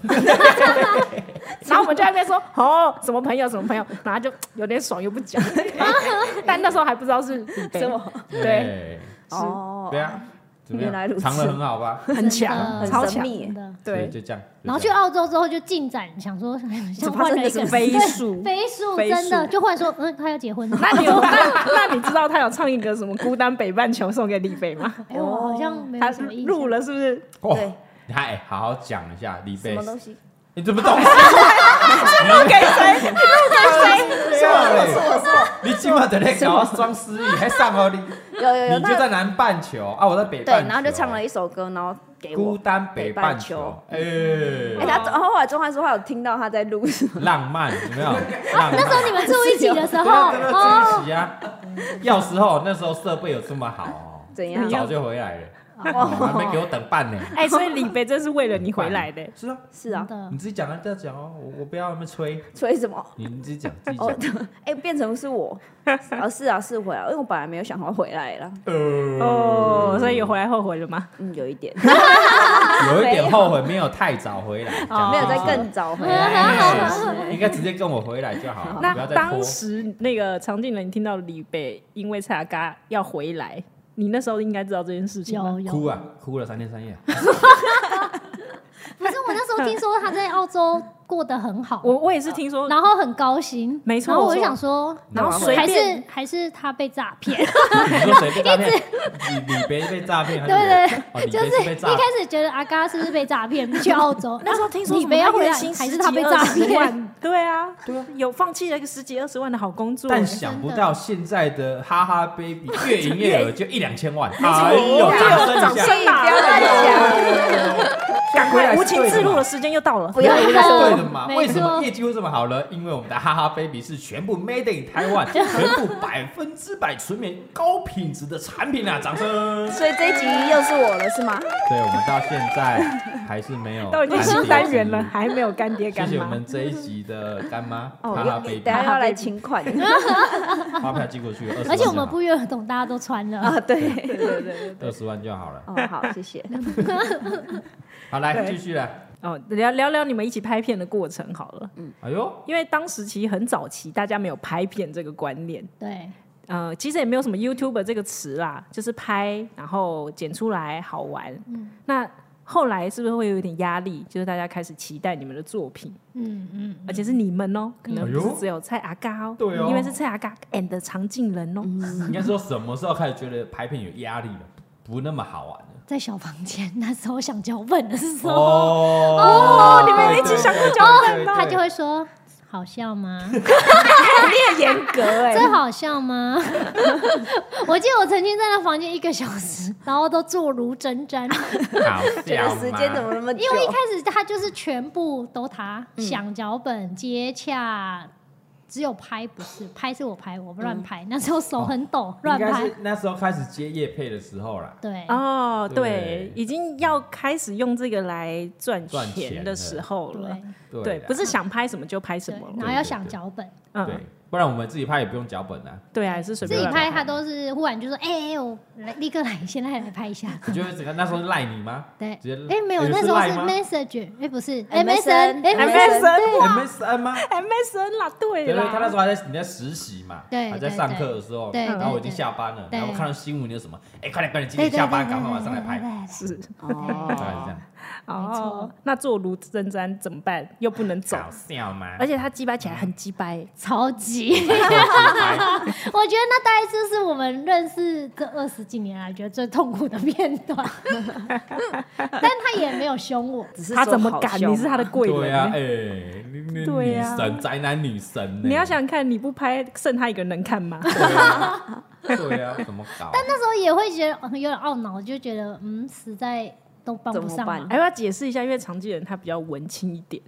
[SPEAKER 2] 然后我们就在那边说哦，什么朋友什么朋友，然后就有点爽又不讲，但那时候还不知道是李贝
[SPEAKER 3] 什么？
[SPEAKER 2] 对，
[SPEAKER 1] 对
[SPEAKER 3] 哦，
[SPEAKER 1] 对啊，怎么
[SPEAKER 3] 原来
[SPEAKER 1] 样？
[SPEAKER 3] 如此
[SPEAKER 1] 藏的很好吧？
[SPEAKER 2] 很
[SPEAKER 4] 真
[SPEAKER 2] 强，
[SPEAKER 4] 的
[SPEAKER 2] 超
[SPEAKER 3] 很神
[SPEAKER 2] 强
[SPEAKER 3] 秘，
[SPEAKER 4] 真的
[SPEAKER 1] 所以
[SPEAKER 2] 对，
[SPEAKER 1] 就这样。
[SPEAKER 4] 然后
[SPEAKER 1] 就
[SPEAKER 4] 去澳洲之后就进展，想说哎想
[SPEAKER 3] 发
[SPEAKER 4] 换
[SPEAKER 3] 生
[SPEAKER 4] 了
[SPEAKER 3] 的
[SPEAKER 4] 一
[SPEAKER 3] 什
[SPEAKER 4] 个
[SPEAKER 3] 么
[SPEAKER 2] 飞
[SPEAKER 4] 对
[SPEAKER 2] 鼠
[SPEAKER 4] 飞鼠
[SPEAKER 2] 飞
[SPEAKER 4] 真的
[SPEAKER 2] 鼠
[SPEAKER 4] 就忽然说嗯，他要结婚了。
[SPEAKER 2] 那你有那那你知道他有唱一个什么《孤单北半球》送给李贝吗？
[SPEAKER 4] 哎，我好像没
[SPEAKER 2] 他
[SPEAKER 4] 有什么印象
[SPEAKER 2] 录。了是不是？ *laughs*
[SPEAKER 1] 这样
[SPEAKER 3] 对
[SPEAKER 1] 哦，哎你还好好讲一下李
[SPEAKER 3] 什
[SPEAKER 1] 贝
[SPEAKER 3] 么，东西？
[SPEAKER 1] 你怎么懂？
[SPEAKER 2] *laughs*
[SPEAKER 1] 是
[SPEAKER 2] 录给谁？ *laughs*
[SPEAKER 1] *laughs* 这样嘞你今晚在那搞我双失忆，还上哦好你，
[SPEAKER 3] 有有有，
[SPEAKER 1] 你就
[SPEAKER 3] 那
[SPEAKER 1] 在南半球啊，我在北
[SPEAKER 3] 对
[SPEAKER 1] 半，球。
[SPEAKER 3] 然后就唱了一首歌，然后给
[SPEAKER 1] 孤
[SPEAKER 3] 我。
[SPEAKER 1] 单北半球，哎，
[SPEAKER 3] 哎，他然后后来钟汉说他有听到他在录什么，
[SPEAKER 1] 浪漫有没有？浪漫
[SPEAKER 4] 那时候你们住一起的时
[SPEAKER 1] *laughs*
[SPEAKER 4] 候，
[SPEAKER 1] 对啊，
[SPEAKER 4] 哦，
[SPEAKER 1] 真的惊喜啊！要时候那时候设备有这么好哦，
[SPEAKER 3] 怎样
[SPEAKER 1] 早就回来了，哦还没给我等半年。
[SPEAKER 2] 哎，所以李贝真是为了你回来的。
[SPEAKER 1] *laughs* 是啊，
[SPEAKER 3] 是啊
[SPEAKER 4] 哦真，的
[SPEAKER 1] 你自己讲啊，这样讲哦，我我不要那么吹，
[SPEAKER 3] 吹什么？
[SPEAKER 1] 你你自己讲，自己
[SPEAKER 3] 哦
[SPEAKER 1] 讲。，
[SPEAKER 3] *laughs* 哎，变成是我，哦，是啊，是回来，因为我本来没有想要回来了，
[SPEAKER 1] 呃嗯
[SPEAKER 2] 哦，所以有回来后悔了吗？
[SPEAKER 3] 嗯，有
[SPEAKER 1] *laughs*
[SPEAKER 3] 一点，
[SPEAKER 1] 有一点后悔没有太早回来，讲
[SPEAKER 3] 哦没有
[SPEAKER 1] 清
[SPEAKER 3] 再
[SPEAKER 1] 楚
[SPEAKER 3] 更早
[SPEAKER 1] *laughs*
[SPEAKER 3] 回
[SPEAKER 1] 哎
[SPEAKER 3] 来。
[SPEAKER 1] 应该直接跟我回来就好了，不
[SPEAKER 2] 那
[SPEAKER 1] 要再拖
[SPEAKER 2] 当。时那个常进人，你听到李贝因为蔡阿嘎要回来，你那时候应该知道这件事情吧
[SPEAKER 4] 有？有
[SPEAKER 1] 哭，啊，哭了三天三夜。
[SPEAKER 4] 不是我那时候听说他在澳洲过得很好，
[SPEAKER 2] 我我也是听说，
[SPEAKER 4] 然后很高兴，
[SPEAKER 2] 没错
[SPEAKER 4] 然后我就想说，
[SPEAKER 2] 然
[SPEAKER 1] 啊
[SPEAKER 2] 后随
[SPEAKER 4] 还
[SPEAKER 2] 便
[SPEAKER 4] 是还是他被诈
[SPEAKER 2] *laughs*？
[SPEAKER 4] 骗，
[SPEAKER 1] 你说谁被诈骗？李李别被诈骗还是
[SPEAKER 4] 对对
[SPEAKER 1] 我？哦，李
[SPEAKER 4] 就
[SPEAKER 1] 别
[SPEAKER 4] 是
[SPEAKER 1] 是被
[SPEAKER 4] 一
[SPEAKER 1] 诈骗。
[SPEAKER 4] 开始觉得阿嘎是不是被诈骗去澳洲
[SPEAKER 2] 那时候听说
[SPEAKER 4] 你没有回来，
[SPEAKER 2] 薪
[SPEAKER 4] 还
[SPEAKER 2] 十
[SPEAKER 4] 是
[SPEAKER 2] 几
[SPEAKER 4] 他被诈
[SPEAKER 2] 二十
[SPEAKER 4] 骗？
[SPEAKER 2] 万？
[SPEAKER 1] *laughs*
[SPEAKER 2] 对啊，对啊，有放弃了一个十几二十万的好工作，欸
[SPEAKER 1] 但想不到现在的哈哈 baby 月营业额就一两千万，哎呦，
[SPEAKER 2] 对
[SPEAKER 1] 掌声
[SPEAKER 2] 掌
[SPEAKER 1] 一下！
[SPEAKER 2] 声打
[SPEAKER 3] 不要乱
[SPEAKER 2] 赶
[SPEAKER 1] 回来
[SPEAKER 2] 快
[SPEAKER 1] 是
[SPEAKER 2] 无情
[SPEAKER 1] 对的
[SPEAKER 2] 自入
[SPEAKER 1] 嘛
[SPEAKER 2] 的时间又到了，
[SPEAKER 3] 不要
[SPEAKER 1] 对
[SPEAKER 3] 乱讲
[SPEAKER 1] 对的嘛？
[SPEAKER 4] 没错
[SPEAKER 1] 为什么业绩会这么好呢？因为我们的哈哈 baby 是全部 made in 台湾，全部百分之百纯棉高品质的产品啊！掌声。
[SPEAKER 3] *laughs*
[SPEAKER 1] *laughs*
[SPEAKER 3] 所以这一集又是我了，是吗？
[SPEAKER 1] 对，我们到现在还是没有
[SPEAKER 2] 都已经新单元了，
[SPEAKER 1] 干爹
[SPEAKER 2] 还没有干爹干
[SPEAKER 1] 之一。谢谢我
[SPEAKER 2] 妈。
[SPEAKER 1] 们这一集的干妈
[SPEAKER 2] 哦
[SPEAKER 1] 哈哈
[SPEAKER 3] 有你
[SPEAKER 1] baby，
[SPEAKER 3] 等下要来请
[SPEAKER 1] *laughs*
[SPEAKER 3] 款
[SPEAKER 1] 发票寄过去，20万就好
[SPEAKER 4] 而且我们不约而同，大家都
[SPEAKER 2] *laughs*
[SPEAKER 4] 穿了。
[SPEAKER 3] 啊！对，
[SPEAKER 2] 对对对对对。
[SPEAKER 1] 二十万就好了。
[SPEAKER 3] 哦，好，
[SPEAKER 2] *laughs*
[SPEAKER 3] 谢谢。
[SPEAKER 1] 好，来
[SPEAKER 2] 对
[SPEAKER 1] 继续来。
[SPEAKER 2] 哦，聊聊聊你们一起拍片的过程好了，
[SPEAKER 1] 哎呦，
[SPEAKER 2] 因为当时其实很早期，大家没有拍片这个观念。
[SPEAKER 4] 对，
[SPEAKER 2] 呃，其实也没有什么 YouTuber 这个词啦，就是拍然后剪出来好玩。
[SPEAKER 4] 嗯
[SPEAKER 2] 那后来是不是会有一点压力？就是大家开始期待你们的作品，
[SPEAKER 4] 嗯嗯，
[SPEAKER 2] 而且是你们哦，可能
[SPEAKER 1] 哎
[SPEAKER 2] 不
[SPEAKER 1] 呦
[SPEAKER 2] 是只有蔡阿嘎哦，
[SPEAKER 1] 对哦
[SPEAKER 2] 因为是蔡阿嘎 and 常静人哦。
[SPEAKER 1] 应该说什么时候开始觉得拍片有压力了，不那么好玩了？
[SPEAKER 4] 在小房间那时候想脚本的时候，
[SPEAKER 1] 哦
[SPEAKER 2] 你们一起想过脚本
[SPEAKER 1] 吗
[SPEAKER 4] 他就会说：“好笑吗？
[SPEAKER 2] 你很严格哎、
[SPEAKER 4] 这好
[SPEAKER 2] *laughs*
[SPEAKER 4] 笑吗？”我记得我曾经在那房间一个小时，然后都坐如针毡，
[SPEAKER 1] 好
[SPEAKER 3] 觉得
[SPEAKER 1] 笑
[SPEAKER 3] 时间怎
[SPEAKER 1] 吗
[SPEAKER 3] 么那么久
[SPEAKER 4] 因？为一开始他就是全部都他、想脚本接洽。只有拍不是拍是我拍，我不乱拍。那时候手很抖，
[SPEAKER 1] 应
[SPEAKER 4] 乱
[SPEAKER 1] 该
[SPEAKER 4] 拍
[SPEAKER 1] 是。那时候开始接叶配的时候啦。
[SPEAKER 4] 对，
[SPEAKER 2] 哦，对
[SPEAKER 1] 对，
[SPEAKER 2] 已经要开始用这个来赚
[SPEAKER 1] 赚
[SPEAKER 2] 钱
[SPEAKER 1] 钱
[SPEAKER 2] 的
[SPEAKER 1] 了
[SPEAKER 2] 时候了
[SPEAKER 4] 对。
[SPEAKER 2] 对，
[SPEAKER 1] 啦
[SPEAKER 2] 不是想拍什么就拍什
[SPEAKER 4] 对
[SPEAKER 2] 么，
[SPEAKER 4] 然
[SPEAKER 2] 了。
[SPEAKER 4] 后要想脚本，
[SPEAKER 1] 对
[SPEAKER 2] 嗯，，
[SPEAKER 1] 不然我们自己拍也不用脚本啊。
[SPEAKER 2] 对啊，还是随
[SPEAKER 4] 自
[SPEAKER 2] 便
[SPEAKER 4] 己
[SPEAKER 2] 乱
[SPEAKER 4] 拍他都是忽然就说：“哎、哎我来立刻来，现在来拍一下。
[SPEAKER 1] 你觉得整个那时候是赖你吗？
[SPEAKER 4] 对
[SPEAKER 1] 直接”
[SPEAKER 4] 哎、没有，
[SPEAKER 1] 你
[SPEAKER 4] 那时候是
[SPEAKER 1] 赖吗
[SPEAKER 4] message，哎、不是
[SPEAKER 3] MSN
[SPEAKER 4] MSN，
[SPEAKER 2] MSN
[SPEAKER 1] MSN 吗？
[SPEAKER 2] MSN 啦，
[SPEAKER 1] 对
[SPEAKER 2] 对
[SPEAKER 1] 对，
[SPEAKER 2] 啦，
[SPEAKER 1] 他那时候还在你在实习嘛，
[SPEAKER 4] 对
[SPEAKER 1] 还在
[SPEAKER 4] 对
[SPEAKER 1] 上
[SPEAKER 4] 对
[SPEAKER 1] 课的时候，
[SPEAKER 4] 对
[SPEAKER 1] 然
[SPEAKER 4] 对
[SPEAKER 1] 后我已经
[SPEAKER 4] 对
[SPEAKER 1] 下班了，
[SPEAKER 4] 对
[SPEAKER 1] 然后我看到新闻有什么，哎，快点快点，今
[SPEAKER 4] 对
[SPEAKER 1] 天
[SPEAKER 4] 对
[SPEAKER 1] 下
[SPEAKER 4] 对
[SPEAKER 1] 班，
[SPEAKER 4] 对，
[SPEAKER 1] 赶快晚上来拍，
[SPEAKER 4] 对，
[SPEAKER 2] 是
[SPEAKER 1] 大概是这
[SPEAKER 3] 哦
[SPEAKER 1] 样，，
[SPEAKER 4] 没
[SPEAKER 2] 哦
[SPEAKER 4] 错，
[SPEAKER 2] 那坐如针毡怎么办？又不能走，
[SPEAKER 1] 搞笑吗？ *laughs*
[SPEAKER 2] 而且他鸡掰起来很鸡掰，
[SPEAKER 4] 超级。
[SPEAKER 1] 且
[SPEAKER 4] *laughs* 我觉得那大概就是我们认识这二十几年来觉得最痛苦的片段，但他也没有凶我，
[SPEAKER 3] 只
[SPEAKER 2] *laughs*
[SPEAKER 3] 是
[SPEAKER 2] 他
[SPEAKER 3] 说
[SPEAKER 2] 怎么
[SPEAKER 3] 好
[SPEAKER 2] 敢？
[SPEAKER 3] 笑
[SPEAKER 2] 你是他的
[SPEAKER 3] 嘛
[SPEAKER 2] 贵
[SPEAKER 1] 对呀，
[SPEAKER 2] 人欸。
[SPEAKER 1] 哎，你你
[SPEAKER 2] 对
[SPEAKER 1] 女
[SPEAKER 2] 呀
[SPEAKER 1] 神宅男女神呢，
[SPEAKER 2] 你要想看，你不拍，剩他一个人能
[SPEAKER 1] *laughs*
[SPEAKER 2] 看吗？
[SPEAKER 1] 对啊，对呀，怎么搞？
[SPEAKER 4] 那时候也会觉得嗯有点懊恼，就觉得嗯，实在都帮不
[SPEAKER 3] 怎
[SPEAKER 4] 上
[SPEAKER 3] 么办
[SPEAKER 4] 忙。
[SPEAKER 2] 还要解释一下，因为常继人他比较文青一点，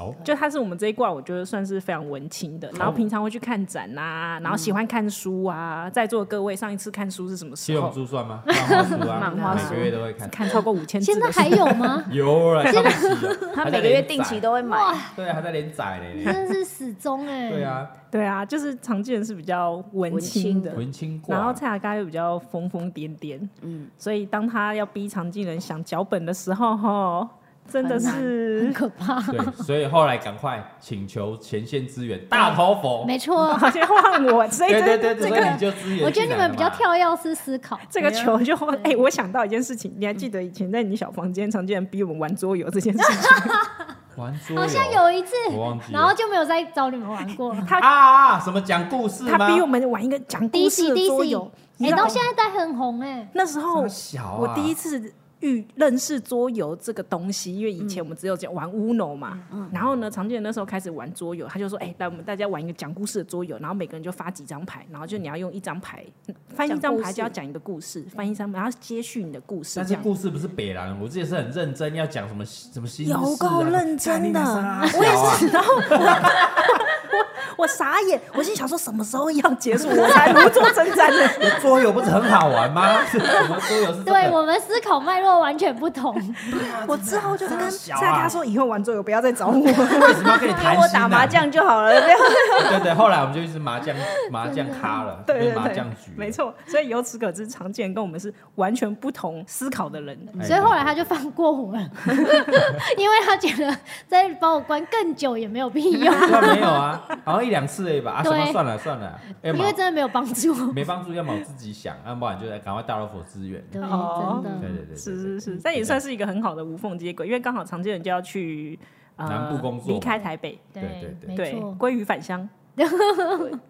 [SPEAKER 1] 哦，
[SPEAKER 2] 就他是我们这一挂，我觉得算是非常文青的。然后平常会去看展啊，然后喜欢看书啊。在座各位，上一次看书是什么
[SPEAKER 1] 七
[SPEAKER 2] 时
[SPEAKER 1] 龙
[SPEAKER 2] 候？
[SPEAKER 1] 珠算吗？漫画书啊，
[SPEAKER 3] 漫画
[SPEAKER 1] 每
[SPEAKER 3] 书
[SPEAKER 1] 个月都会看，？
[SPEAKER 2] 看超过五千字
[SPEAKER 4] 现
[SPEAKER 2] 的
[SPEAKER 4] 在
[SPEAKER 2] 书。
[SPEAKER 4] 还有吗
[SPEAKER 1] *laughs* 有了，看不起了
[SPEAKER 3] 他
[SPEAKER 1] 还
[SPEAKER 3] 每
[SPEAKER 1] 在
[SPEAKER 3] 个月
[SPEAKER 1] 连
[SPEAKER 3] 定期
[SPEAKER 1] 载
[SPEAKER 3] 都会买，
[SPEAKER 1] 对啊，还在连载嘞，
[SPEAKER 4] 真的是始终哎、
[SPEAKER 1] 对，啊，
[SPEAKER 2] *laughs* 对啊，就是常继人是比较文
[SPEAKER 3] 文
[SPEAKER 2] 青
[SPEAKER 3] 青
[SPEAKER 2] 的。
[SPEAKER 1] 文青挂，
[SPEAKER 2] 然后蔡雅刚又比较疯疯癫癫，
[SPEAKER 3] 嗯，
[SPEAKER 2] 所以当他要逼常进人想脚本的时候，吼，真的是
[SPEAKER 4] 很可怕，
[SPEAKER 1] 对，所以后来赶快请求前线支援，大头佛，
[SPEAKER 4] *laughs*
[SPEAKER 1] *laughs*
[SPEAKER 4] 没错。
[SPEAKER 2] 好像换我，所以
[SPEAKER 1] 对对
[SPEAKER 2] 哎
[SPEAKER 1] 对，对
[SPEAKER 2] 这这
[SPEAKER 1] 所以
[SPEAKER 2] 个
[SPEAKER 1] 你就支援。
[SPEAKER 4] 我觉得你们比较，跳跃式思
[SPEAKER 1] *laughs*
[SPEAKER 4] 考，
[SPEAKER 2] 这个球就哎，我想到一件事情，你还记得以前在你小房间，常进人逼我们玩桌游这件事情，
[SPEAKER 1] 玩桌游
[SPEAKER 4] 好像有一次
[SPEAKER 1] 啊我忘记，了
[SPEAKER 4] 然后就没有再找你们玩过了。
[SPEAKER 1] 啊啊，什么讲故
[SPEAKER 4] 嗯
[SPEAKER 1] 事吗？
[SPEAKER 2] 他逼我们玩一个讲故事
[SPEAKER 4] DC
[SPEAKER 2] 的桌游，你
[SPEAKER 4] 哎、
[SPEAKER 2] 知道
[SPEAKER 4] 到现在在很红哎、
[SPEAKER 2] 那时候
[SPEAKER 1] 好小啊，
[SPEAKER 2] 我第一次遇认识桌游这个东西，因为以
[SPEAKER 1] 嗯
[SPEAKER 2] 前我们只有讲玩 Uno 嘛，然后呢，常见人那时候开始玩桌游，他就说：“哎、来我们大家玩一个讲故事的桌游，然后每个人就发几张牌，然后就你要用一张牌翻一张牌就要讲一个故事，翻一张牌然后接续你的故
[SPEAKER 1] 嗯
[SPEAKER 2] 事，
[SPEAKER 1] 但
[SPEAKER 2] 这
[SPEAKER 1] 是
[SPEAKER 2] 样。”
[SPEAKER 1] 故事不是北兰，我这也是很认真要讲什么什么心事啊，
[SPEAKER 2] 有够认真的，
[SPEAKER 1] 我也是， *laughs*
[SPEAKER 2] 我傻眼，我心想说什么时候要结束，我才如坐针毡
[SPEAKER 1] *laughs*
[SPEAKER 2] 呢。
[SPEAKER 1] 桌游不是很好玩吗？ *laughs* 是什么桌游是这
[SPEAKER 4] 对
[SPEAKER 1] 个？
[SPEAKER 4] 我们思考脉络完全不同，
[SPEAKER 2] 我之后就跟蔡
[SPEAKER 1] 小啊
[SPEAKER 2] 他说，以后玩桌游不要再找我。
[SPEAKER 1] 为什么要跟你谈心
[SPEAKER 3] 陪我
[SPEAKER 1] 啊
[SPEAKER 3] 打麻，将就好了，不要
[SPEAKER 1] 对对，后来我们就一直麻将麻将咖了，
[SPEAKER 2] 对对
[SPEAKER 1] 变麻
[SPEAKER 2] 对
[SPEAKER 1] 将局，，
[SPEAKER 2] 没。错。所以由此可知，常见跟我们是完全不同思考的人。
[SPEAKER 1] 哎
[SPEAKER 4] 所以后来他就放过我了， *laughs* 因为他觉得再把我关更久也没有必要，
[SPEAKER 1] 对啊没有啊，好像一两次而已吧，啊，什么
[SPEAKER 4] 对
[SPEAKER 1] 算了算了，哎
[SPEAKER 4] 因
[SPEAKER 1] 嘛
[SPEAKER 4] 为真的没有帮助。
[SPEAKER 1] 没帮助，要么我自己想，要不然就赶快大老虎支援。
[SPEAKER 4] 对，
[SPEAKER 2] 哦
[SPEAKER 4] 真
[SPEAKER 1] 对对
[SPEAKER 4] 的。
[SPEAKER 1] 对对，嗯
[SPEAKER 2] 是
[SPEAKER 1] 对
[SPEAKER 2] 是是，但也算是一个很好的无缝接轨，因为刚好常见人就要去、呃、
[SPEAKER 1] 南部工作
[SPEAKER 2] 离开台北，
[SPEAKER 1] 对对对
[SPEAKER 2] 对
[SPEAKER 4] 没，错，
[SPEAKER 2] 归于返
[SPEAKER 4] *laughs*
[SPEAKER 2] 乡。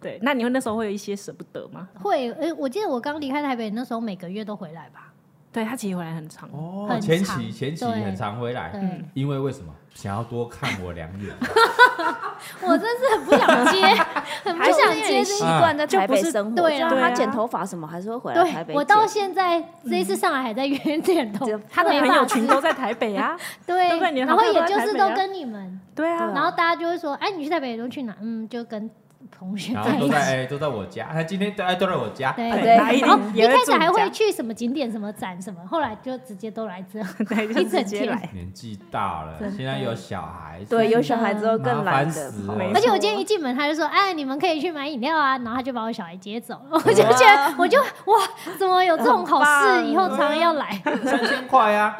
[SPEAKER 2] 对，那你会那时候会有一些舍不得吗？
[SPEAKER 4] 会。呃，我记得我刚离开台北那时候，每个月都回来吧。
[SPEAKER 2] 对他其实回来很长，
[SPEAKER 1] 哦，
[SPEAKER 4] 很
[SPEAKER 1] 前
[SPEAKER 4] 长
[SPEAKER 1] 期前期
[SPEAKER 4] 对
[SPEAKER 1] 很常回
[SPEAKER 4] 对
[SPEAKER 1] 来，，因为为什么想要多看我两
[SPEAKER 2] *laughs*
[SPEAKER 1] 眼？
[SPEAKER 4] 我真是很不想
[SPEAKER 1] *laughs*
[SPEAKER 4] 接，很不
[SPEAKER 3] 还
[SPEAKER 4] 想
[SPEAKER 3] 是因为
[SPEAKER 4] 接
[SPEAKER 3] 你
[SPEAKER 4] 这
[SPEAKER 3] 习
[SPEAKER 4] 一。
[SPEAKER 3] 惯在
[SPEAKER 2] 就
[SPEAKER 3] 台
[SPEAKER 2] 不
[SPEAKER 3] 北
[SPEAKER 2] 是
[SPEAKER 3] 生活，
[SPEAKER 4] 对
[SPEAKER 3] 嗯就
[SPEAKER 4] 啊
[SPEAKER 3] 他剪头发什么还是会回来台北
[SPEAKER 4] 对
[SPEAKER 3] 剪。
[SPEAKER 4] 我到现在这一次上来还
[SPEAKER 3] *laughs*
[SPEAKER 4] 在约点头
[SPEAKER 3] 就，
[SPEAKER 2] 他的
[SPEAKER 4] 没
[SPEAKER 2] 朋
[SPEAKER 4] 办
[SPEAKER 2] 友
[SPEAKER 4] 法
[SPEAKER 2] 群都在台北
[SPEAKER 4] *laughs*
[SPEAKER 2] 啊。对不对
[SPEAKER 4] 对，
[SPEAKER 2] 你的
[SPEAKER 4] 然后
[SPEAKER 2] 好朋友
[SPEAKER 4] 也
[SPEAKER 2] 都在
[SPEAKER 4] 就
[SPEAKER 2] 台
[SPEAKER 4] 是
[SPEAKER 2] 北
[SPEAKER 4] 都
[SPEAKER 2] 啊
[SPEAKER 4] 跟你们，
[SPEAKER 2] 对啊，
[SPEAKER 4] 然后大家就会说，哎，你去台北都去哪？嗯，就跟同学
[SPEAKER 1] 然
[SPEAKER 4] 在
[SPEAKER 1] 后
[SPEAKER 4] 一
[SPEAKER 1] 都
[SPEAKER 4] 起
[SPEAKER 1] 在。哎都在我家，他今天都哎都在我家，
[SPEAKER 4] 对
[SPEAKER 3] 对
[SPEAKER 2] 来一
[SPEAKER 4] 然后
[SPEAKER 2] 定
[SPEAKER 4] 一
[SPEAKER 2] 也会
[SPEAKER 4] 开始
[SPEAKER 2] 住
[SPEAKER 4] 还
[SPEAKER 2] 家
[SPEAKER 4] 会去什么景点、什么展什么，后来就直接都来
[SPEAKER 2] *laughs*
[SPEAKER 4] 这，
[SPEAKER 2] *laughs* 对，就
[SPEAKER 4] 一整
[SPEAKER 2] 直接
[SPEAKER 4] 天
[SPEAKER 2] 来。
[SPEAKER 1] 年纪大了，
[SPEAKER 4] 真的
[SPEAKER 1] 现在有小孩，
[SPEAKER 3] 对，
[SPEAKER 4] 真的
[SPEAKER 3] 有小孩之后
[SPEAKER 1] 麻烦
[SPEAKER 3] 更懒
[SPEAKER 1] 死
[SPEAKER 3] 得
[SPEAKER 1] 了
[SPEAKER 3] 跑。
[SPEAKER 1] 没
[SPEAKER 4] 而且我今
[SPEAKER 2] 哦
[SPEAKER 4] 天一进门，他就说：“哎，你们可以去买饮料啊。”然后他就把我小孩接走了，我就觉
[SPEAKER 2] 啊
[SPEAKER 4] 得，我就哇，怎么有这种好事？
[SPEAKER 3] 很棒
[SPEAKER 4] 以后常常要来。
[SPEAKER 2] 嗯
[SPEAKER 1] 三千块
[SPEAKER 2] *laughs*
[SPEAKER 1] 啊，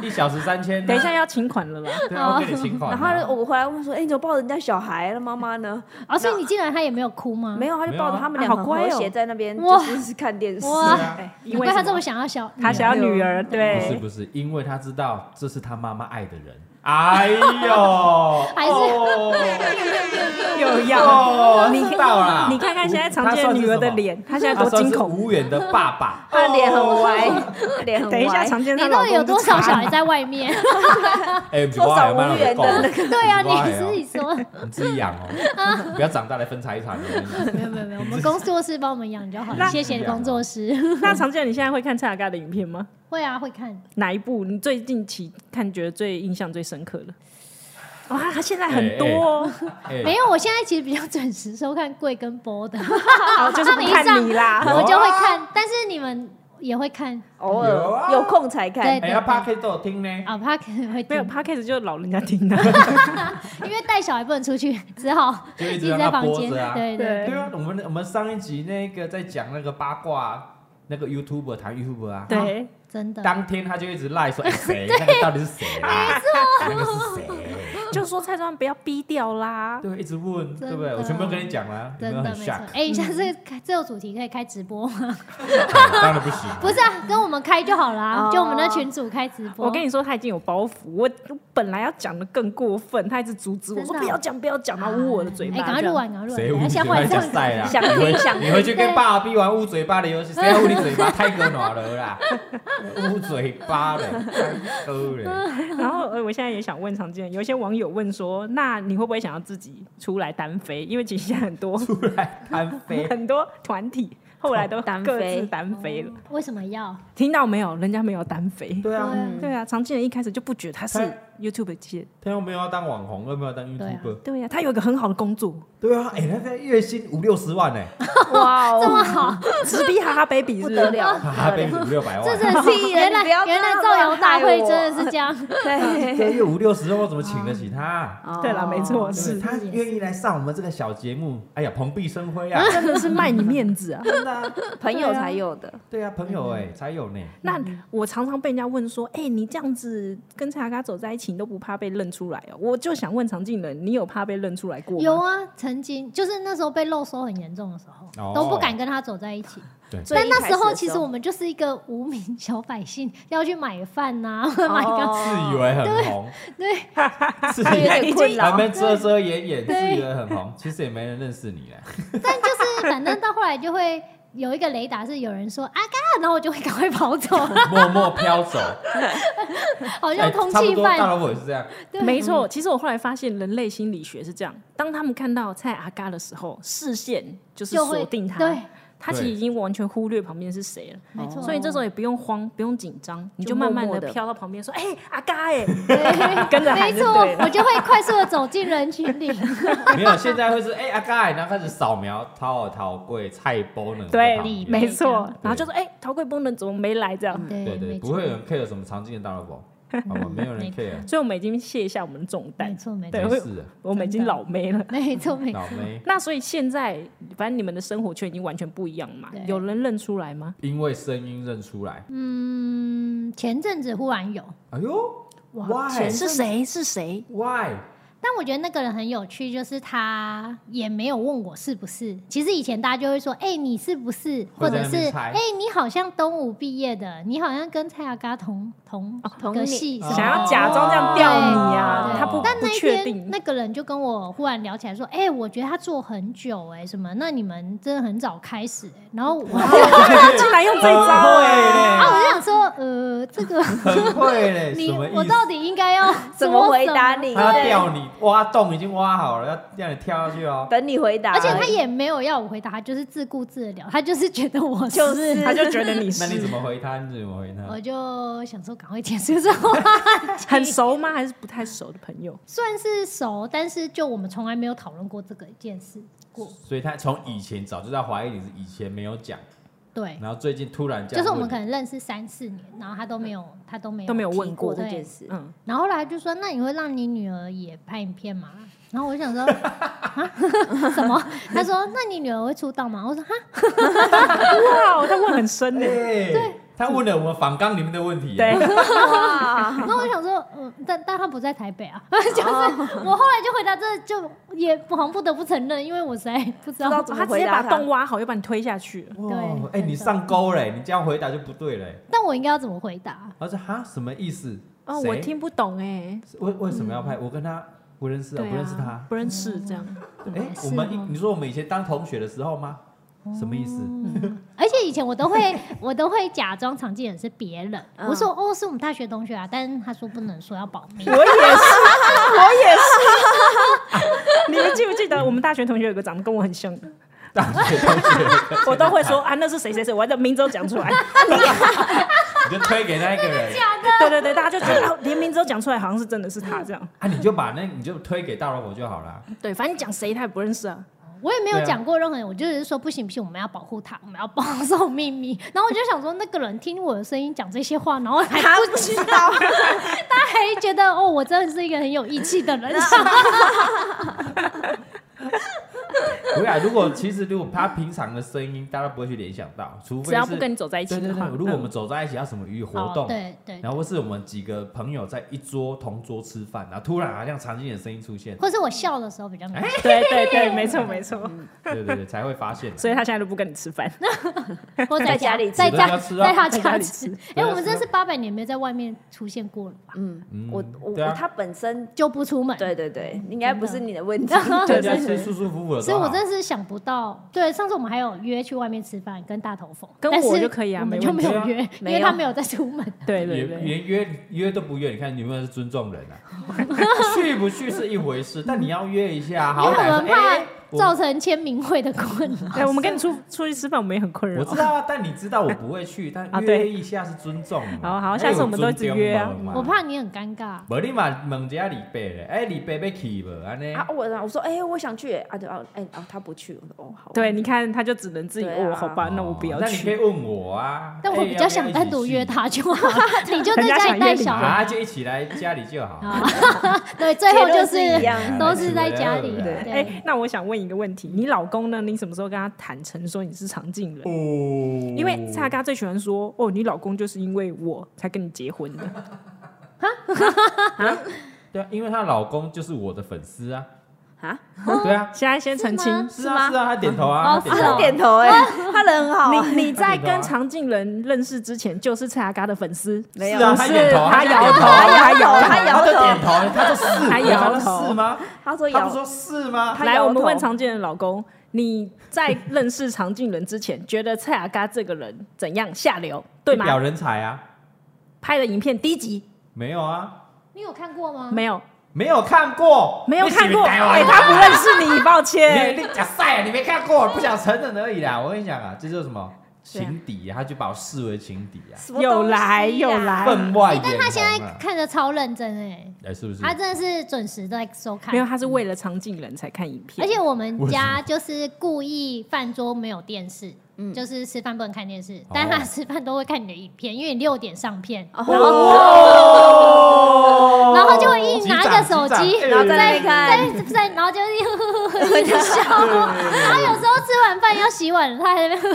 [SPEAKER 1] 一小时三千啊，
[SPEAKER 2] 等一下要哦请款
[SPEAKER 4] *laughs*
[SPEAKER 2] 了啦，
[SPEAKER 1] 对啊，我给你请款啊。
[SPEAKER 3] 然后他就我回来问说：“哎、你怎么抱着人家小孩了？妈妈呢
[SPEAKER 4] 哦，所以你进来，他也没嗯有哭吗？？”
[SPEAKER 3] 没有，他就抱着他们
[SPEAKER 2] 没有
[SPEAKER 3] 两
[SPEAKER 2] 啊啊
[SPEAKER 3] 个
[SPEAKER 2] 好乖
[SPEAKER 3] 和
[SPEAKER 2] 哦
[SPEAKER 3] 谐在那边，
[SPEAKER 4] 哇
[SPEAKER 3] 就是看电视。
[SPEAKER 4] 哇
[SPEAKER 3] 哎
[SPEAKER 2] 因
[SPEAKER 4] 难
[SPEAKER 2] 为
[SPEAKER 4] 怪他
[SPEAKER 2] 什
[SPEAKER 4] 这么想要小，
[SPEAKER 2] 他想要女儿，
[SPEAKER 1] 不是
[SPEAKER 2] 对，
[SPEAKER 1] 不是，因为他知道这是他妈妈爱的人。哎呦，
[SPEAKER 4] 还是
[SPEAKER 1] 哦
[SPEAKER 2] 又要。
[SPEAKER 1] 哦，知道啦。
[SPEAKER 2] 你看看现在常见女儿的脸，她现在
[SPEAKER 1] 他
[SPEAKER 2] 多
[SPEAKER 1] 算
[SPEAKER 2] 惊
[SPEAKER 1] 是
[SPEAKER 2] 恐。
[SPEAKER 1] 无缘的爸
[SPEAKER 2] *laughs*
[SPEAKER 1] 爸，
[SPEAKER 3] 他的脸很
[SPEAKER 1] 哦。
[SPEAKER 3] 歪，他的脸很歪。
[SPEAKER 2] 等一下，常见她
[SPEAKER 4] 你
[SPEAKER 2] 老
[SPEAKER 4] 到底
[SPEAKER 2] 公
[SPEAKER 4] 有多
[SPEAKER 2] 就
[SPEAKER 4] 少
[SPEAKER 2] 查
[SPEAKER 4] 小孩在外面？ *laughs*
[SPEAKER 1] 哎，不是
[SPEAKER 3] 多
[SPEAKER 1] 我还
[SPEAKER 3] 少
[SPEAKER 1] 蛮
[SPEAKER 3] 无
[SPEAKER 1] 有
[SPEAKER 3] 缘
[SPEAKER 1] 够
[SPEAKER 3] 的那个？
[SPEAKER 4] 对啊，
[SPEAKER 1] 哇
[SPEAKER 4] 你自己说。
[SPEAKER 1] 你自己养哦，不要长大来分财产了。我跟你讲
[SPEAKER 4] 没有没有没有，我们工作室帮我们养就
[SPEAKER 2] *laughs*
[SPEAKER 4] 好
[SPEAKER 1] 那
[SPEAKER 4] 了，谢谢工作室。 *laughs*
[SPEAKER 2] 那常见，你现在会看蔡雅嘎的影片吗？
[SPEAKER 4] 会啊，会看。
[SPEAKER 2] 哪一部你最近期看觉得最印象最深刻的？ *laughs* 哇，他现在
[SPEAKER 1] 哎
[SPEAKER 2] 很多哦，
[SPEAKER 1] 哎
[SPEAKER 4] 没有，我现在其实比较准时收看贵跟波的，
[SPEAKER 2] 哎 *laughs* 好就是不
[SPEAKER 4] 他们一
[SPEAKER 2] 看
[SPEAKER 4] 上
[SPEAKER 2] 你啦。
[SPEAKER 4] *laughs* 我就会看，但是你们也会看
[SPEAKER 3] *laughs* 偶
[SPEAKER 1] 有啊
[SPEAKER 3] 尔有空才看
[SPEAKER 4] 对。
[SPEAKER 1] 哎，他 p a r k 都有听呢。
[SPEAKER 4] 啊，他可能会
[SPEAKER 2] *laughs* 没有
[SPEAKER 4] 听
[SPEAKER 2] podcast 就老人家听的，
[SPEAKER 4] 因为带小孩不能出去， *laughs* 只好
[SPEAKER 1] 就一
[SPEAKER 4] 一
[SPEAKER 1] 直
[SPEAKER 4] 直
[SPEAKER 1] 让
[SPEAKER 4] 在
[SPEAKER 1] 他
[SPEAKER 4] 房
[SPEAKER 1] 播
[SPEAKER 4] 间。
[SPEAKER 1] 着啊。
[SPEAKER 4] 对对，
[SPEAKER 1] 对啊，我们我们上一集那个在讲那个八卦，那个 YouTuber 谈 YouTuber 啊，
[SPEAKER 2] *laughs* *laughs* 对，
[SPEAKER 4] 真的。
[SPEAKER 1] 当天他就一直赖
[SPEAKER 4] *laughs*
[SPEAKER 1] 说，哎谁？那个到底是谁啊？ *laughs* 那个是谁？
[SPEAKER 2] 就说蔡庄不要逼掉啦。
[SPEAKER 1] 对，一直问，
[SPEAKER 4] 真
[SPEAKER 1] 对
[SPEAKER 4] 的
[SPEAKER 1] 不对？我全部都跟你讲了，有
[SPEAKER 4] 真
[SPEAKER 1] 没有
[SPEAKER 4] 的
[SPEAKER 1] 很
[SPEAKER 4] 没错
[SPEAKER 1] shock？，
[SPEAKER 4] 哎，你下次开这种主题可以开直播 *laughs* 吗？
[SPEAKER 1] 当然不行啊，
[SPEAKER 4] 不是啊，跟我们开就好啦，
[SPEAKER 3] 哦
[SPEAKER 4] 就我们的群主开直播。
[SPEAKER 2] 我跟你说，他已经有包袱。我我本来要讲的更过分，他一直阻止我
[SPEAKER 4] 真
[SPEAKER 2] 说
[SPEAKER 4] 的哦
[SPEAKER 2] 不要讲，不要讲，然后捂我的嘴巴。
[SPEAKER 4] 哎，赶快
[SPEAKER 2] 这样
[SPEAKER 4] 录完，赶快录完，
[SPEAKER 1] 谁捂
[SPEAKER 4] 等一
[SPEAKER 1] 你
[SPEAKER 4] 下
[SPEAKER 1] 嘴巴
[SPEAKER 4] 晚
[SPEAKER 1] 在
[SPEAKER 4] 上
[SPEAKER 1] 晒啦？
[SPEAKER 3] 想
[SPEAKER 1] 啊你
[SPEAKER 3] 听想
[SPEAKER 1] 会你会去跟爸逼玩捂嘴巴的游戏，谁要捂你嘴巴？太哥暖了啦，捂嘴巴嘞，太哥嘞。
[SPEAKER 2] 然后呃，我现在也想问常见，有一些网友问说，那你会不会想要自己出来单飞？因为其实现在很多，
[SPEAKER 1] 出来单飞
[SPEAKER 2] *laughs* 很多团体后来都
[SPEAKER 3] 单
[SPEAKER 2] 各
[SPEAKER 3] 飞
[SPEAKER 2] 自单飞了。
[SPEAKER 4] 为什么要？
[SPEAKER 2] 听到没有？人家没有单飞。
[SPEAKER 1] 对啊，
[SPEAKER 4] 嗯
[SPEAKER 2] 对啊，常见人一开始就不觉得他是
[SPEAKER 1] 他
[SPEAKER 2] YouTube 界。
[SPEAKER 1] 他又没有要当网红，又没有当
[SPEAKER 4] 对啊
[SPEAKER 1] YouTuber，
[SPEAKER 2] 对啊，他有一个很好的工作，
[SPEAKER 1] 对啊，哎、他现在月薪五六十万呢、
[SPEAKER 3] 哇哦，这么好，
[SPEAKER 2] 直逼哈哈 baby 是
[SPEAKER 3] 不
[SPEAKER 2] 不
[SPEAKER 3] 得
[SPEAKER 2] 是？
[SPEAKER 3] 了，
[SPEAKER 1] 哈哈，被五六百
[SPEAKER 4] 这
[SPEAKER 1] 万，
[SPEAKER 4] 真
[SPEAKER 3] *laughs*
[SPEAKER 4] 的是
[SPEAKER 3] 屁
[SPEAKER 4] 原来
[SPEAKER 3] 你不要这样
[SPEAKER 4] 原来造谣大会真的是这样，
[SPEAKER 1] 一
[SPEAKER 3] 对哦
[SPEAKER 1] 个月五六十万，我怎么请得起他、啊？
[SPEAKER 2] 对啦没错
[SPEAKER 1] *laughs* 对
[SPEAKER 2] 是
[SPEAKER 1] 他愿意来上我们这个小节目，哎呀，蓬荜生辉啊！
[SPEAKER 2] 真的是卖你面子啊！
[SPEAKER 1] 真的、啊，
[SPEAKER 3] 朋友才有的。
[SPEAKER 1] 对啊，朋友哎、才有呢。
[SPEAKER 2] 那我常常被人家问说：“哎、你这样子跟蔡雅嘎走在一起，你都不怕被认出来哦？”我就想问常静人，你有怕被认出来过吗？
[SPEAKER 4] 有啊，曾经就是那时候被漏收很严重的时候，
[SPEAKER 1] 哦
[SPEAKER 4] 都不敢跟他走在一起。
[SPEAKER 1] 对
[SPEAKER 3] 最
[SPEAKER 4] 但
[SPEAKER 3] 一
[SPEAKER 4] 那
[SPEAKER 3] 开
[SPEAKER 4] 时
[SPEAKER 3] 始
[SPEAKER 4] 候
[SPEAKER 3] 的
[SPEAKER 4] 其
[SPEAKER 3] 时
[SPEAKER 4] 实
[SPEAKER 3] 候
[SPEAKER 4] 我们就是一个无名小百姓，要去买饭呐、买个、
[SPEAKER 1] 自以
[SPEAKER 3] 哦，
[SPEAKER 1] 为很红，
[SPEAKER 4] 对，
[SPEAKER 1] 自
[SPEAKER 3] 他有
[SPEAKER 1] 以为
[SPEAKER 3] 点困
[SPEAKER 1] 还
[SPEAKER 3] 扰。
[SPEAKER 1] 没遮遮掩掩，
[SPEAKER 4] 对
[SPEAKER 1] 自以为很红，其实也没人认识你嘞。
[SPEAKER 4] 但就是反正到后来就会有一个雷达是有人说啊嘎，然后我就会赶快跑走，
[SPEAKER 1] 默默飘
[SPEAKER 4] *laughs*
[SPEAKER 1] 走，
[SPEAKER 4] 好
[SPEAKER 1] 哎
[SPEAKER 4] 像通
[SPEAKER 1] 差不
[SPEAKER 4] 缉
[SPEAKER 1] 多大
[SPEAKER 4] 犯。
[SPEAKER 1] 老虎也是这样，
[SPEAKER 4] 对，
[SPEAKER 2] 没错，其实我后来发现，人类心理学是这样：当他们看到蔡阿嘎的时候，视线就是
[SPEAKER 4] 就会
[SPEAKER 2] 锁定他，
[SPEAKER 4] 对，
[SPEAKER 2] 他其实已经完全忽略旁边是谁了。
[SPEAKER 4] 没错。
[SPEAKER 2] 所以这时候也不用慌，不用紧张，你就
[SPEAKER 3] 默
[SPEAKER 2] 慢
[SPEAKER 3] 默
[SPEAKER 2] 慢的
[SPEAKER 3] 地
[SPEAKER 2] 飘到旁边说：“哎、阿嘎哎、
[SPEAKER 4] 对
[SPEAKER 2] 跟着喊
[SPEAKER 4] 没
[SPEAKER 2] 就
[SPEAKER 4] 错
[SPEAKER 2] 对，了
[SPEAKER 4] 我就会快速的走进人群里。
[SPEAKER 1] 没有，现在会是哎阿盖，然后开始扫描淘啊淘柜菜包呢，在
[SPEAKER 2] 对
[SPEAKER 1] 旁边
[SPEAKER 4] 里面
[SPEAKER 2] 没错。”然
[SPEAKER 1] 对
[SPEAKER 2] 后就说：“哎、陶贵崩人怎么没来？”这样，
[SPEAKER 4] 对
[SPEAKER 1] 对对，
[SPEAKER 4] 没
[SPEAKER 1] 不
[SPEAKER 4] 错
[SPEAKER 1] 会有人 care 什么常见的大老
[SPEAKER 2] *laughs*
[SPEAKER 1] 虎，好吧，没有人 care，
[SPEAKER 2] 所以我们已经卸下我们的重
[SPEAKER 4] 没
[SPEAKER 2] 担，
[SPEAKER 4] 错，没
[SPEAKER 2] 对
[SPEAKER 4] 错，
[SPEAKER 1] 没事的，
[SPEAKER 2] 我们已经老妹了。
[SPEAKER 4] 没错，没错。
[SPEAKER 1] 老妹，
[SPEAKER 2] 那所以现在，反正你们的生活圈已经完全不一样嘛
[SPEAKER 4] 对。
[SPEAKER 2] 有人认出来吗？
[SPEAKER 1] 因为声音认出来，
[SPEAKER 4] 嗯，前阵子忽然有，
[SPEAKER 1] 哎呦
[SPEAKER 2] 谁
[SPEAKER 1] ，why
[SPEAKER 2] 是谁？是谁？
[SPEAKER 1] why，
[SPEAKER 4] 但我觉得那个人很有趣，就是他也没有问我是不是。其实以前大家就会说，哎、你是不是？
[SPEAKER 1] 会
[SPEAKER 4] 或
[SPEAKER 1] 在
[SPEAKER 4] 者
[SPEAKER 1] 那边
[SPEAKER 4] 是，
[SPEAKER 1] 猜
[SPEAKER 4] 哎、你好像东吴毕业的，你好像跟蔡雅嘎同同哦
[SPEAKER 3] 同
[SPEAKER 4] 个
[SPEAKER 3] 年
[SPEAKER 4] 系什么的，
[SPEAKER 2] 哦想要假装这样吊你啊？
[SPEAKER 1] 对
[SPEAKER 2] 他不
[SPEAKER 1] 但
[SPEAKER 2] 不
[SPEAKER 4] 那一
[SPEAKER 2] 确
[SPEAKER 4] 天
[SPEAKER 2] 定。
[SPEAKER 4] 那个人就跟我忽然聊起来说，哎、我觉得他做很久、哎，什么？那你们真的很早开始、哎然后我啊，
[SPEAKER 2] 竟然用这一招哎、
[SPEAKER 1] 哎，
[SPEAKER 4] 我就想说，呃，这个
[SPEAKER 1] 很会嘞，
[SPEAKER 4] 哦 *laughs* 你
[SPEAKER 1] *laughs* 什么
[SPEAKER 4] 我
[SPEAKER 1] 意思
[SPEAKER 4] 到？底应该要
[SPEAKER 3] 怎
[SPEAKER 4] 说
[SPEAKER 3] 么回
[SPEAKER 4] 什
[SPEAKER 3] 答你？
[SPEAKER 1] 他
[SPEAKER 3] 对
[SPEAKER 1] 吊你挖洞已经挖好了，要让你跳下去哦。
[SPEAKER 3] 等你回答。
[SPEAKER 4] 而且他也没有要我回答，他就是自顾自的聊，他就是觉得我，
[SPEAKER 3] 就是是，他就觉得你
[SPEAKER 1] 那你怎
[SPEAKER 3] 是
[SPEAKER 1] 么回他？你怎么回他？
[SPEAKER 4] 我就想说赶快结束这 *laughs* 话，
[SPEAKER 2] 很熟吗？还是不太熟的朋友？
[SPEAKER 4] 算是熟，但是就我们从来没有讨论过这个一件事过。
[SPEAKER 1] 所以他从以前早就在怀疑你是以前没有讲，
[SPEAKER 4] 对，
[SPEAKER 1] 然后最近突然这
[SPEAKER 4] 就
[SPEAKER 1] 样问你，
[SPEAKER 4] 是我们可能认识三四年，然后他都没有，他都没有
[SPEAKER 2] 都没有
[SPEAKER 4] 提
[SPEAKER 2] 问过
[SPEAKER 4] 对
[SPEAKER 3] 这件事。
[SPEAKER 2] 嗯，
[SPEAKER 4] 然后后来就说：“那你会让你女儿也拍影片吗？”然后我就想说：“啊， *laughs* 什么？”他说：“那你女儿会出道吗？”我说：“哈，
[SPEAKER 2] 哇，他问很深
[SPEAKER 1] *laughs*
[SPEAKER 2] 呢。
[SPEAKER 1] 对，哎他问了我们反纲里面的问题，
[SPEAKER 2] 对，，
[SPEAKER 3] *laughs* 哇，
[SPEAKER 4] 然后我想说，嗯，但但他不在台北啊， *laughs* 就是我后来就回答这就也好像不得不承认，因为我实在
[SPEAKER 3] 不
[SPEAKER 4] 不知
[SPEAKER 3] 知
[SPEAKER 4] 道
[SPEAKER 3] 道怎
[SPEAKER 2] 他
[SPEAKER 3] 么
[SPEAKER 2] 直
[SPEAKER 3] 回
[SPEAKER 2] 接把
[SPEAKER 3] 答他
[SPEAKER 2] 洞挖好，又把你推下去了。
[SPEAKER 1] 哇，哎，
[SPEAKER 4] 对
[SPEAKER 1] 你上钩嘞，你这样回答就不对嘞。
[SPEAKER 4] 但我应该要怎么回答？
[SPEAKER 1] 他说哈，什么意思？
[SPEAKER 2] 哦，
[SPEAKER 1] 谁
[SPEAKER 2] 我听不懂哎，
[SPEAKER 1] 为为什么
[SPEAKER 4] 嗯
[SPEAKER 1] 要拍？我跟他不认识啊，
[SPEAKER 2] 对
[SPEAKER 1] 不认识他
[SPEAKER 2] 啊，。不认识这样。
[SPEAKER 1] 哎，
[SPEAKER 4] 是
[SPEAKER 1] 我们一
[SPEAKER 4] 哦
[SPEAKER 1] 你说我们以前当同学的时候吗？什么意思？
[SPEAKER 4] 而且以前我都会， *laughs* 我都会假装常见人是别人，
[SPEAKER 3] 嗯
[SPEAKER 4] 我说哦是我们大学同学啊，但是他说不能说要保密
[SPEAKER 2] *laughs* 我，也是，我也是。 *laughs* 你们记不记得我们大学同学有个长得跟我
[SPEAKER 1] *laughs*
[SPEAKER 2] 很像的？
[SPEAKER 1] 大学同学， *laughs*
[SPEAKER 2] 我都会说啊，那是谁谁谁，我还把名字都讲出来。
[SPEAKER 1] 你就推给那一个人
[SPEAKER 2] 对对对，大家就觉得啊，连名字都讲出来，好像是真的是他这样。
[SPEAKER 1] 啊，你就把那你就推给大老婆就好了。
[SPEAKER 2] 对，反正你讲谁他也不认识啊。
[SPEAKER 4] 我也没有
[SPEAKER 1] 对啊
[SPEAKER 4] 讲过任何人，我就只是说不行不行，我们要保护他，我们要保守秘密。 *laughs* 然后我就想说，那个人听我的声音讲这些话，然后还
[SPEAKER 3] 他不知道，
[SPEAKER 4] 他还觉得哦，我真的是一个很有义气的人。 *laughs*
[SPEAKER 1] *laughs* 不啊要，如果其实如果他平常的声音，大家不会去联想到，除非
[SPEAKER 2] 只要
[SPEAKER 1] 是
[SPEAKER 2] 不跟你走在一起
[SPEAKER 1] 对对
[SPEAKER 2] 的
[SPEAKER 1] 对
[SPEAKER 2] 话，，嗯
[SPEAKER 1] 如果我们走在一起要什么娱乐活动，
[SPEAKER 4] 哦对对，
[SPEAKER 1] 然后或是我们几个朋友在一桌同桌吃饭，然后突然好像常经的声音出
[SPEAKER 4] *laughs*
[SPEAKER 1] 现，
[SPEAKER 4] 或是我笑的时候比较明显。
[SPEAKER 2] 对对对，没错没错。
[SPEAKER 1] 对对对，才会发现。
[SPEAKER 2] 所以他现在都不跟你
[SPEAKER 1] *laughs*
[SPEAKER 2] 吃饭，
[SPEAKER 4] 或在
[SPEAKER 3] 在家里吃
[SPEAKER 4] 在
[SPEAKER 1] 在家
[SPEAKER 4] 家
[SPEAKER 1] 吃啊
[SPEAKER 4] 在他
[SPEAKER 2] 在家
[SPEAKER 4] 家
[SPEAKER 2] 里
[SPEAKER 4] 吃
[SPEAKER 2] 吃。
[SPEAKER 4] *laughs* 哎，
[SPEAKER 1] 对啊
[SPEAKER 4] 我们真是八百年没有在外面出现过了吧？
[SPEAKER 3] 嗯，
[SPEAKER 1] 嗯
[SPEAKER 3] 我我
[SPEAKER 1] 对啊，
[SPEAKER 3] 他本身，
[SPEAKER 4] 就不出门。
[SPEAKER 3] 对对对，应该不是你的问题， *laughs*
[SPEAKER 1] 在
[SPEAKER 3] 对
[SPEAKER 1] 家
[SPEAKER 3] 对
[SPEAKER 1] 吃
[SPEAKER 3] 对
[SPEAKER 1] 舒舒服服的
[SPEAKER 4] 所以
[SPEAKER 1] 多好，
[SPEAKER 4] 我真的是想不到，对，上次我们还有约去外面吃饭，跟大头佛，
[SPEAKER 2] 跟
[SPEAKER 4] 但是
[SPEAKER 2] 我就可以啊
[SPEAKER 4] 我
[SPEAKER 2] *laughs*
[SPEAKER 4] 们
[SPEAKER 2] 没
[SPEAKER 4] 就
[SPEAKER 2] 问
[SPEAKER 4] 没
[SPEAKER 1] 题
[SPEAKER 4] 有约，因
[SPEAKER 3] 没
[SPEAKER 4] 为
[SPEAKER 3] 有
[SPEAKER 4] 他没有在出门。
[SPEAKER 2] 对对
[SPEAKER 1] 连
[SPEAKER 2] 对，
[SPEAKER 1] 连约约都不约，你看你有没有是尊重人啊？去不去是一回事，但你要约一下，
[SPEAKER 4] 因
[SPEAKER 1] 好
[SPEAKER 4] 为我
[SPEAKER 1] 歹
[SPEAKER 4] 们
[SPEAKER 1] 说哎，
[SPEAKER 4] 怕
[SPEAKER 1] 我
[SPEAKER 4] 造成签名会的困
[SPEAKER 2] *laughs*
[SPEAKER 4] 扰。
[SPEAKER 2] 对我们跟你出出去吃饭，我们也很困
[SPEAKER 1] 我
[SPEAKER 2] 扰
[SPEAKER 1] 知。道啊，但你知道我不会去，但
[SPEAKER 2] 啊
[SPEAKER 1] 约
[SPEAKER 2] 对
[SPEAKER 1] 一下是尊重嘛。
[SPEAKER 2] 好好
[SPEAKER 1] 哎
[SPEAKER 2] 下次我们都一直约啊
[SPEAKER 1] 有尊重嘛
[SPEAKER 4] 我怕你很尴尬。
[SPEAKER 1] 无你嘛问一下李白咧，哎、李白要去无安尼？
[SPEAKER 3] 啊，我我说，哎，我想去，啊对啊，哎啊，他不去，我说哦好，
[SPEAKER 2] 对，你看他就只能自己
[SPEAKER 3] 对啊
[SPEAKER 2] 哦，好吧，那我不要
[SPEAKER 1] 那你可
[SPEAKER 3] *laughs*
[SPEAKER 1] 以
[SPEAKER 2] 去。
[SPEAKER 1] 问我啊。
[SPEAKER 4] 但我比较想单独约他就好， *laughs* 你就在家里带
[SPEAKER 1] 哎。要
[SPEAKER 4] 小
[SPEAKER 1] 不要一起去啊，
[SPEAKER 4] 孩。
[SPEAKER 1] 就一起来家里就好。
[SPEAKER 4] 对，最后就
[SPEAKER 3] 结论是一
[SPEAKER 4] 是
[SPEAKER 3] 样
[SPEAKER 4] 啊
[SPEAKER 2] 啊
[SPEAKER 4] 都是在家里。
[SPEAKER 1] 对啊
[SPEAKER 4] 对，
[SPEAKER 2] 哎，那我想问一个问题，你老公呢？你什么时候跟他坦诚说你是常静人？
[SPEAKER 1] 哦
[SPEAKER 2] 因为蔡嘎最喜欢说：“哦，你老公就是因为我才跟你结婚的。
[SPEAKER 1] 对啊，因为她老公就是我的粉丝啊。
[SPEAKER 3] 啊，
[SPEAKER 2] 哦
[SPEAKER 1] 对啊”，
[SPEAKER 2] 现在先澄清，
[SPEAKER 1] 是啊是啊，他点头啊，
[SPEAKER 4] 哦
[SPEAKER 1] 她
[SPEAKER 4] 是
[SPEAKER 1] 头
[SPEAKER 3] 他
[SPEAKER 1] 啊
[SPEAKER 3] 点头哎，他人很好，
[SPEAKER 2] 你你
[SPEAKER 1] *laughs*
[SPEAKER 2] 在
[SPEAKER 1] 他点头啊
[SPEAKER 2] 跟常静人认识之前就是蔡嘎的粉丝，
[SPEAKER 3] 没有
[SPEAKER 1] 是啊，
[SPEAKER 2] 不
[SPEAKER 1] 他
[SPEAKER 2] 是
[SPEAKER 1] 点头，
[SPEAKER 2] 他摇
[SPEAKER 1] 点
[SPEAKER 2] 头，
[SPEAKER 1] 头，啊
[SPEAKER 2] 他摇头。
[SPEAKER 3] 他摇
[SPEAKER 1] 他就点
[SPEAKER 3] 头，
[SPEAKER 1] 头，他就是，
[SPEAKER 2] 他摇头
[SPEAKER 1] 他说是吗？
[SPEAKER 3] 他说
[SPEAKER 1] 他不
[SPEAKER 3] 摇，
[SPEAKER 1] 说是吗？
[SPEAKER 3] 他摇
[SPEAKER 2] 来，
[SPEAKER 3] 头
[SPEAKER 2] 我们问常静人老公，你在认识常静人之前，觉得蔡雅嘎这个人怎样下流，对
[SPEAKER 1] 表
[SPEAKER 2] 吗？
[SPEAKER 1] 人才啊，
[SPEAKER 2] 拍的影片低级，
[SPEAKER 1] 没有啊，
[SPEAKER 4] 你有看过吗？
[SPEAKER 2] 没有，啊
[SPEAKER 1] 没有看过，
[SPEAKER 2] 没有看
[SPEAKER 1] 你是
[SPEAKER 2] 过，
[SPEAKER 1] 不是台湾
[SPEAKER 2] 哎，
[SPEAKER 1] 人啊
[SPEAKER 2] 他不认识你，抱歉。
[SPEAKER 1] 你你假赛啊，你没看过，不想承认而已啦。我跟你讲啊，这就是什么情敌啊，他就把我视为情敌啊，
[SPEAKER 3] 什么
[SPEAKER 2] 又来
[SPEAKER 3] 东西啊
[SPEAKER 2] 又来
[SPEAKER 1] 分外眼
[SPEAKER 4] 但他现在
[SPEAKER 1] 红啊，
[SPEAKER 4] 看着超认真哎，
[SPEAKER 1] 哎，是不是？
[SPEAKER 4] 他真的是准时在收看
[SPEAKER 2] 没。有，他是为了常静人才看影片，
[SPEAKER 4] 而且我们家就是故意饭桌没有电视，
[SPEAKER 3] 嗯
[SPEAKER 4] 就是吃饭不能看电视，但他吃饭都会看你的影片，因为你六点上片，
[SPEAKER 3] 哦
[SPEAKER 4] 然后
[SPEAKER 1] 哦
[SPEAKER 4] 然后就会一拿一个手机，
[SPEAKER 1] 击掌哎
[SPEAKER 3] 然后在那边
[SPEAKER 4] 在
[SPEAKER 3] 看，
[SPEAKER 4] 在，然后就一直一直笑，然后有时候吃完饭要洗碗了，他还在那边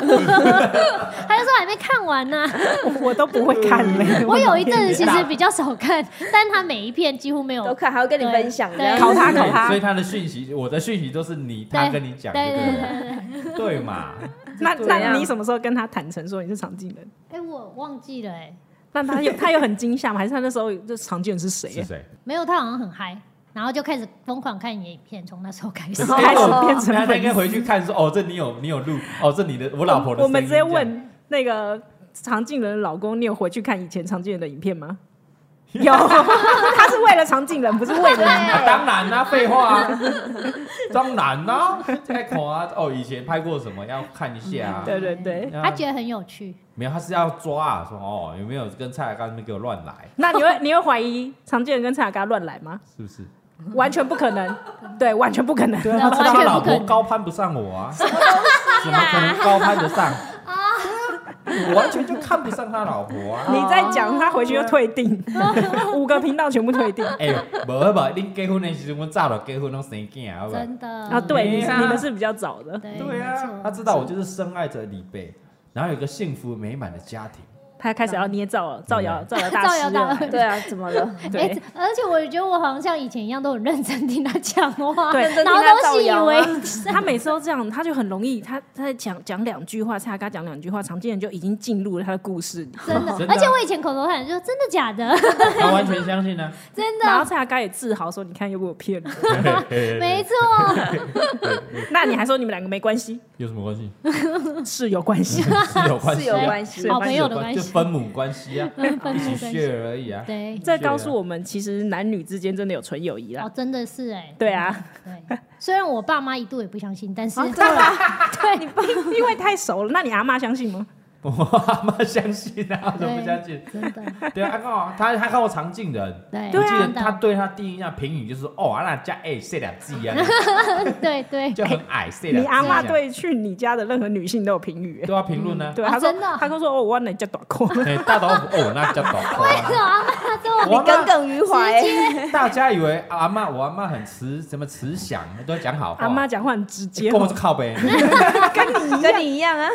[SPEAKER 4] *laughs* 他就说还没看完呢、
[SPEAKER 2] *laughs* 我都不会看嘞。
[SPEAKER 4] *laughs* 我有一阵子其实比较少看，但他每一片几乎没有
[SPEAKER 3] 都看，还要跟你
[SPEAKER 4] 对
[SPEAKER 3] 分享，这
[SPEAKER 4] 对
[SPEAKER 3] 样
[SPEAKER 2] 考他啊考
[SPEAKER 1] 哎所以
[SPEAKER 2] 他。
[SPEAKER 1] 他的讯息，我的讯息都是你
[SPEAKER 4] 对
[SPEAKER 1] 他跟你讲，
[SPEAKER 4] 对
[SPEAKER 1] 对
[SPEAKER 4] 对
[SPEAKER 1] 不
[SPEAKER 4] 对
[SPEAKER 1] 对？
[SPEAKER 4] 对。对
[SPEAKER 1] 对嘛？
[SPEAKER 2] *laughs* 那
[SPEAKER 3] 怎
[SPEAKER 2] 那
[SPEAKER 3] 样
[SPEAKER 2] 你什么时候跟他坦诚说你是常静人？
[SPEAKER 4] 哎，我忘记了哎，
[SPEAKER 2] 那他有他有很惊吓吗？还是他那时候就常静人是谁
[SPEAKER 1] 是
[SPEAKER 2] 啊？
[SPEAKER 1] 谁？
[SPEAKER 4] 没有，他好像很嗨，然后就开始疯狂看你的影片，从那时候开始。
[SPEAKER 1] 哦
[SPEAKER 2] 开始变成
[SPEAKER 1] 那他
[SPEAKER 2] 粉
[SPEAKER 1] 应
[SPEAKER 2] 丝
[SPEAKER 1] 该回去看说，哦，这你有你有录，哦，这你的我老婆的声音。
[SPEAKER 2] 我们直接
[SPEAKER 1] 这样， *laughs*
[SPEAKER 2] 问那个常静人的老公，你有回去看以前常静人的影片吗？有， *laughs* 他是为了常进人，不是为
[SPEAKER 1] *laughs*
[SPEAKER 2] 了你。
[SPEAKER 1] 啊、当然啦、废话、 *laughs* 啊，当然啦、在看啊。哦，以前拍过什么要看一下、啊。
[SPEAKER 2] 对对对，
[SPEAKER 1] 啊
[SPEAKER 4] *laughs* 他觉得很有趣，
[SPEAKER 1] 没有，他是要抓啊，说哦有没有跟蔡雅刚那边给我乱来，
[SPEAKER 2] 那你会你会怀疑常进人跟蔡雅刚乱来吗？
[SPEAKER 1] 是不是？
[SPEAKER 2] 完全不可能，对，完全不可
[SPEAKER 1] *laughs*
[SPEAKER 2] 能。
[SPEAKER 4] 啊
[SPEAKER 1] 知道
[SPEAKER 4] 完
[SPEAKER 1] 他
[SPEAKER 4] 全
[SPEAKER 1] 老
[SPEAKER 4] 不可
[SPEAKER 1] 婆
[SPEAKER 4] 能
[SPEAKER 1] 高攀不上我啊，怎么可能高攀得上？
[SPEAKER 4] 啊
[SPEAKER 1] 我完全就看不上他老婆啊！
[SPEAKER 2] 你再讲，他回去就退订，五个频道全部退订。
[SPEAKER 1] 哎、无无，你结婚的时候，我早就结婚拢生囝，好不好？
[SPEAKER 4] 真的。
[SPEAKER 3] 哦
[SPEAKER 2] 啊，对，你是
[SPEAKER 1] 对啊
[SPEAKER 2] 你们是比较早的，
[SPEAKER 4] 对
[SPEAKER 1] 对
[SPEAKER 4] 没错
[SPEAKER 1] 啊，他知道我就是深爱着李贝，然后有一个幸福美满的家庭。
[SPEAKER 2] 他开始要捏造了，造谣造谣大师
[SPEAKER 4] *laughs* 造谣
[SPEAKER 2] 了 *laughs*
[SPEAKER 4] 大。
[SPEAKER 3] 对啊，怎么
[SPEAKER 4] *laughs*
[SPEAKER 3] 了？
[SPEAKER 4] 哎、
[SPEAKER 2] 对
[SPEAKER 4] 而且我觉得我好像像以前一样都很认真听他讲话，
[SPEAKER 2] 对
[SPEAKER 4] 然后都信以
[SPEAKER 3] 啊
[SPEAKER 4] 为
[SPEAKER 2] 他每次都这样，他就很容易，他他在讲讲两句话，蔡雅刚讲两句话，常进人就已经进入了他的故事里，
[SPEAKER 4] 真的
[SPEAKER 1] 真。的啊
[SPEAKER 4] 而且我以前口头禅就真的假的，
[SPEAKER 1] 他完全相信啊呢、
[SPEAKER 4] 真
[SPEAKER 2] 然后
[SPEAKER 4] 的
[SPEAKER 2] 蔡雅刚也自豪说：“你看，又被我骗了。
[SPEAKER 4] *laughs* 没错，
[SPEAKER 2] 那你还说你们两个没关
[SPEAKER 4] *laughs*
[SPEAKER 2] 系，
[SPEAKER 1] *laughs* 有什么关系？
[SPEAKER 2] 是有关系。
[SPEAKER 1] 是有关
[SPEAKER 3] 是
[SPEAKER 1] 系、
[SPEAKER 3] 有
[SPEAKER 1] 啊，
[SPEAKER 3] 关系
[SPEAKER 1] 是有
[SPEAKER 4] 好朋友的关系
[SPEAKER 1] 就分母关系啊，
[SPEAKER 4] 嗯分
[SPEAKER 1] 一
[SPEAKER 4] 母
[SPEAKER 1] 起
[SPEAKER 4] 关
[SPEAKER 1] share 而已啊。
[SPEAKER 4] 对，
[SPEAKER 2] 这告诉我们，其实男女之间真的有纯友谊啦
[SPEAKER 4] 哦，。真的是哎、
[SPEAKER 2] 对哦啊， *laughs*
[SPEAKER 4] 对，虽然我爸妈一度也不相信，但是、
[SPEAKER 3] 啊真的吗
[SPEAKER 2] *laughs*
[SPEAKER 4] 对你
[SPEAKER 2] 因为太熟了。那你阿妈相信吗？
[SPEAKER 1] 我阿妈相信啊，我怎么不
[SPEAKER 4] 对
[SPEAKER 1] 相信？
[SPEAKER 4] 真的
[SPEAKER 1] 对啊，他看我，他他看我常进人。
[SPEAKER 4] 对，
[SPEAKER 1] 我
[SPEAKER 2] 啊
[SPEAKER 1] 记得
[SPEAKER 4] 真
[SPEAKER 1] 他
[SPEAKER 4] 的
[SPEAKER 1] 对他第一印象评语就是哦，啊那加哎这两字啊，
[SPEAKER 4] 对对
[SPEAKER 1] 就很矮这两
[SPEAKER 2] 你
[SPEAKER 1] 字。
[SPEAKER 2] 阿妈对去你家的任何女性都有评语、欸
[SPEAKER 1] 都要评论呢。
[SPEAKER 2] 对，
[SPEAKER 4] 啊
[SPEAKER 2] 她说，
[SPEAKER 4] 真的啊
[SPEAKER 2] 她都说哦，我那叫短裤。
[SPEAKER 1] 哎，大老虎哦，那叫搞
[SPEAKER 4] 是
[SPEAKER 1] 头。
[SPEAKER 4] 我阿妈这么
[SPEAKER 1] 我
[SPEAKER 3] 你
[SPEAKER 1] 阿
[SPEAKER 3] 耿
[SPEAKER 1] 妈
[SPEAKER 3] 耿于怀，
[SPEAKER 1] 大家以为阿妈我阿妈很慈什么慈祥，都要讲好话。
[SPEAKER 2] 阿妈讲话很直接
[SPEAKER 1] 哦哎
[SPEAKER 2] 哦
[SPEAKER 1] 跟，我是靠背，
[SPEAKER 3] 跟你一样啊。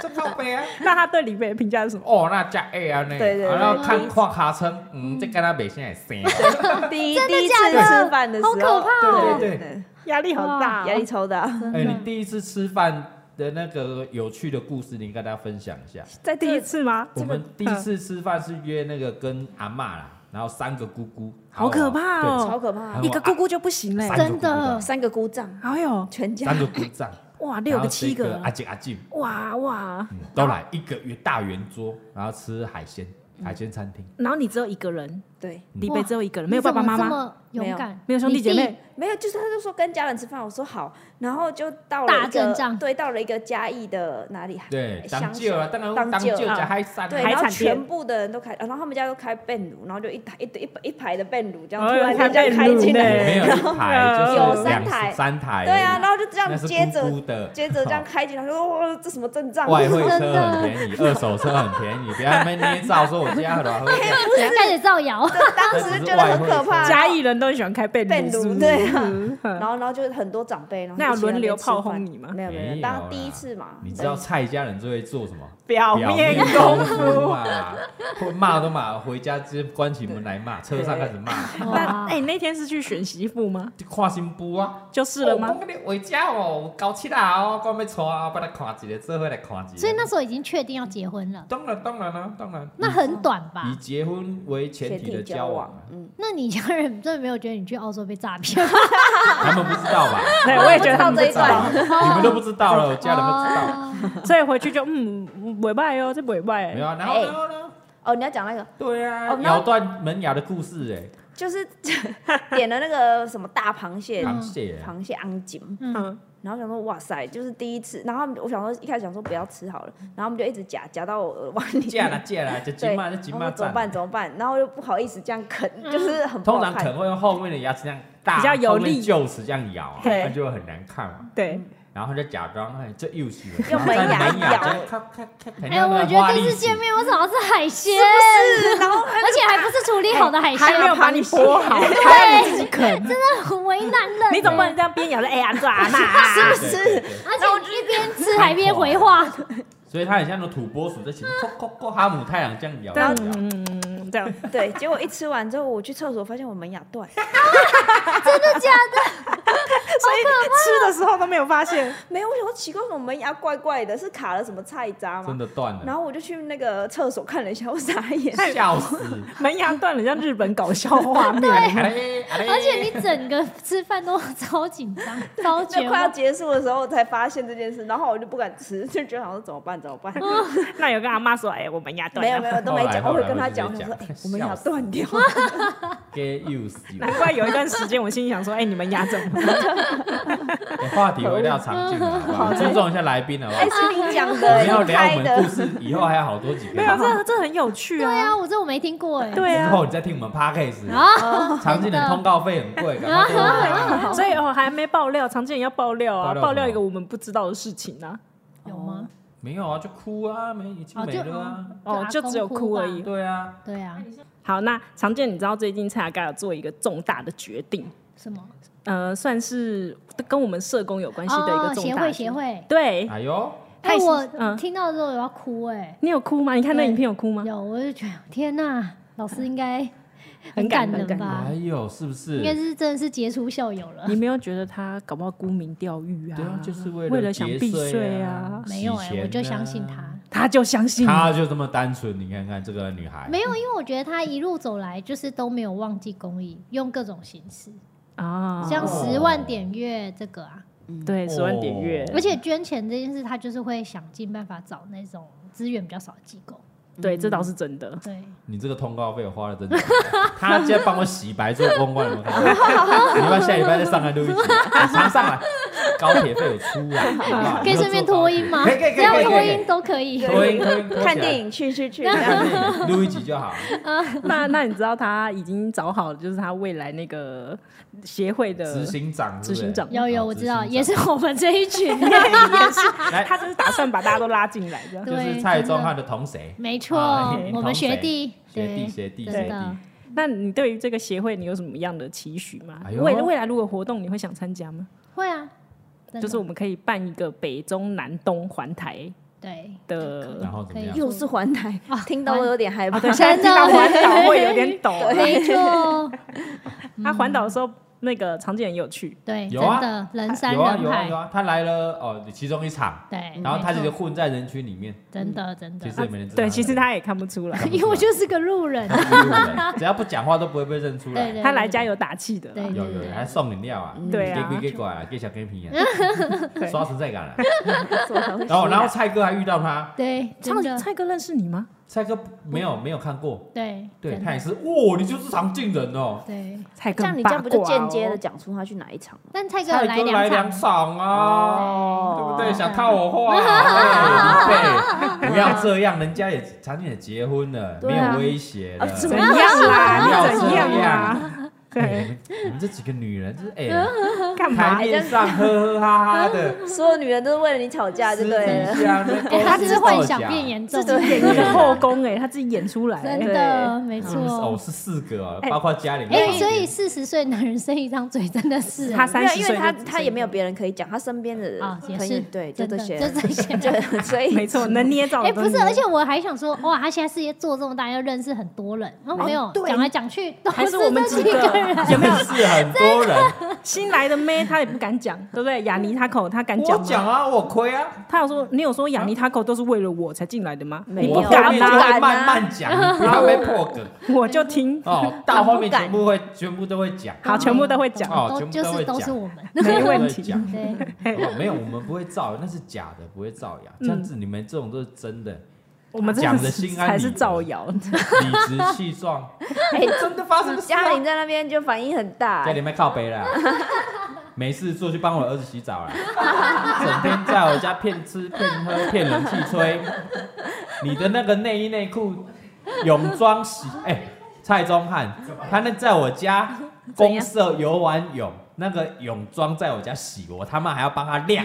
[SPEAKER 1] 这靠背啊。
[SPEAKER 2] 那她对李贝的评价是什么？
[SPEAKER 1] 哦，那加哎啊那，
[SPEAKER 3] 对对对
[SPEAKER 1] 然后看跨卡车，嗯，这跟他北现在生。
[SPEAKER 3] 第一第一次
[SPEAKER 4] 真的假的
[SPEAKER 3] 吃饭的时候，
[SPEAKER 4] 好可怕
[SPEAKER 1] 哦
[SPEAKER 3] 对
[SPEAKER 1] 对
[SPEAKER 3] 对对
[SPEAKER 2] 压力好大、哦
[SPEAKER 3] 对，压力超大。
[SPEAKER 4] 真
[SPEAKER 1] 哎，你
[SPEAKER 4] 的
[SPEAKER 1] 第一次吃饭的那个有趣的故事，你跟大家分享一下。
[SPEAKER 2] 在第一次吗？
[SPEAKER 1] 啊我们第
[SPEAKER 2] 这
[SPEAKER 1] 一
[SPEAKER 2] 个
[SPEAKER 1] 次吃饭是约那个跟阿嬷啦，然后三个姑姑，
[SPEAKER 2] 好可怕哦
[SPEAKER 3] 超可怕
[SPEAKER 1] 嗯，
[SPEAKER 2] 一个姑姑就不行嘞、
[SPEAKER 1] 对，
[SPEAKER 4] 真的
[SPEAKER 3] 三个姑丈，
[SPEAKER 2] 哎呦，
[SPEAKER 3] 全家
[SPEAKER 1] 三个姑丈，啊
[SPEAKER 2] 哇，
[SPEAKER 1] 然
[SPEAKER 2] 六
[SPEAKER 1] 后这啊
[SPEAKER 2] 个七个，
[SPEAKER 1] 阿姐阿舅
[SPEAKER 2] 哇哇！
[SPEAKER 1] 嗯都来一个圆大圆桌，然后吃海鲜海鲜餐厅，
[SPEAKER 2] 然后你只有一个
[SPEAKER 1] 嗯
[SPEAKER 2] 人，
[SPEAKER 3] 对，
[SPEAKER 2] 李贝只有一个人，没有
[SPEAKER 4] 你
[SPEAKER 2] 爸
[SPEAKER 4] 怎
[SPEAKER 2] 爸妈
[SPEAKER 4] 么这
[SPEAKER 1] 哎
[SPEAKER 2] 妈，
[SPEAKER 4] 么勇敢，
[SPEAKER 2] 没有兄弟姐妹，
[SPEAKER 3] 没有，就是他就说跟家人吃饭，我说好，然后就到了
[SPEAKER 4] 大
[SPEAKER 3] 一
[SPEAKER 4] 阵
[SPEAKER 3] 个
[SPEAKER 4] 仗
[SPEAKER 3] 对，到了一个嘉义的哪里？
[SPEAKER 1] 对，当
[SPEAKER 3] 乡
[SPEAKER 1] 舅
[SPEAKER 3] 下
[SPEAKER 1] 啊，当然
[SPEAKER 3] 当
[SPEAKER 1] 当
[SPEAKER 3] 舅
[SPEAKER 1] 舅
[SPEAKER 2] 啊
[SPEAKER 1] 加海山
[SPEAKER 3] 对，
[SPEAKER 1] 啊，
[SPEAKER 2] 海
[SPEAKER 3] 然后
[SPEAKER 2] 产店
[SPEAKER 3] 全部的人都开，然后他们家都开被炉，然后就一台一一一排的被炉这样突
[SPEAKER 2] 哎呦
[SPEAKER 3] 然间这样
[SPEAKER 2] 开
[SPEAKER 3] 开
[SPEAKER 2] 被炉
[SPEAKER 3] 进
[SPEAKER 2] 呢
[SPEAKER 3] 来，
[SPEAKER 1] 也没有一排，就是
[SPEAKER 2] 有
[SPEAKER 1] 两
[SPEAKER 3] 三台
[SPEAKER 1] 三台而已，
[SPEAKER 3] *laughs* 对啊，然后就这样
[SPEAKER 1] 那是
[SPEAKER 3] 接
[SPEAKER 1] 姑
[SPEAKER 3] 着
[SPEAKER 1] 姑的，
[SPEAKER 3] 接着这样开进来，说哇，这什么阵仗？
[SPEAKER 1] 外汇
[SPEAKER 4] 真
[SPEAKER 1] 车
[SPEAKER 4] 的
[SPEAKER 1] 很便宜，二手车很便宜，不要在那边捏造说我家的，
[SPEAKER 2] 啊
[SPEAKER 4] 开始造谣，
[SPEAKER 3] *laughs* 当时觉得很可怕，
[SPEAKER 2] 嘉义人都很喜欢开被
[SPEAKER 3] 被
[SPEAKER 2] 是不
[SPEAKER 3] 炉
[SPEAKER 2] 是
[SPEAKER 3] 对啊，
[SPEAKER 2] 嗯
[SPEAKER 3] 然后然后就是很多长辈，然后
[SPEAKER 2] 那有
[SPEAKER 3] 就去
[SPEAKER 2] 轮流
[SPEAKER 3] 边吃
[SPEAKER 2] 炮
[SPEAKER 3] 饭
[SPEAKER 2] 轰你吗
[SPEAKER 3] 没有没
[SPEAKER 1] 没
[SPEAKER 3] 有，
[SPEAKER 1] 有
[SPEAKER 3] 当第
[SPEAKER 1] 啦
[SPEAKER 3] 一次嘛，
[SPEAKER 1] 你知
[SPEAKER 4] *laughs*
[SPEAKER 1] 道蔡家人最会做什么？
[SPEAKER 2] 表
[SPEAKER 1] 表
[SPEAKER 2] 面
[SPEAKER 1] 面
[SPEAKER 2] 功
[SPEAKER 1] 功夫嘛，会骂都骂，回家直接关起门来骂，车上开始骂，
[SPEAKER 2] 那
[SPEAKER 4] 哇
[SPEAKER 2] 哎、，那天是去选媳妇吗？
[SPEAKER 1] 就跨新步啊，
[SPEAKER 2] 就是了吗？
[SPEAKER 1] 哦我跟你回家哦，搞起来哦，我要娶啊，把来看一个，这回来看一个。
[SPEAKER 4] 所以那时候已经确定要结婚了，
[SPEAKER 1] 当然当然啦，当然。
[SPEAKER 4] 那很短吧
[SPEAKER 1] 以？
[SPEAKER 2] 嗯
[SPEAKER 1] 结婚为前
[SPEAKER 3] 全
[SPEAKER 1] 提的
[SPEAKER 3] 体
[SPEAKER 1] 交往
[SPEAKER 3] 往
[SPEAKER 1] 啊，，
[SPEAKER 3] 嗯，
[SPEAKER 4] 那你家人真的没有觉得你去澳洲被诈骗吗？
[SPEAKER 1] 啊他们不知道吧？
[SPEAKER 2] *laughs* 对，我也觉得他
[SPEAKER 3] 到
[SPEAKER 2] 们
[SPEAKER 3] 这一
[SPEAKER 2] 不知道
[SPEAKER 3] 段。
[SPEAKER 1] 你们都不知道了，我家人不知道。
[SPEAKER 4] 哦
[SPEAKER 2] 所以回去就嗯，尾拜哦，这尾拜
[SPEAKER 1] 没有，啊，然
[SPEAKER 4] 哎
[SPEAKER 1] 后然后呢？
[SPEAKER 3] 哦，你要讲那个
[SPEAKER 1] 对啊
[SPEAKER 3] 哦，那
[SPEAKER 1] 咬断门牙的故事哎，
[SPEAKER 3] 就是 *laughs* 点了那个什么大螃蟹，
[SPEAKER 1] 螃蟹欸啊
[SPEAKER 3] 嗯螃蟹昂金，
[SPEAKER 2] 嗯，
[SPEAKER 3] 然后想说哇塞，就是第一次，然后他们我想说一开始想说不要吃好了，然后我们就一直夹夹到我耳碗里，
[SPEAKER 1] 借啦借
[SPEAKER 3] *laughs*
[SPEAKER 1] 啦，这金
[SPEAKER 3] 对，
[SPEAKER 1] 嘛这金
[SPEAKER 3] 然
[SPEAKER 1] 嘛
[SPEAKER 3] 后怎么
[SPEAKER 1] 赞
[SPEAKER 3] 办。怎么办？然后又不好意思这样啃，就是很不
[SPEAKER 1] 通
[SPEAKER 3] 好
[SPEAKER 1] 常可
[SPEAKER 3] 看。
[SPEAKER 1] 能会用后面的牙齿这样大，
[SPEAKER 2] 比较有
[SPEAKER 1] 后
[SPEAKER 2] 力
[SPEAKER 1] 面臼齿这样咬啊，
[SPEAKER 2] 对
[SPEAKER 1] 那就会很难看嘛。
[SPEAKER 2] 对，
[SPEAKER 1] 然后他就假装哎，这又是
[SPEAKER 3] 用门牙
[SPEAKER 1] 然后在门牙
[SPEAKER 3] 咬
[SPEAKER 1] 这样咔咔咔，很
[SPEAKER 4] 哎，
[SPEAKER 1] 像那
[SPEAKER 4] 我
[SPEAKER 1] 个
[SPEAKER 4] 觉
[SPEAKER 1] 花
[SPEAKER 4] 得
[SPEAKER 1] 栗
[SPEAKER 4] 这次
[SPEAKER 1] 鼠
[SPEAKER 4] 见面我想要吃海鲜，
[SPEAKER 3] 然后
[SPEAKER 4] 而且还不是处理好的海鲜，
[SPEAKER 2] 哎还没有把你剥好，还让你自己啃，
[SPEAKER 4] 很为难人。
[SPEAKER 2] *laughs* 你总不能这样边咬着哎呀，这阿妈啊，
[SPEAKER 1] 对对对
[SPEAKER 4] 而且一边吃还一边回话，
[SPEAKER 1] 所以他很像那土拨鼠在前面，扣扣扣哈姆太阳这样咬
[SPEAKER 2] 这样
[SPEAKER 1] 咬咬。
[SPEAKER 2] 嗯这样，
[SPEAKER 3] 对，结果一吃完之后，我去厕所发现我门牙断，
[SPEAKER 4] 真的假的？
[SPEAKER 2] 所以吃的时候都没有发现。
[SPEAKER 3] 没有，我想说奇怪，为什么门牙怪怪的？是卡了什么菜渣
[SPEAKER 1] 真
[SPEAKER 3] 吗？
[SPEAKER 1] 的断
[SPEAKER 3] 然
[SPEAKER 1] 了，
[SPEAKER 3] 后我就去那个厕所看了一下，我傻眼。
[SPEAKER 1] 笑死！哎
[SPEAKER 2] 门牙断了，像日本搞笑画面。
[SPEAKER 4] 而且你整个吃饭都超紧张，超绝
[SPEAKER 3] 就快要
[SPEAKER 4] 望。
[SPEAKER 3] 结束的时候，我才发现这件事，然后我就不敢吃，就觉得好像怎么办怎么办？
[SPEAKER 2] 那有跟阿妈说，哎、我门牙断
[SPEAKER 3] 没有
[SPEAKER 2] 了。
[SPEAKER 3] 没有都
[SPEAKER 1] 后
[SPEAKER 3] 没
[SPEAKER 1] 来
[SPEAKER 3] 讲，
[SPEAKER 1] 后
[SPEAKER 3] 我会
[SPEAKER 1] 来
[SPEAKER 3] 跟
[SPEAKER 1] 我
[SPEAKER 3] 他
[SPEAKER 1] 直
[SPEAKER 3] 讲，我
[SPEAKER 1] 接
[SPEAKER 3] 说
[SPEAKER 1] 讲
[SPEAKER 3] 哎，我们
[SPEAKER 1] 笑
[SPEAKER 3] 牙
[SPEAKER 1] 死
[SPEAKER 3] 断掉，
[SPEAKER 1] Get used
[SPEAKER 2] 难
[SPEAKER 1] you。
[SPEAKER 2] 怪有一段时间，我心里想说，哎、你门牙怎么了？
[SPEAKER 1] 哎话题回到场景了，好不好尊重一下来宾好不好
[SPEAKER 3] 哎，？是你讲
[SPEAKER 1] 我
[SPEAKER 3] 的，
[SPEAKER 1] 们要
[SPEAKER 3] 你
[SPEAKER 1] 聊我
[SPEAKER 3] 开
[SPEAKER 1] 们故
[SPEAKER 3] 的，
[SPEAKER 1] 事，以后还有好多集可以
[SPEAKER 2] 没有，
[SPEAKER 1] 讲。
[SPEAKER 2] 这这很有趣
[SPEAKER 4] 对
[SPEAKER 2] 啊。
[SPEAKER 4] 啊，我这我没听过哎。
[SPEAKER 2] 对
[SPEAKER 1] 之
[SPEAKER 2] 啊，
[SPEAKER 1] 后你再听我们 podcast，
[SPEAKER 4] 啊，
[SPEAKER 1] 常见的通告费很贵，赶快跟啊我讲
[SPEAKER 2] 所以我还没爆料，常见也要爆料啊，
[SPEAKER 1] 爆料什么
[SPEAKER 2] 爆料一个我们不知道的事情啊。
[SPEAKER 4] 有吗？
[SPEAKER 1] 没有啊，就哭啊，没已经
[SPEAKER 4] 哦，嗯
[SPEAKER 1] 没
[SPEAKER 4] 就
[SPEAKER 1] 了啊。
[SPEAKER 2] 哦就只有哭而已
[SPEAKER 4] 吧
[SPEAKER 1] 对啊，
[SPEAKER 4] 对啊，
[SPEAKER 2] 好，那常见，你知道最近蔡雅盖有做一个重大的决定，
[SPEAKER 4] 什么？
[SPEAKER 2] 呃，算是跟我们社工有关系的一
[SPEAKER 4] 哦
[SPEAKER 2] 个，重
[SPEAKER 4] 协
[SPEAKER 2] 大的决定、
[SPEAKER 4] 会协会。
[SPEAKER 2] 对，
[SPEAKER 1] 哎呦，
[SPEAKER 4] 哎，
[SPEAKER 2] 太新
[SPEAKER 4] 我
[SPEAKER 2] 嗯
[SPEAKER 4] 听到之后有要哭哎，
[SPEAKER 2] 你有哭吗？你看那
[SPEAKER 4] 对
[SPEAKER 2] 影片有哭吗？
[SPEAKER 4] 有，我就觉得天哪，老师应该
[SPEAKER 2] 很感
[SPEAKER 4] 感
[SPEAKER 2] 很
[SPEAKER 4] 人
[SPEAKER 2] 感
[SPEAKER 4] 吧
[SPEAKER 1] 哎？呦，是不是
[SPEAKER 4] 啊应？该是真的是杰出校
[SPEAKER 1] *laughs*
[SPEAKER 4] 友了
[SPEAKER 2] 你。没有觉得他搞不好沽名钓誉啊？
[SPEAKER 1] 对啊，就是为
[SPEAKER 2] 为了想
[SPEAKER 1] 想
[SPEAKER 2] 避
[SPEAKER 1] 税
[SPEAKER 2] 啊，
[SPEAKER 4] 没有哎、
[SPEAKER 1] 洗钱啊
[SPEAKER 4] 我就相信他。
[SPEAKER 2] 他就相信你
[SPEAKER 1] 她就这么单纯，你看看这个女孩，
[SPEAKER 4] 没有，因为我觉得他一路走来就是都没有忘记公益，用各种形式，
[SPEAKER 2] 啊，
[SPEAKER 1] 哦
[SPEAKER 4] 像十万点阅这个啊，
[SPEAKER 2] 对十万点阅
[SPEAKER 1] 哦，
[SPEAKER 4] 而且捐钱这件事，他就是会想尽办法找那种资源比较少的机构。
[SPEAKER 2] 对，这倒是
[SPEAKER 1] *laughs*
[SPEAKER 2] 真的。
[SPEAKER 4] 对，
[SPEAKER 1] 你这个通告费我花了真的，她今天帮我洗白做公关，有没有看到？你要不要下礼拜再上来录一集？你常上来，高铁费有出来，好不
[SPEAKER 4] *laughs*
[SPEAKER 1] 好
[SPEAKER 4] 可以顺便脱音吗？
[SPEAKER 1] 可以可以可
[SPEAKER 4] 只
[SPEAKER 1] 以
[SPEAKER 4] 要
[SPEAKER 1] 可以
[SPEAKER 4] 脱
[SPEAKER 1] 可以
[SPEAKER 4] 音都可以。
[SPEAKER 1] 脱音脱音，脱起来
[SPEAKER 3] *laughs* 看电影去去去，
[SPEAKER 1] *laughs*
[SPEAKER 3] 这样
[SPEAKER 1] 看电影录一集就好。
[SPEAKER 2] 那那你知道他已经找好了，就是他未来那个协会
[SPEAKER 1] 执
[SPEAKER 2] *laughs* 的
[SPEAKER 1] 行长是不是，
[SPEAKER 2] 执行长
[SPEAKER 4] 有有，我知道，也是
[SPEAKER 1] 执
[SPEAKER 4] 我们这一群的，
[SPEAKER 1] 来，
[SPEAKER 2] 他就是打算把大家都拉进来
[SPEAKER 1] *laughs*
[SPEAKER 2] 这样。
[SPEAKER 1] 就
[SPEAKER 4] 对
[SPEAKER 1] 是蔡
[SPEAKER 4] 真的
[SPEAKER 1] 宗翰的同谁？
[SPEAKER 4] 没
[SPEAKER 1] *laughs*
[SPEAKER 4] 错
[SPEAKER 1] 啊，
[SPEAKER 4] 我们学弟，
[SPEAKER 1] 学弟
[SPEAKER 4] 对
[SPEAKER 1] 学弟
[SPEAKER 4] 真
[SPEAKER 1] 学
[SPEAKER 4] 的
[SPEAKER 1] 弟，
[SPEAKER 2] 那你对于这个协会，你有什么样的期许吗？
[SPEAKER 1] 哎呦
[SPEAKER 2] 未未来如果活动，你会想参加吗？
[SPEAKER 4] 会啊，真的
[SPEAKER 2] 就是我们可以办一个北中南东环台
[SPEAKER 4] 对
[SPEAKER 1] 然
[SPEAKER 2] 的，
[SPEAKER 1] 后怎么样
[SPEAKER 4] 可以？
[SPEAKER 3] 又是环啊台
[SPEAKER 4] 啊，
[SPEAKER 3] 听到我有点害怕。 *laughs*
[SPEAKER 2] 对，现在听到环岛会有
[SPEAKER 1] *laughs*
[SPEAKER 2] 点抖。
[SPEAKER 4] 没错，
[SPEAKER 2] 他环岛的时候，那个场景很有趣，
[SPEAKER 4] 对，
[SPEAKER 1] 有
[SPEAKER 4] 真
[SPEAKER 1] 啊
[SPEAKER 4] 的人山
[SPEAKER 1] 有啊有
[SPEAKER 4] 人
[SPEAKER 1] 啊有
[SPEAKER 4] 海，
[SPEAKER 1] 啊，他来了哦，其中一场，
[SPEAKER 4] 对，
[SPEAKER 1] 然后他
[SPEAKER 4] 没
[SPEAKER 1] 其
[SPEAKER 4] 错
[SPEAKER 1] 实混在人群里面，
[SPEAKER 4] 真的真
[SPEAKER 1] 其
[SPEAKER 4] 的，
[SPEAKER 1] 实也没人知道他
[SPEAKER 2] 啊对，
[SPEAKER 1] 来。
[SPEAKER 2] 其实他也看不出来。
[SPEAKER 4] 因为我就是个路人，
[SPEAKER 1] 只要不讲话都不会被认出
[SPEAKER 4] 对
[SPEAKER 1] 来。
[SPEAKER 4] 对，
[SPEAKER 2] 他来加油打气的啦，
[SPEAKER 4] 对
[SPEAKER 1] 有有有，还送饮料啊，
[SPEAKER 2] 对啊
[SPEAKER 1] 给给给过来，给小给皮啊，
[SPEAKER 2] 对
[SPEAKER 1] 刷存在感了。
[SPEAKER 3] 做东西
[SPEAKER 1] 然后然后蔡哥还遇到他，
[SPEAKER 4] 对，真
[SPEAKER 2] 蔡
[SPEAKER 4] 的，
[SPEAKER 2] 蔡哥认识你吗？
[SPEAKER 1] 蔡哥没有没有看过，
[SPEAKER 4] 对，
[SPEAKER 1] 对
[SPEAKER 4] 真
[SPEAKER 1] 他也
[SPEAKER 4] 的，
[SPEAKER 1] 是，哇，你就是常进人哦。
[SPEAKER 4] 对。
[SPEAKER 2] 蔡哥
[SPEAKER 3] 这样
[SPEAKER 2] 很
[SPEAKER 3] 你
[SPEAKER 2] 八
[SPEAKER 3] 这
[SPEAKER 2] 卦哦，
[SPEAKER 3] 样不就间接的讲出他去哪一场吗？
[SPEAKER 4] 但蔡哥有
[SPEAKER 1] 蔡
[SPEAKER 4] 来
[SPEAKER 1] 哥来两
[SPEAKER 4] 两场，
[SPEAKER 1] 场啊。对
[SPEAKER 3] 哦
[SPEAKER 1] 不对？想套我话啊，对，不要这样，人家也常年也结婚了，
[SPEAKER 3] 对
[SPEAKER 1] 没
[SPEAKER 3] 啊
[SPEAKER 1] 有威胁
[SPEAKER 2] 啊
[SPEAKER 1] 的，
[SPEAKER 2] 怎么样
[SPEAKER 1] 不
[SPEAKER 2] 啦？
[SPEAKER 1] 要
[SPEAKER 2] 你怎
[SPEAKER 1] 这
[SPEAKER 2] 样
[SPEAKER 1] 样
[SPEAKER 2] 啊？
[SPEAKER 1] 哎
[SPEAKER 2] 对，
[SPEAKER 1] 你们你们这几个女人就是哎，
[SPEAKER 2] 干
[SPEAKER 1] 台
[SPEAKER 2] 嘛？
[SPEAKER 1] 面上呵呵哈哈的，
[SPEAKER 3] *laughs* 所有女人都是为了你吵架，
[SPEAKER 1] 私
[SPEAKER 3] 就
[SPEAKER 1] 底
[SPEAKER 3] 啊 *laughs* 对了。
[SPEAKER 1] 下那
[SPEAKER 4] 哎，
[SPEAKER 1] 勾
[SPEAKER 4] 他
[SPEAKER 1] 心
[SPEAKER 4] 是幻
[SPEAKER 1] 斗
[SPEAKER 4] 想
[SPEAKER 1] 角
[SPEAKER 4] 变严重，
[SPEAKER 3] 自己
[SPEAKER 2] 演一个后宫哎，他自己演出来
[SPEAKER 4] 真
[SPEAKER 2] 欸，
[SPEAKER 4] 的没
[SPEAKER 1] 哦
[SPEAKER 4] 错。
[SPEAKER 1] 是四个哦，
[SPEAKER 2] 哎
[SPEAKER 1] 包括家里面，
[SPEAKER 4] 哎，所以四十岁男人生一张嘴真的是
[SPEAKER 2] 他
[SPEAKER 3] 没
[SPEAKER 2] 三
[SPEAKER 3] 有，
[SPEAKER 2] 十
[SPEAKER 3] 因
[SPEAKER 2] 岁
[SPEAKER 3] 为
[SPEAKER 2] 就
[SPEAKER 3] 他
[SPEAKER 2] 只
[SPEAKER 3] 他也没有别人可以讲，他身边的人
[SPEAKER 4] 啊，也
[SPEAKER 3] 朋
[SPEAKER 4] 是
[SPEAKER 3] 友对，就
[SPEAKER 4] 真
[SPEAKER 3] 这
[SPEAKER 4] 的
[SPEAKER 3] 些，
[SPEAKER 4] 就
[SPEAKER 3] *laughs*
[SPEAKER 4] 这些。 *laughs*
[SPEAKER 3] 对，所
[SPEAKER 2] *laughs*
[SPEAKER 3] 以
[SPEAKER 2] 没错，能捏造的
[SPEAKER 4] 哎，
[SPEAKER 2] 都
[SPEAKER 4] 不
[SPEAKER 2] 捏。
[SPEAKER 4] 是，而且我还想说，哇，他现在事业做这么大，又认识很多人，然后没有讲来讲去都
[SPEAKER 2] 哦还是
[SPEAKER 4] 是
[SPEAKER 2] 我们
[SPEAKER 4] 那
[SPEAKER 2] 几
[SPEAKER 4] 几
[SPEAKER 2] 个
[SPEAKER 4] 个
[SPEAKER 2] *laughs*
[SPEAKER 4] 人，
[SPEAKER 1] 真的是很多人，
[SPEAKER 2] 新来的妹她也不敢讲，对不对？雅尼她口她敢
[SPEAKER 1] 我
[SPEAKER 2] 讲吗？
[SPEAKER 1] 讲啊，我亏啊，
[SPEAKER 2] 她有说你有说雅尼她口都是为了我才进来的吗？
[SPEAKER 3] 没
[SPEAKER 2] 你
[SPEAKER 3] 有
[SPEAKER 2] 不
[SPEAKER 1] 我后
[SPEAKER 2] 敢
[SPEAKER 1] 面就
[SPEAKER 2] 吗？
[SPEAKER 1] 会慢慢讲，你不要被破梗
[SPEAKER 2] 我就听，
[SPEAKER 1] 哦，到后面
[SPEAKER 3] 他不敢
[SPEAKER 1] 全部会全部都会讲，
[SPEAKER 2] 好，啊全部都会讲，
[SPEAKER 1] 哦全
[SPEAKER 4] 都
[SPEAKER 1] 部
[SPEAKER 4] 就
[SPEAKER 1] 都会
[SPEAKER 4] 是
[SPEAKER 1] 讲
[SPEAKER 4] 都是我们。
[SPEAKER 2] 没
[SPEAKER 1] *laughs* 全
[SPEAKER 2] 问
[SPEAKER 1] 部都会
[SPEAKER 2] 题。
[SPEAKER 1] 讲。
[SPEAKER 4] 对，
[SPEAKER 1] 哦，没有，我们不会造谣，那是假的，不会造谣。这样子你们这种都是真的，
[SPEAKER 2] 我们真
[SPEAKER 1] 讲的
[SPEAKER 2] 是
[SPEAKER 1] 心安
[SPEAKER 2] 才
[SPEAKER 1] 理
[SPEAKER 2] 是
[SPEAKER 1] 得
[SPEAKER 2] 造谣。
[SPEAKER 1] 理直气壮。哎，真的发生的事啊
[SPEAKER 3] *laughs* 嘉玲在那边就反应很大
[SPEAKER 1] 家，里面靠背啦，没事做去帮我儿子洗澡啦，整天在我家骗吃骗喝骗冷气吹。你的那个内衣内裤、泳装洗，哎、蔡宗翰，他那在我家公社游完泳，那个泳装在我家洗，我他妈还要帮他晾。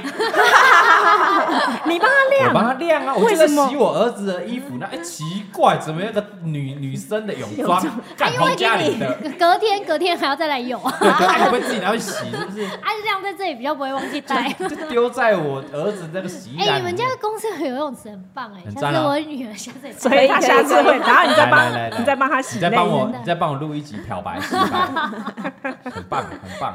[SPEAKER 2] 你帮他
[SPEAKER 1] 我
[SPEAKER 2] 晾，
[SPEAKER 1] 帮他晾啊，我就在
[SPEAKER 2] 为什么
[SPEAKER 1] 洗我儿子的衣服呢。哎、奇怪，怎么那个女女生的泳装，干
[SPEAKER 4] 因为
[SPEAKER 1] 从家里的，
[SPEAKER 4] 隔天隔天还要再来用， *laughs* 啊，
[SPEAKER 1] 对对，哎会不会自己拿去洗？是不是？
[SPEAKER 4] 晾在这里比较不会忘记带。
[SPEAKER 1] 就丢在我儿子那个洗衣
[SPEAKER 4] 哎、
[SPEAKER 1] 篮
[SPEAKER 4] 你
[SPEAKER 1] 里
[SPEAKER 4] 们
[SPEAKER 1] 面。
[SPEAKER 4] 家的公司有游泳池很棒哎、
[SPEAKER 1] 很
[SPEAKER 4] 下
[SPEAKER 1] 赞
[SPEAKER 4] 次
[SPEAKER 1] 啊
[SPEAKER 4] 我女儿下次也
[SPEAKER 2] 所以他下次会，然后你再
[SPEAKER 1] 来来来来
[SPEAKER 2] 帮，你再帮他洗
[SPEAKER 1] 你
[SPEAKER 2] 内
[SPEAKER 1] 再帮我，
[SPEAKER 4] 真的
[SPEAKER 1] 你再帮我录一集漂白洗白， *laughs* 很棒，很棒。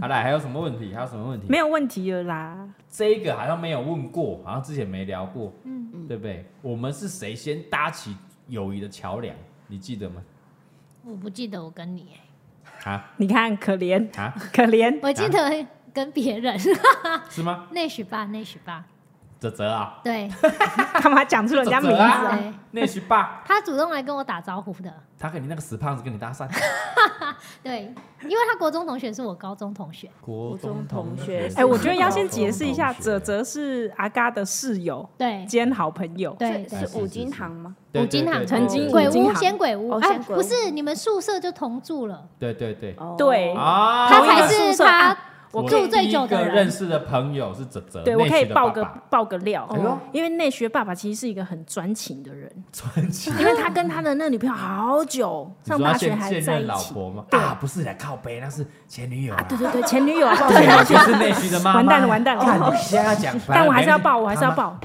[SPEAKER 1] 好来，还有什么问题？还有什么问题？
[SPEAKER 2] 没有问题了啦。
[SPEAKER 1] 这一个好像没有问过，好像之前没聊过，
[SPEAKER 4] 嗯
[SPEAKER 1] 对不对？我们是谁先搭起友谊的桥梁？你记得吗？
[SPEAKER 4] 我不记得我跟你、欸，
[SPEAKER 1] 啊
[SPEAKER 2] 你看，可怜
[SPEAKER 1] 啊，
[SPEAKER 2] 可怜，
[SPEAKER 4] 我记得跟别人， *laughs*
[SPEAKER 1] 是吗？
[SPEAKER 4] 内许吧，内许吧，
[SPEAKER 1] 泽泽啊，
[SPEAKER 4] 对
[SPEAKER 2] 干嘛讲出人家名
[SPEAKER 1] 泽泽
[SPEAKER 2] 字
[SPEAKER 1] 啊
[SPEAKER 2] 啊？
[SPEAKER 4] 对，
[SPEAKER 1] 那是爸，
[SPEAKER 4] 他主动来跟我打招呼的，
[SPEAKER 1] 他跟你那个死胖子跟你搭讪，
[SPEAKER 3] *laughs*
[SPEAKER 4] 对，因为他国中同学是我高中同学，
[SPEAKER 1] 国
[SPEAKER 3] 中同学
[SPEAKER 2] 哎、我觉得要先解释一下，泽泽是阿嘎的室友
[SPEAKER 4] 对
[SPEAKER 2] 兼好朋友。
[SPEAKER 4] 对对。
[SPEAKER 1] 是是
[SPEAKER 3] 是五金行吗？
[SPEAKER 4] 五金行
[SPEAKER 2] 曾经
[SPEAKER 4] 鬼
[SPEAKER 2] 五金
[SPEAKER 4] 屋
[SPEAKER 2] 行
[SPEAKER 4] 先鬼屋，
[SPEAKER 3] 哦
[SPEAKER 4] 哎，
[SPEAKER 3] 先鬼屋
[SPEAKER 4] 不是你们宿舍就同住了，
[SPEAKER 1] 对对对
[SPEAKER 3] 哦
[SPEAKER 2] 对
[SPEAKER 1] 啊，
[SPEAKER 4] 他
[SPEAKER 2] 同一
[SPEAKER 4] 才
[SPEAKER 2] 个
[SPEAKER 4] 是
[SPEAKER 2] 宿舍
[SPEAKER 4] 他
[SPEAKER 1] 我
[SPEAKER 4] 住最久
[SPEAKER 1] 第一
[SPEAKER 4] 的
[SPEAKER 1] 个
[SPEAKER 4] 人
[SPEAKER 1] 认识的朋友是泽泽，
[SPEAKER 2] 对，我可以
[SPEAKER 1] 内需的
[SPEAKER 2] 爆
[SPEAKER 1] 爸
[SPEAKER 2] 个
[SPEAKER 1] 爸
[SPEAKER 2] 爆个料，
[SPEAKER 1] 哎呦
[SPEAKER 2] 因为内学爸爸其实是一个很专情的人，
[SPEAKER 1] 传奇。
[SPEAKER 2] 因为他跟他的那女朋友好久，
[SPEAKER 1] 你
[SPEAKER 2] 上
[SPEAKER 1] 说他
[SPEAKER 2] 大学
[SPEAKER 1] 现
[SPEAKER 2] 还
[SPEAKER 1] 现
[SPEAKER 2] 在
[SPEAKER 1] 任
[SPEAKER 2] 一
[SPEAKER 1] 老
[SPEAKER 2] 起。
[SPEAKER 1] 婆吗？啊，不是的，靠背，那是前女友啊。
[SPEAKER 2] 对对对，前女友啊，抱
[SPEAKER 1] 前女
[SPEAKER 2] 歉
[SPEAKER 1] 友
[SPEAKER 2] 抱歉，
[SPEAKER 1] 就是内需的妈妈。
[SPEAKER 2] 完蛋了完蛋了
[SPEAKER 1] 看你现在要讲，
[SPEAKER 2] 但我还是要
[SPEAKER 1] 报，
[SPEAKER 2] 爆，我还是要爆。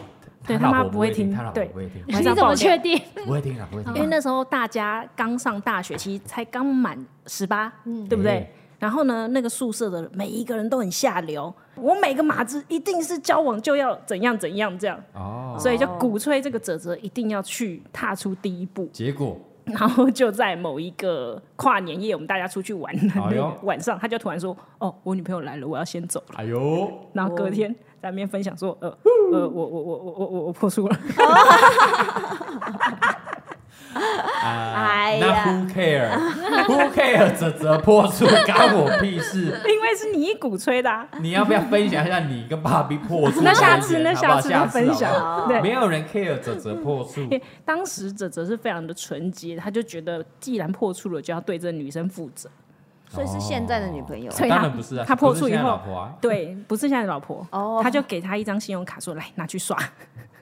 [SPEAKER 2] 对他
[SPEAKER 1] 老
[SPEAKER 2] 妈
[SPEAKER 1] 婆
[SPEAKER 2] 不
[SPEAKER 1] 不
[SPEAKER 2] 会
[SPEAKER 1] 听，
[SPEAKER 2] 听
[SPEAKER 1] 他老，婆
[SPEAKER 2] 对
[SPEAKER 1] 不，会听，
[SPEAKER 2] 我还
[SPEAKER 4] *laughs* 你
[SPEAKER 2] 是要
[SPEAKER 4] 怎
[SPEAKER 2] 爆料
[SPEAKER 4] 么确。
[SPEAKER 3] *laughs*
[SPEAKER 4] 定？
[SPEAKER 1] 不会听了，不会
[SPEAKER 2] 因为
[SPEAKER 1] 听。
[SPEAKER 2] 那时候大家刚上大学，其实才刚满十八，
[SPEAKER 4] 嗯
[SPEAKER 2] 对
[SPEAKER 1] 嗯
[SPEAKER 2] 不对？然后呢，那个宿舍的每一个人都很下流，我每个马子一定是交往就要怎样怎样这样，
[SPEAKER 1] 哦，
[SPEAKER 2] 所以就鼓吹这个泽泽一定要去踏出第一步。 *laughs*
[SPEAKER 1] 结果
[SPEAKER 2] 然后就在某一个跨年夜，我们大家出去玩的那
[SPEAKER 1] 哎
[SPEAKER 2] 个
[SPEAKER 1] 呦
[SPEAKER 2] *laughs* 晚上，他就突然说：“哦，我女朋友来了，我要先走。
[SPEAKER 1] 哎呦，”
[SPEAKER 2] 然后隔天
[SPEAKER 1] 哦
[SPEAKER 2] 在那边分享说：“呃呃，我我我我我我我破处了。 *laughs*
[SPEAKER 1] 啊
[SPEAKER 3] 哎，
[SPEAKER 1] 那
[SPEAKER 3] 呀
[SPEAKER 1] who care？who
[SPEAKER 3] *laughs*
[SPEAKER 1] care？泽泽破处干我屁事”！
[SPEAKER 2] 因为是你鼓吹的、啊，
[SPEAKER 1] 你要不要分享一下你跟爸比破处的经验？
[SPEAKER 2] 那下次那
[SPEAKER 1] 好不好
[SPEAKER 2] 下次再分
[SPEAKER 1] 好不好
[SPEAKER 2] 享。对，
[SPEAKER 1] 没有人 care 泽泽破处，
[SPEAKER 2] 因为当时泽泽是非常的纯洁，他就觉得既然破处了，就要对这女生负 *laughs* 责。
[SPEAKER 3] 所以是现在的女朋友
[SPEAKER 2] 所以
[SPEAKER 1] 当
[SPEAKER 2] 他
[SPEAKER 1] 然不是啊，
[SPEAKER 2] 他破处
[SPEAKER 1] 不是
[SPEAKER 2] 以
[SPEAKER 1] 现在
[SPEAKER 2] 后
[SPEAKER 1] 老婆啊，
[SPEAKER 2] 对，不是现在的老婆，
[SPEAKER 3] 哦
[SPEAKER 2] 他就给他一张信用卡，说：“来，拿去刷。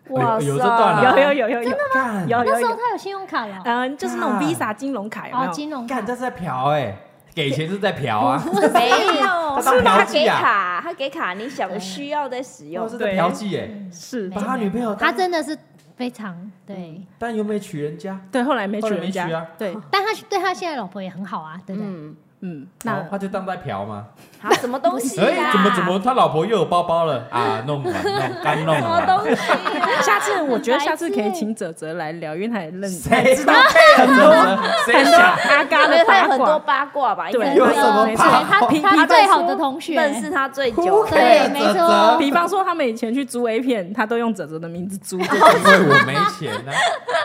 [SPEAKER 1] 有有这段啊
[SPEAKER 2] *laughs* 有有有有有
[SPEAKER 1] 干
[SPEAKER 2] 有
[SPEAKER 4] 那
[SPEAKER 2] 有
[SPEAKER 4] 时候
[SPEAKER 2] 有，
[SPEAKER 4] 他有信用卡
[SPEAKER 3] 哎
[SPEAKER 4] 了，
[SPEAKER 2] 嗯、就是那种 Visa 金融卡，有没
[SPEAKER 4] 哦，
[SPEAKER 2] 有？
[SPEAKER 4] 金融卡
[SPEAKER 1] 干，这是在嫖哎，给钱是在嫖啊，
[SPEAKER 3] *laughs* 没
[SPEAKER 4] *laughs*
[SPEAKER 1] 他
[SPEAKER 3] 有是
[SPEAKER 1] 当
[SPEAKER 3] 他
[SPEAKER 1] 嫖
[SPEAKER 3] 给
[SPEAKER 1] 妓啊，
[SPEAKER 3] 卡，他给卡，你想的需要再使
[SPEAKER 1] 哦
[SPEAKER 3] 用。
[SPEAKER 1] 是在嫖妓哎，
[SPEAKER 2] 是
[SPEAKER 1] 把他女朋友
[SPEAKER 4] 他
[SPEAKER 1] 当，嗯
[SPEAKER 4] 真的是非常对，
[SPEAKER 1] 但又没娶人家，
[SPEAKER 2] 对，后来没
[SPEAKER 1] 后
[SPEAKER 2] 娶
[SPEAKER 1] 来没
[SPEAKER 2] 人家，
[SPEAKER 1] 娶啊
[SPEAKER 2] 对，
[SPEAKER 4] 但他对他现在老婆也很好啊，对不对？
[SPEAKER 3] 嗯，
[SPEAKER 2] 嗯，那、啊
[SPEAKER 1] 那他就当在嫖嘛。
[SPEAKER 3] 好，什么东西啊
[SPEAKER 1] 哎，
[SPEAKER 3] 啦？
[SPEAKER 1] 怎么怎么他老婆又有包包了啊？弄完弄干弄
[SPEAKER 3] 什么
[SPEAKER 1] 完，
[SPEAKER 3] 东西啊？
[SPEAKER 2] 下次我觉得
[SPEAKER 4] 白
[SPEAKER 2] 下次
[SPEAKER 4] 痴
[SPEAKER 2] 可以
[SPEAKER 4] 欸
[SPEAKER 2] 请泽泽来聊，因为他也
[SPEAKER 1] *laughs*
[SPEAKER 2] 认识
[SPEAKER 1] 谁知道 care 泽泽？谁想？
[SPEAKER 2] 阿嘎
[SPEAKER 3] 因
[SPEAKER 2] *laughs*
[SPEAKER 3] 为
[SPEAKER 2] 的
[SPEAKER 3] 他
[SPEAKER 2] 八
[SPEAKER 3] 有很多
[SPEAKER 2] 卦，
[SPEAKER 3] 八卦吧？
[SPEAKER 2] 对
[SPEAKER 3] 应该
[SPEAKER 1] 有什么
[SPEAKER 4] 对
[SPEAKER 1] 怕 *laughs*
[SPEAKER 4] 他
[SPEAKER 1] 平
[SPEAKER 4] 他最好的同学，
[SPEAKER 3] 认识他最久
[SPEAKER 1] Who
[SPEAKER 3] 的
[SPEAKER 1] care
[SPEAKER 2] 啊
[SPEAKER 4] 对，
[SPEAKER 1] 泽
[SPEAKER 4] 没
[SPEAKER 1] 泽
[SPEAKER 4] 错，
[SPEAKER 2] 比方说他们以前去租 A 片，他都用泽泽的名字租。
[SPEAKER 1] *laughs* 因为我没钱呢、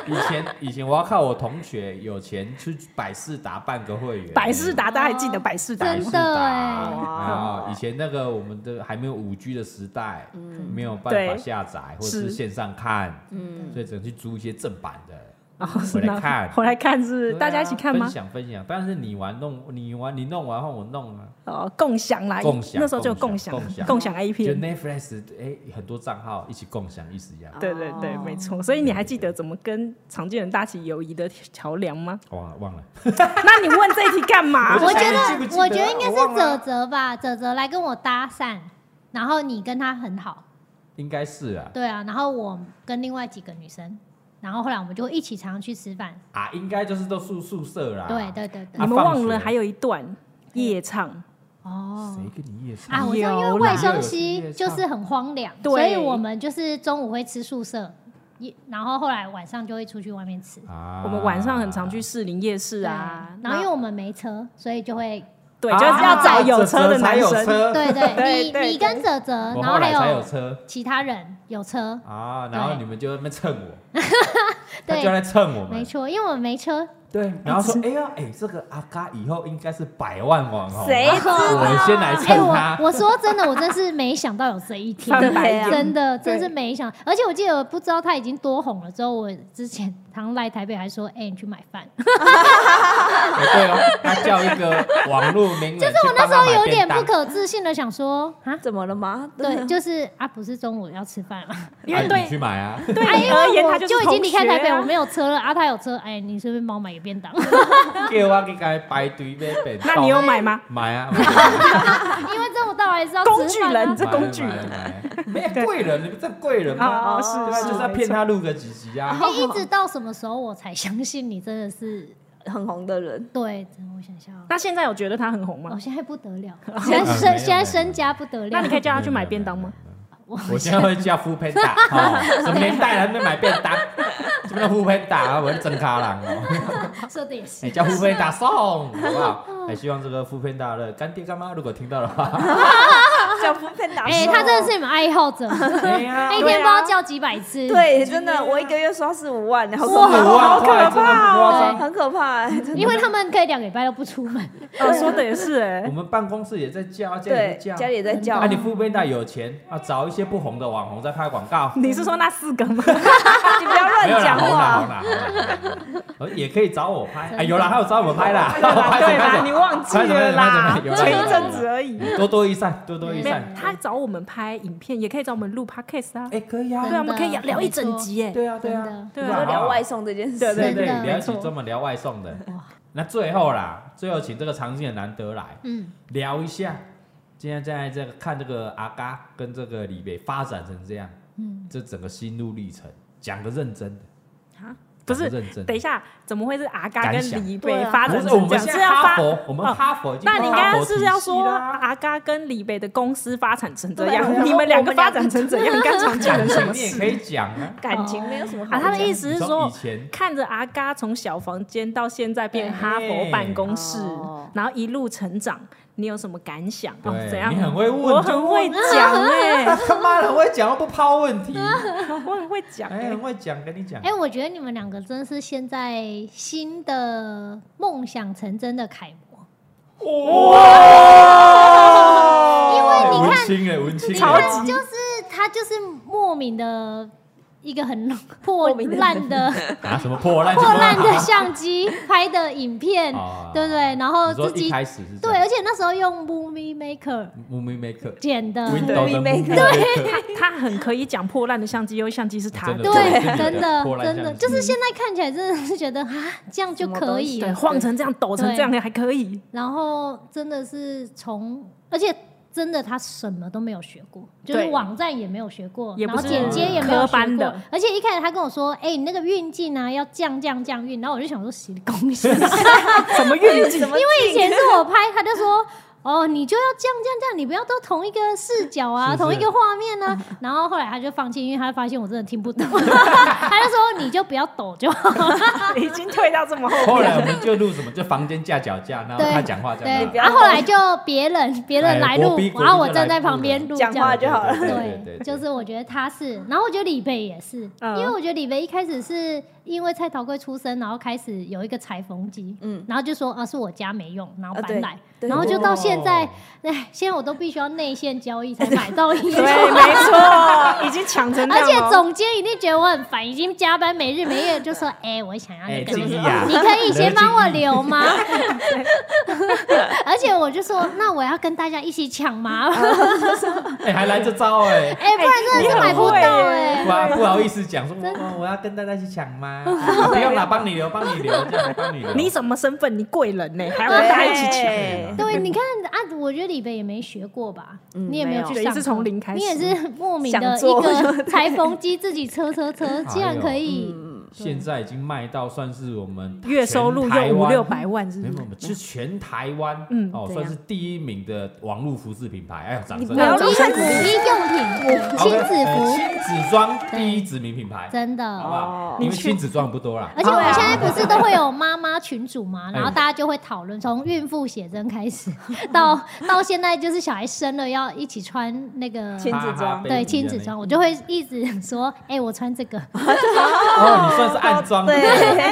[SPEAKER 1] 以前以前我要靠我同学有钱去百事达办个会员，
[SPEAKER 2] 百事达，大家还记得百事达
[SPEAKER 1] 百
[SPEAKER 2] 吗？
[SPEAKER 1] 事
[SPEAKER 4] 真的
[SPEAKER 1] 达
[SPEAKER 4] 哎
[SPEAKER 1] 啊，以前那个我们的还没有五 G 的时代，
[SPEAKER 4] 嗯
[SPEAKER 1] 没有办法
[SPEAKER 2] 对
[SPEAKER 1] 下载或
[SPEAKER 2] 是
[SPEAKER 1] 是线上看，
[SPEAKER 3] 嗯，
[SPEAKER 1] 所以只能去租一些正版的。
[SPEAKER 2] 哦，
[SPEAKER 1] 回来
[SPEAKER 2] 那
[SPEAKER 1] 看
[SPEAKER 2] 回来看是
[SPEAKER 1] 对啊
[SPEAKER 2] 大家一起看吗
[SPEAKER 1] 分？享分享，但是你玩弄你玩你弄完换我弄啊，
[SPEAKER 2] 哦，共享啦，
[SPEAKER 1] 共享
[SPEAKER 2] 那时候就
[SPEAKER 1] 共
[SPEAKER 2] 共
[SPEAKER 1] 享
[SPEAKER 2] 享啊
[SPEAKER 1] 共享
[SPEAKER 2] 共享 A
[SPEAKER 1] 就
[SPEAKER 2] 片，
[SPEAKER 1] Netflix 哎很多账号一起共享意思一样。
[SPEAKER 2] 对对对，
[SPEAKER 4] 哦
[SPEAKER 3] 哦
[SPEAKER 2] 没错。所以你还记得怎么跟常见人搭起友谊的桥梁
[SPEAKER 4] *laughs*
[SPEAKER 2] 吗？
[SPEAKER 1] 忘了忘了，
[SPEAKER 2] 那你问这一题干嘛？
[SPEAKER 1] 我
[SPEAKER 4] 我觉
[SPEAKER 1] 你记不记
[SPEAKER 4] 得，
[SPEAKER 1] 得
[SPEAKER 4] 我觉得应该
[SPEAKER 1] 我忘
[SPEAKER 4] 是
[SPEAKER 1] 了
[SPEAKER 4] 泽泽吧，泽泽来跟我搭讪，然后你跟他很好，
[SPEAKER 1] 应该是啊
[SPEAKER 4] 对啊，然后我跟另外几个女生，然后后来我们就一起常常去吃饭，
[SPEAKER 1] 啊，应该就是都宿宿舍啦。
[SPEAKER 4] 对对对
[SPEAKER 2] 你
[SPEAKER 1] 啊
[SPEAKER 4] 对，
[SPEAKER 2] 们
[SPEAKER 1] 放
[SPEAKER 2] 忘
[SPEAKER 1] 学
[SPEAKER 2] 了还有一段夜唱，
[SPEAKER 4] 哦
[SPEAKER 1] 谁。跟你夜唱
[SPEAKER 4] 啊，我知道，因为
[SPEAKER 2] 有
[SPEAKER 4] 外
[SPEAKER 2] 啦
[SPEAKER 4] 双溪就是很荒凉，
[SPEAKER 2] 对
[SPEAKER 4] 所以我们就是中午会吃宿舍，一然后后来晚上就会出去外面吃。
[SPEAKER 1] 啊
[SPEAKER 2] 我们晚上很常去士林夜市啊
[SPEAKER 4] 对，然后因为我们没车，所以
[SPEAKER 2] *laughs*
[SPEAKER 4] 就会
[SPEAKER 2] 对，就是要找有车的
[SPEAKER 1] 啊
[SPEAKER 2] 男
[SPEAKER 1] 泽泽才有
[SPEAKER 2] 生。
[SPEAKER 1] 车
[SPEAKER 4] 对
[SPEAKER 2] 对
[SPEAKER 4] 对，
[SPEAKER 2] 对
[SPEAKER 4] 你你跟泽泽，
[SPEAKER 1] 我
[SPEAKER 4] 然
[SPEAKER 1] 后
[SPEAKER 4] 后还
[SPEAKER 1] 来才有
[SPEAKER 4] 有
[SPEAKER 1] 车
[SPEAKER 4] 其他人有车，
[SPEAKER 1] 啊，然后
[SPEAKER 4] 对 *laughs*
[SPEAKER 1] 你们就在那边蹭我，他
[SPEAKER 4] 对
[SPEAKER 1] 就在蹭我
[SPEAKER 4] 没
[SPEAKER 1] 们，
[SPEAKER 4] 错，因为我们没车，
[SPEAKER 1] 对，然后说，哎呀，哎，这个阿嘎以后应该是百万网红，啊
[SPEAKER 3] 谁知道
[SPEAKER 1] 我先来蹭
[SPEAKER 4] 哎、
[SPEAKER 1] 他，
[SPEAKER 4] 我我说真的，我真是没想到有这一天，
[SPEAKER 3] 翻白眼
[SPEAKER 4] 真的
[SPEAKER 3] 对
[SPEAKER 4] 真是没想。而且我记得不知道他已经多红了之后，我之前常来台北还说，哎、你去买
[SPEAKER 2] *laughs*
[SPEAKER 4] 饭。
[SPEAKER 1] 哎对哦，他叫一个网络名人，
[SPEAKER 4] *laughs*
[SPEAKER 1] 就是
[SPEAKER 4] 我那时候有点不，可置信的想说，啊，
[SPEAKER 3] 怎么了吗？
[SPEAKER 2] *laughs*
[SPEAKER 4] 对，就是啊，不是中午要吃饭了，
[SPEAKER 2] 因为
[SPEAKER 1] 啊你
[SPEAKER 2] 对
[SPEAKER 1] 去买啊，
[SPEAKER 2] *laughs* 对
[SPEAKER 4] 啊，
[SPEAKER 2] 你
[SPEAKER 4] 因
[SPEAKER 2] 而
[SPEAKER 4] 为
[SPEAKER 2] 言
[SPEAKER 4] 我
[SPEAKER 2] 他是
[SPEAKER 4] 就已经离开台北，我
[SPEAKER 2] 同学啊
[SPEAKER 4] 没有车了啊，他有车，哎，你是不是帮我买个便
[SPEAKER 2] *laughs*
[SPEAKER 4] 当？
[SPEAKER 1] 叫我去给他排队买便当
[SPEAKER 2] 那你有买吗？
[SPEAKER 1] 买啊，
[SPEAKER 4] 因为中午到来是要
[SPEAKER 2] 工
[SPEAKER 4] 吃
[SPEAKER 2] 具
[SPEAKER 4] 饭
[SPEAKER 2] 人
[SPEAKER 1] *laughs*
[SPEAKER 4] 啊
[SPEAKER 2] 这工具
[SPEAKER 1] 买啊，买啊买啊
[SPEAKER 2] *laughs*
[SPEAKER 1] 没有贵人，你不是贵人吗？
[SPEAKER 2] 哦，
[SPEAKER 1] 对
[SPEAKER 2] 是
[SPEAKER 1] 吧？
[SPEAKER 2] 是哦
[SPEAKER 1] 就是要骗他录个几集啊，
[SPEAKER 4] 哎，一直到什么时候我才相信你真的是
[SPEAKER 3] 很红的人，
[SPEAKER 4] 对？真的我想一下哦，
[SPEAKER 2] 那现在有觉得他很红
[SPEAKER 4] 我
[SPEAKER 2] 吗？
[SPEAKER 4] 现在不得了，
[SPEAKER 2] *laughs*
[SPEAKER 4] 现在
[SPEAKER 2] 啊
[SPEAKER 4] 身现在身家不得了。
[SPEAKER 2] 那你可以叫他去买便当吗？
[SPEAKER 4] 我
[SPEAKER 1] 我现在会
[SPEAKER 2] *laughs*
[SPEAKER 1] 叫副配打，哦，什么年代了还没买便当？什么叫副配打啊？我是真卡郎哦，
[SPEAKER 4] 说的也是
[SPEAKER 1] 哎，，叫副配
[SPEAKER 2] 啊
[SPEAKER 1] 打送，好不好？
[SPEAKER 2] 哦
[SPEAKER 1] 哎，希望这个副配打的干爹干妈如果听到的
[SPEAKER 2] *laughs*
[SPEAKER 1] 话，
[SPEAKER 3] 叫不配打。
[SPEAKER 4] 哎，他真的是你们爱好者，
[SPEAKER 1] 哎
[SPEAKER 2] 啊
[SPEAKER 1] 呀
[SPEAKER 4] 一天不知道叫几百次。
[SPEAKER 3] 对，真的，我一个月刷四五万，然后
[SPEAKER 1] 四五万块真的不夸
[SPEAKER 4] 哇
[SPEAKER 1] 张。
[SPEAKER 3] 很可怕哎，真的
[SPEAKER 4] 因为他们可以两个礼拜都不出门，
[SPEAKER 2] 哦，说的也是
[SPEAKER 1] 我
[SPEAKER 2] 哎，
[SPEAKER 1] 们办公室也在叫，家里也在
[SPEAKER 3] 对，
[SPEAKER 1] 叫。
[SPEAKER 3] 家里也在叫
[SPEAKER 1] 啊，，你副配打有钱啊，找一些不红的网红在拍广告。
[SPEAKER 2] 你是说那四
[SPEAKER 1] *laughs*
[SPEAKER 2] 个吗？
[SPEAKER 3] 你不要
[SPEAKER 1] 没有
[SPEAKER 3] 乱
[SPEAKER 1] 啦，
[SPEAKER 3] 讲
[SPEAKER 1] 红啦，红
[SPEAKER 3] 话。
[SPEAKER 1] 啦，红啦红啦也可以找我拍。
[SPEAKER 4] 真
[SPEAKER 1] 哎，有啦，
[SPEAKER 4] 的
[SPEAKER 1] 还有找我们拍啦，拍
[SPEAKER 2] 对
[SPEAKER 1] 谁拍
[SPEAKER 2] 啦，
[SPEAKER 1] 谁
[SPEAKER 2] 你忘记了啦
[SPEAKER 1] 拍什么拍什么拍什么有，啦
[SPEAKER 2] 前一阵子而已。
[SPEAKER 1] 嗯多多益善，多多益
[SPEAKER 2] *laughs* 没有
[SPEAKER 1] 善。，
[SPEAKER 2] 他找我们拍影片，也可以找我们录 podcast 啊。
[SPEAKER 1] 哎，可以啊，
[SPEAKER 2] 对啊，我们可以聊一整集哎。
[SPEAKER 1] 对啊，对
[SPEAKER 4] 真
[SPEAKER 1] 啊
[SPEAKER 4] 的，
[SPEAKER 2] 对
[SPEAKER 3] 我
[SPEAKER 2] 啊
[SPEAKER 3] 们
[SPEAKER 1] 好
[SPEAKER 3] 聊
[SPEAKER 1] 好
[SPEAKER 3] 外送这件事，
[SPEAKER 2] 对
[SPEAKER 1] 对
[SPEAKER 4] 真
[SPEAKER 1] 对，
[SPEAKER 4] 的
[SPEAKER 1] 聊
[SPEAKER 2] 没
[SPEAKER 1] 起
[SPEAKER 2] 错
[SPEAKER 1] 专门聊外送的
[SPEAKER 4] 哇。
[SPEAKER 1] 那最后啦，最后请这个常青的难得来
[SPEAKER 4] 嗯，
[SPEAKER 1] 聊一下，今天在这个看这个阿嘎跟这个李北发展成这样，嗯，这整个心路历程，讲个认真的，
[SPEAKER 2] 不
[SPEAKER 1] 讲
[SPEAKER 2] 是
[SPEAKER 1] 个认真的
[SPEAKER 2] 等一。下，怎么会是阿嘎
[SPEAKER 1] 感
[SPEAKER 2] 跟
[SPEAKER 1] 想
[SPEAKER 2] 李
[SPEAKER 3] 对
[SPEAKER 2] 北
[SPEAKER 3] 啊
[SPEAKER 2] 发
[SPEAKER 1] 不
[SPEAKER 2] 展
[SPEAKER 1] 是我
[SPEAKER 2] 成这
[SPEAKER 1] 们
[SPEAKER 2] 样？
[SPEAKER 1] 现
[SPEAKER 2] 是
[SPEAKER 1] 在
[SPEAKER 2] 要
[SPEAKER 1] 哈
[SPEAKER 2] 发？
[SPEAKER 1] 佛，我们
[SPEAKER 2] 哦
[SPEAKER 1] 哈佛已经
[SPEAKER 2] 那
[SPEAKER 1] 到
[SPEAKER 2] 你
[SPEAKER 1] 哈
[SPEAKER 2] 刚
[SPEAKER 1] 佛
[SPEAKER 2] 刚是
[SPEAKER 1] 体
[SPEAKER 2] 要
[SPEAKER 1] 系
[SPEAKER 2] 说
[SPEAKER 1] 啦
[SPEAKER 2] 阿嘎跟李北的公司发展成这
[SPEAKER 3] 对啊
[SPEAKER 2] 样，你们两个发展成怎样，干常见
[SPEAKER 1] 感
[SPEAKER 2] 人什
[SPEAKER 1] 情
[SPEAKER 2] 么
[SPEAKER 1] 你也
[SPEAKER 2] 事
[SPEAKER 1] 可以讲啊。*laughs*
[SPEAKER 3] 感情没有什么好
[SPEAKER 2] 啊？
[SPEAKER 3] 讲。
[SPEAKER 2] 他的意思
[SPEAKER 1] 你
[SPEAKER 2] 是
[SPEAKER 1] 说
[SPEAKER 2] 说
[SPEAKER 1] 以，前
[SPEAKER 2] 看着阿嘎从小房间到现在变哈佛办公室
[SPEAKER 3] 哦，
[SPEAKER 2] 然后一路成长，你有什么感想？哦，怎
[SPEAKER 1] 对，
[SPEAKER 2] 样
[SPEAKER 1] 你？很会问，
[SPEAKER 2] 我很会
[SPEAKER 1] *laughs*
[SPEAKER 2] 讲哎，
[SPEAKER 1] 他他妈的很会讲，又不抛问题，
[SPEAKER 2] 我很会讲
[SPEAKER 1] 哎，
[SPEAKER 2] 哎
[SPEAKER 1] 很。会讲，跟你讲
[SPEAKER 4] 哎、。我觉得你们两个真是现在新的梦想成真的楷模，
[SPEAKER 1] 哇！
[SPEAKER 4] 因为你看
[SPEAKER 1] 文青哎，文青哎，
[SPEAKER 2] 超级
[SPEAKER 4] 就是他就是莫名的一个很破
[SPEAKER 3] 莫名的
[SPEAKER 4] 烂的
[SPEAKER 2] *laughs*
[SPEAKER 1] 啊什么破烂
[SPEAKER 4] *laughs* 破烂的相机拍的影片，
[SPEAKER 1] 哦
[SPEAKER 4] 对不对？然后
[SPEAKER 1] 你说
[SPEAKER 4] 自
[SPEAKER 1] 一
[SPEAKER 4] 己
[SPEAKER 1] 开始是
[SPEAKER 4] 对，而且那时候用 Movie Maker
[SPEAKER 1] movie maker
[SPEAKER 4] 剪的，
[SPEAKER 1] window
[SPEAKER 4] 对
[SPEAKER 1] 的
[SPEAKER 3] Movie
[SPEAKER 1] movie
[SPEAKER 3] Maker
[SPEAKER 1] maker，
[SPEAKER 2] 他他很可以讲破烂的相机，因为相机是他
[SPEAKER 1] 真的
[SPEAKER 2] 的，
[SPEAKER 1] 对对
[SPEAKER 4] 真的
[SPEAKER 1] 破烂
[SPEAKER 4] 真的，
[SPEAKER 1] 相机
[SPEAKER 4] 就是现在看起来真的是觉得啊，这样就
[SPEAKER 3] 什么
[SPEAKER 4] 可
[SPEAKER 3] 东
[SPEAKER 4] 以
[SPEAKER 3] 西
[SPEAKER 2] 对，
[SPEAKER 4] 了，
[SPEAKER 2] 晃成这样，抖成这样还可以。
[SPEAKER 4] 然后真的是从，而且真的他什么都没有学过，就是
[SPEAKER 2] 对
[SPEAKER 4] 网站也没有学过，
[SPEAKER 2] 也
[SPEAKER 4] 然
[SPEAKER 2] 不
[SPEAKER 4] 后
[SPEAKER 2] 是
[SPEAKER 4] 剪接也没有
[SPEAKER 2] 科班
[SPEAKER 4] 学过
[SPEAKER 2] 的，
[SPEAKER 4] 而且一开始他跟我说，哎、你那个运镜啊要降降降运，然后我就想说洗
[SPEAKER 2] *laughs*
[SPEAKER 4] 公司，
[SPEAKER 2] 什么运气？
[SPEAKER 3] 什么劲？因
[SPEAKER 4] 以前是我拍，他就说。哦，你就要降降降，你不要都同一个视角啊，
[SPEAKER 1] 是是
[SPEAKER 4] 同一个画面啊。然后后来他就放弃，因为他发现我真的听不懂， *laughs* 他就说你就不要抖就好。
[SPEAKER 3] *laughs*
[SPEAKER 2] 已经退到这么后
[SPEAKER 1] 后
[SPEAKER 2] 面
[SPEAKER 1] 来
[SPEAKER 2] 了
[SPEAKER 1] 我。们就录什么，就房间架脚架，然后
[SPEAKER 4] 对
[SPEAKER 1] 他讲话这
[SPEAKER 4] 对
[SPEAKER 1] 样，
[SPEAKER 3] 不，要
[SPEAKER 4] 然后后来就别人别人来
[SPEAKER 1] 国
[SPEAKER 4] 录
[SPEAKER 1] 宾，国宾
[SPEAKER 4] 然后我
[SPEAKER 1] 就来
[SPEAKER 4] 站在
[SPEAKER 1] 录
[SPEAKER 4] 旁
[SPEAKER 1] 了
[SPEAKER 4] 边录，
[SPEAKER 3] 讲
[SPEAKER 4] 这样
[SPEAKER 3] 话就好了
[SPEAKER 1] 对对
[SPEAKER 4] 对
[SPEAKER 1] 对，，
[SPEAKER 4] 就是我觉得他是，然后我觉得李贝也是，
[SPEAKER 2] 嗯
[SPEAKER 4] 因为我觉得李贝一开始是因为蔡桃贵出生，然后开始有一个裁缝机，
[SPEAKER 3] 嗯
[SPEAKER 4] 然后就说啊是我家没用，然后
[SPEAKER 3] 啊
[SPEAKER 4] 搬
[SPEAKER 3] 对
[SPEAKER 4] 来，
[SPEAKER 3] 对
[SPEAKER 4] 然后就到现在
[SPEAKER 1] 哦，
[SPEAKER 4] 哎，现在我都必须要内线交易才买
[SPEAKER 3] *laughs*
[SPEAKER 4] 到衣
[SPEAKER 2] 对，。
[SPEAKER 4] 服
[SPEAKER 2] 没错，已经抢成这
[SPEAKER 4] 而
[SPEAKER 2] 样哦
[SPEAKER 4] 且
[SPEAKER 2] 了
[SPEAKER 4] 总监一定觉得我很烦，已经加班没日没夜，就说：“哎、我想要那
[SPEAKER 1] 哎，
[SPEAKER 4] 个
[SPEAKER 1] 静怡啊
[SPEAKER 4] 你，可以先帮我留吗？ *laughs* 而且我就说，那我要跟大家一起抢吗？
[SPEAKER 1] 哎，还来这招哎。
[SPEAKER 4] 哎、不然真的是买不到哎、
[SPEAKER 1] 不好不好意思讲，说我我要跟大家一起抢吗？啊不用啦，帮你留，帮你留，这样帮你留。
[SPEAKER 2] *laughs* 你什么身份？你贵人呢、还要跟大家一起抢。
[SPEAKER 3] 对
[SPEAKER 4] 对，你看啊，我觉得李北也没学过吧，
[SPEAKER 3] 嗯
[SPEAKER 4] 你也没有
[SPEAKER 3] 没
[SPEAKER 4] 去
[SPEAKER 3] 有
[SPEAKER 2] 对
[SPEAKER 4] 上课，
[SPEAKER 2] 是从零开始
[SPEAKER 4] 你也是莫名的
[SPEAKER 3] 想
[SPEAKER 4] 一
[SPEAKER 3] 做
[SPEAKER 4] 个 *laughs* 裁缝机自己车车车，竟然可以，
[SPEAKER 1] 现在已经卖到算是我们
[SPEAKER 2] 月收入
[SPEAKER 1] 全台
[SPEAKER 2] 有五
[SPEAKER 1] 湾
[SPEAKER 2] 六百万，是
[SPEAKER 1] 没有，
[SPEAKER 2] 不
[SPEAKER 1] 没
[SPEAKER 2] 是？
[SPEAKER 1] 有是全台湾，
[SPEAKER 2] 嗯
[SPEAKER 1] 哦，
[SPEAKER 3] 对
[SPEAKER 1] 算
[SPEAKER 3] 啊
[SPEAKER 1] 是第一名的网络服饰品牌。哎呦，掌声！
[SPEAKER 3] 不要
[SPEAKER 4] 母
[SPEAKER 3] 这样
[SPEAKER 4] 婴
[SPEAKER 3] 子
[SPEAKER 4] 母婴用品、
[SPEAKER 1] OK，
[SPEAKER 4] 亲子
[SPEAKER 1] 呃
[SPEAKER 4] 服，
[SPEAKER 1] 亲子装第一指名品牌，
[SPEAKER 4] 真的
[SPEAKER 1] 好。不好
[SPEAKER 3] 哦？
[SPEAKER 1] 因为亲子装不多啦，
[SPEAKER 4] 而且我们现在不是都会有妈妈群组嘛，然后
[SPEAKER 1] 哎
[SPEAKER 4] 大家就会讨论，从孕妇写真开始， *laughs* 到到现在就是小孩生了要一起穿那个
[SPEAKER 3] 亲子装
[SPEAKER 1] 哈哈 baby
[SPEAKER 4] 对亲
[SPEAKER 1] 的
[SPEAKER 4] 子
[SPEAKER 1] 啊那
[SPEAKER 4] 装，我就会一直说，哎、我穿这个，
[SPEAKER 1] 哦，算是暗装，
[SPEAKER 2] 对，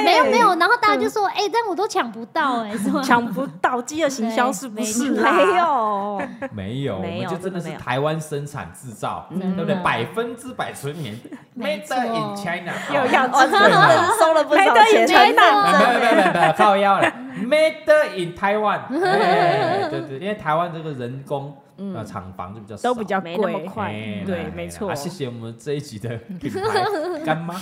[SPEAKER 4] 没有没有，然后大家就说，哎、但我都抢不到、哎，
[SPEAKER 2] *laughs*
[SPEAKER 4] 是吗？
[SPEAKER 2] 抢不到，饥饿行销是不 *laughs* 是啦？
[SPEAKER 4] 啊
[SPEAKER 3] 没有，
[SPEAKER 1] 没有，我
[SPEAKER 3] 没有
[SPEAKER 1] 们就真的是
[SPEAKER 3] 真的没有
[SPEAKER 1] 台湾生产制造，
[SPEAKER 4] 嗯
[SPEAKER 1] 对不对？百分之百纯棉
[SPEAKER 4] 没
[SPEAKER 1] ，Made
[SPEAKER 4] 错
[SPEAKER 1] in China，
[SPEAKER 2] 又要
[SPEAKER 3] 哦，真的是收了不少钱，
[SPEAKER 4] 没啊
[SPEAKER 1] 没有
[SPEAKER 4] 错
[SPEAKER 1] 没有没有没有靠腰了，Made in Taiwan，哎对对，因为台湾这个人工呃厂房就比较少
[SPEAKER 2] 都比较
[SPEAKER 3] 没那么
[SPEAKER 2] 贵，
[SPEAKER 3] 快
[SPEAKER 1] 哎
[SPEAKER 2] 对
[SPEAKER 1] 来来
[SPEAKER 2] 没
[SPEAKER 1] 来
[SPEAKER 2] 错
[SPEAKER 1] 啊谢谢我们这一集的品牌干妈，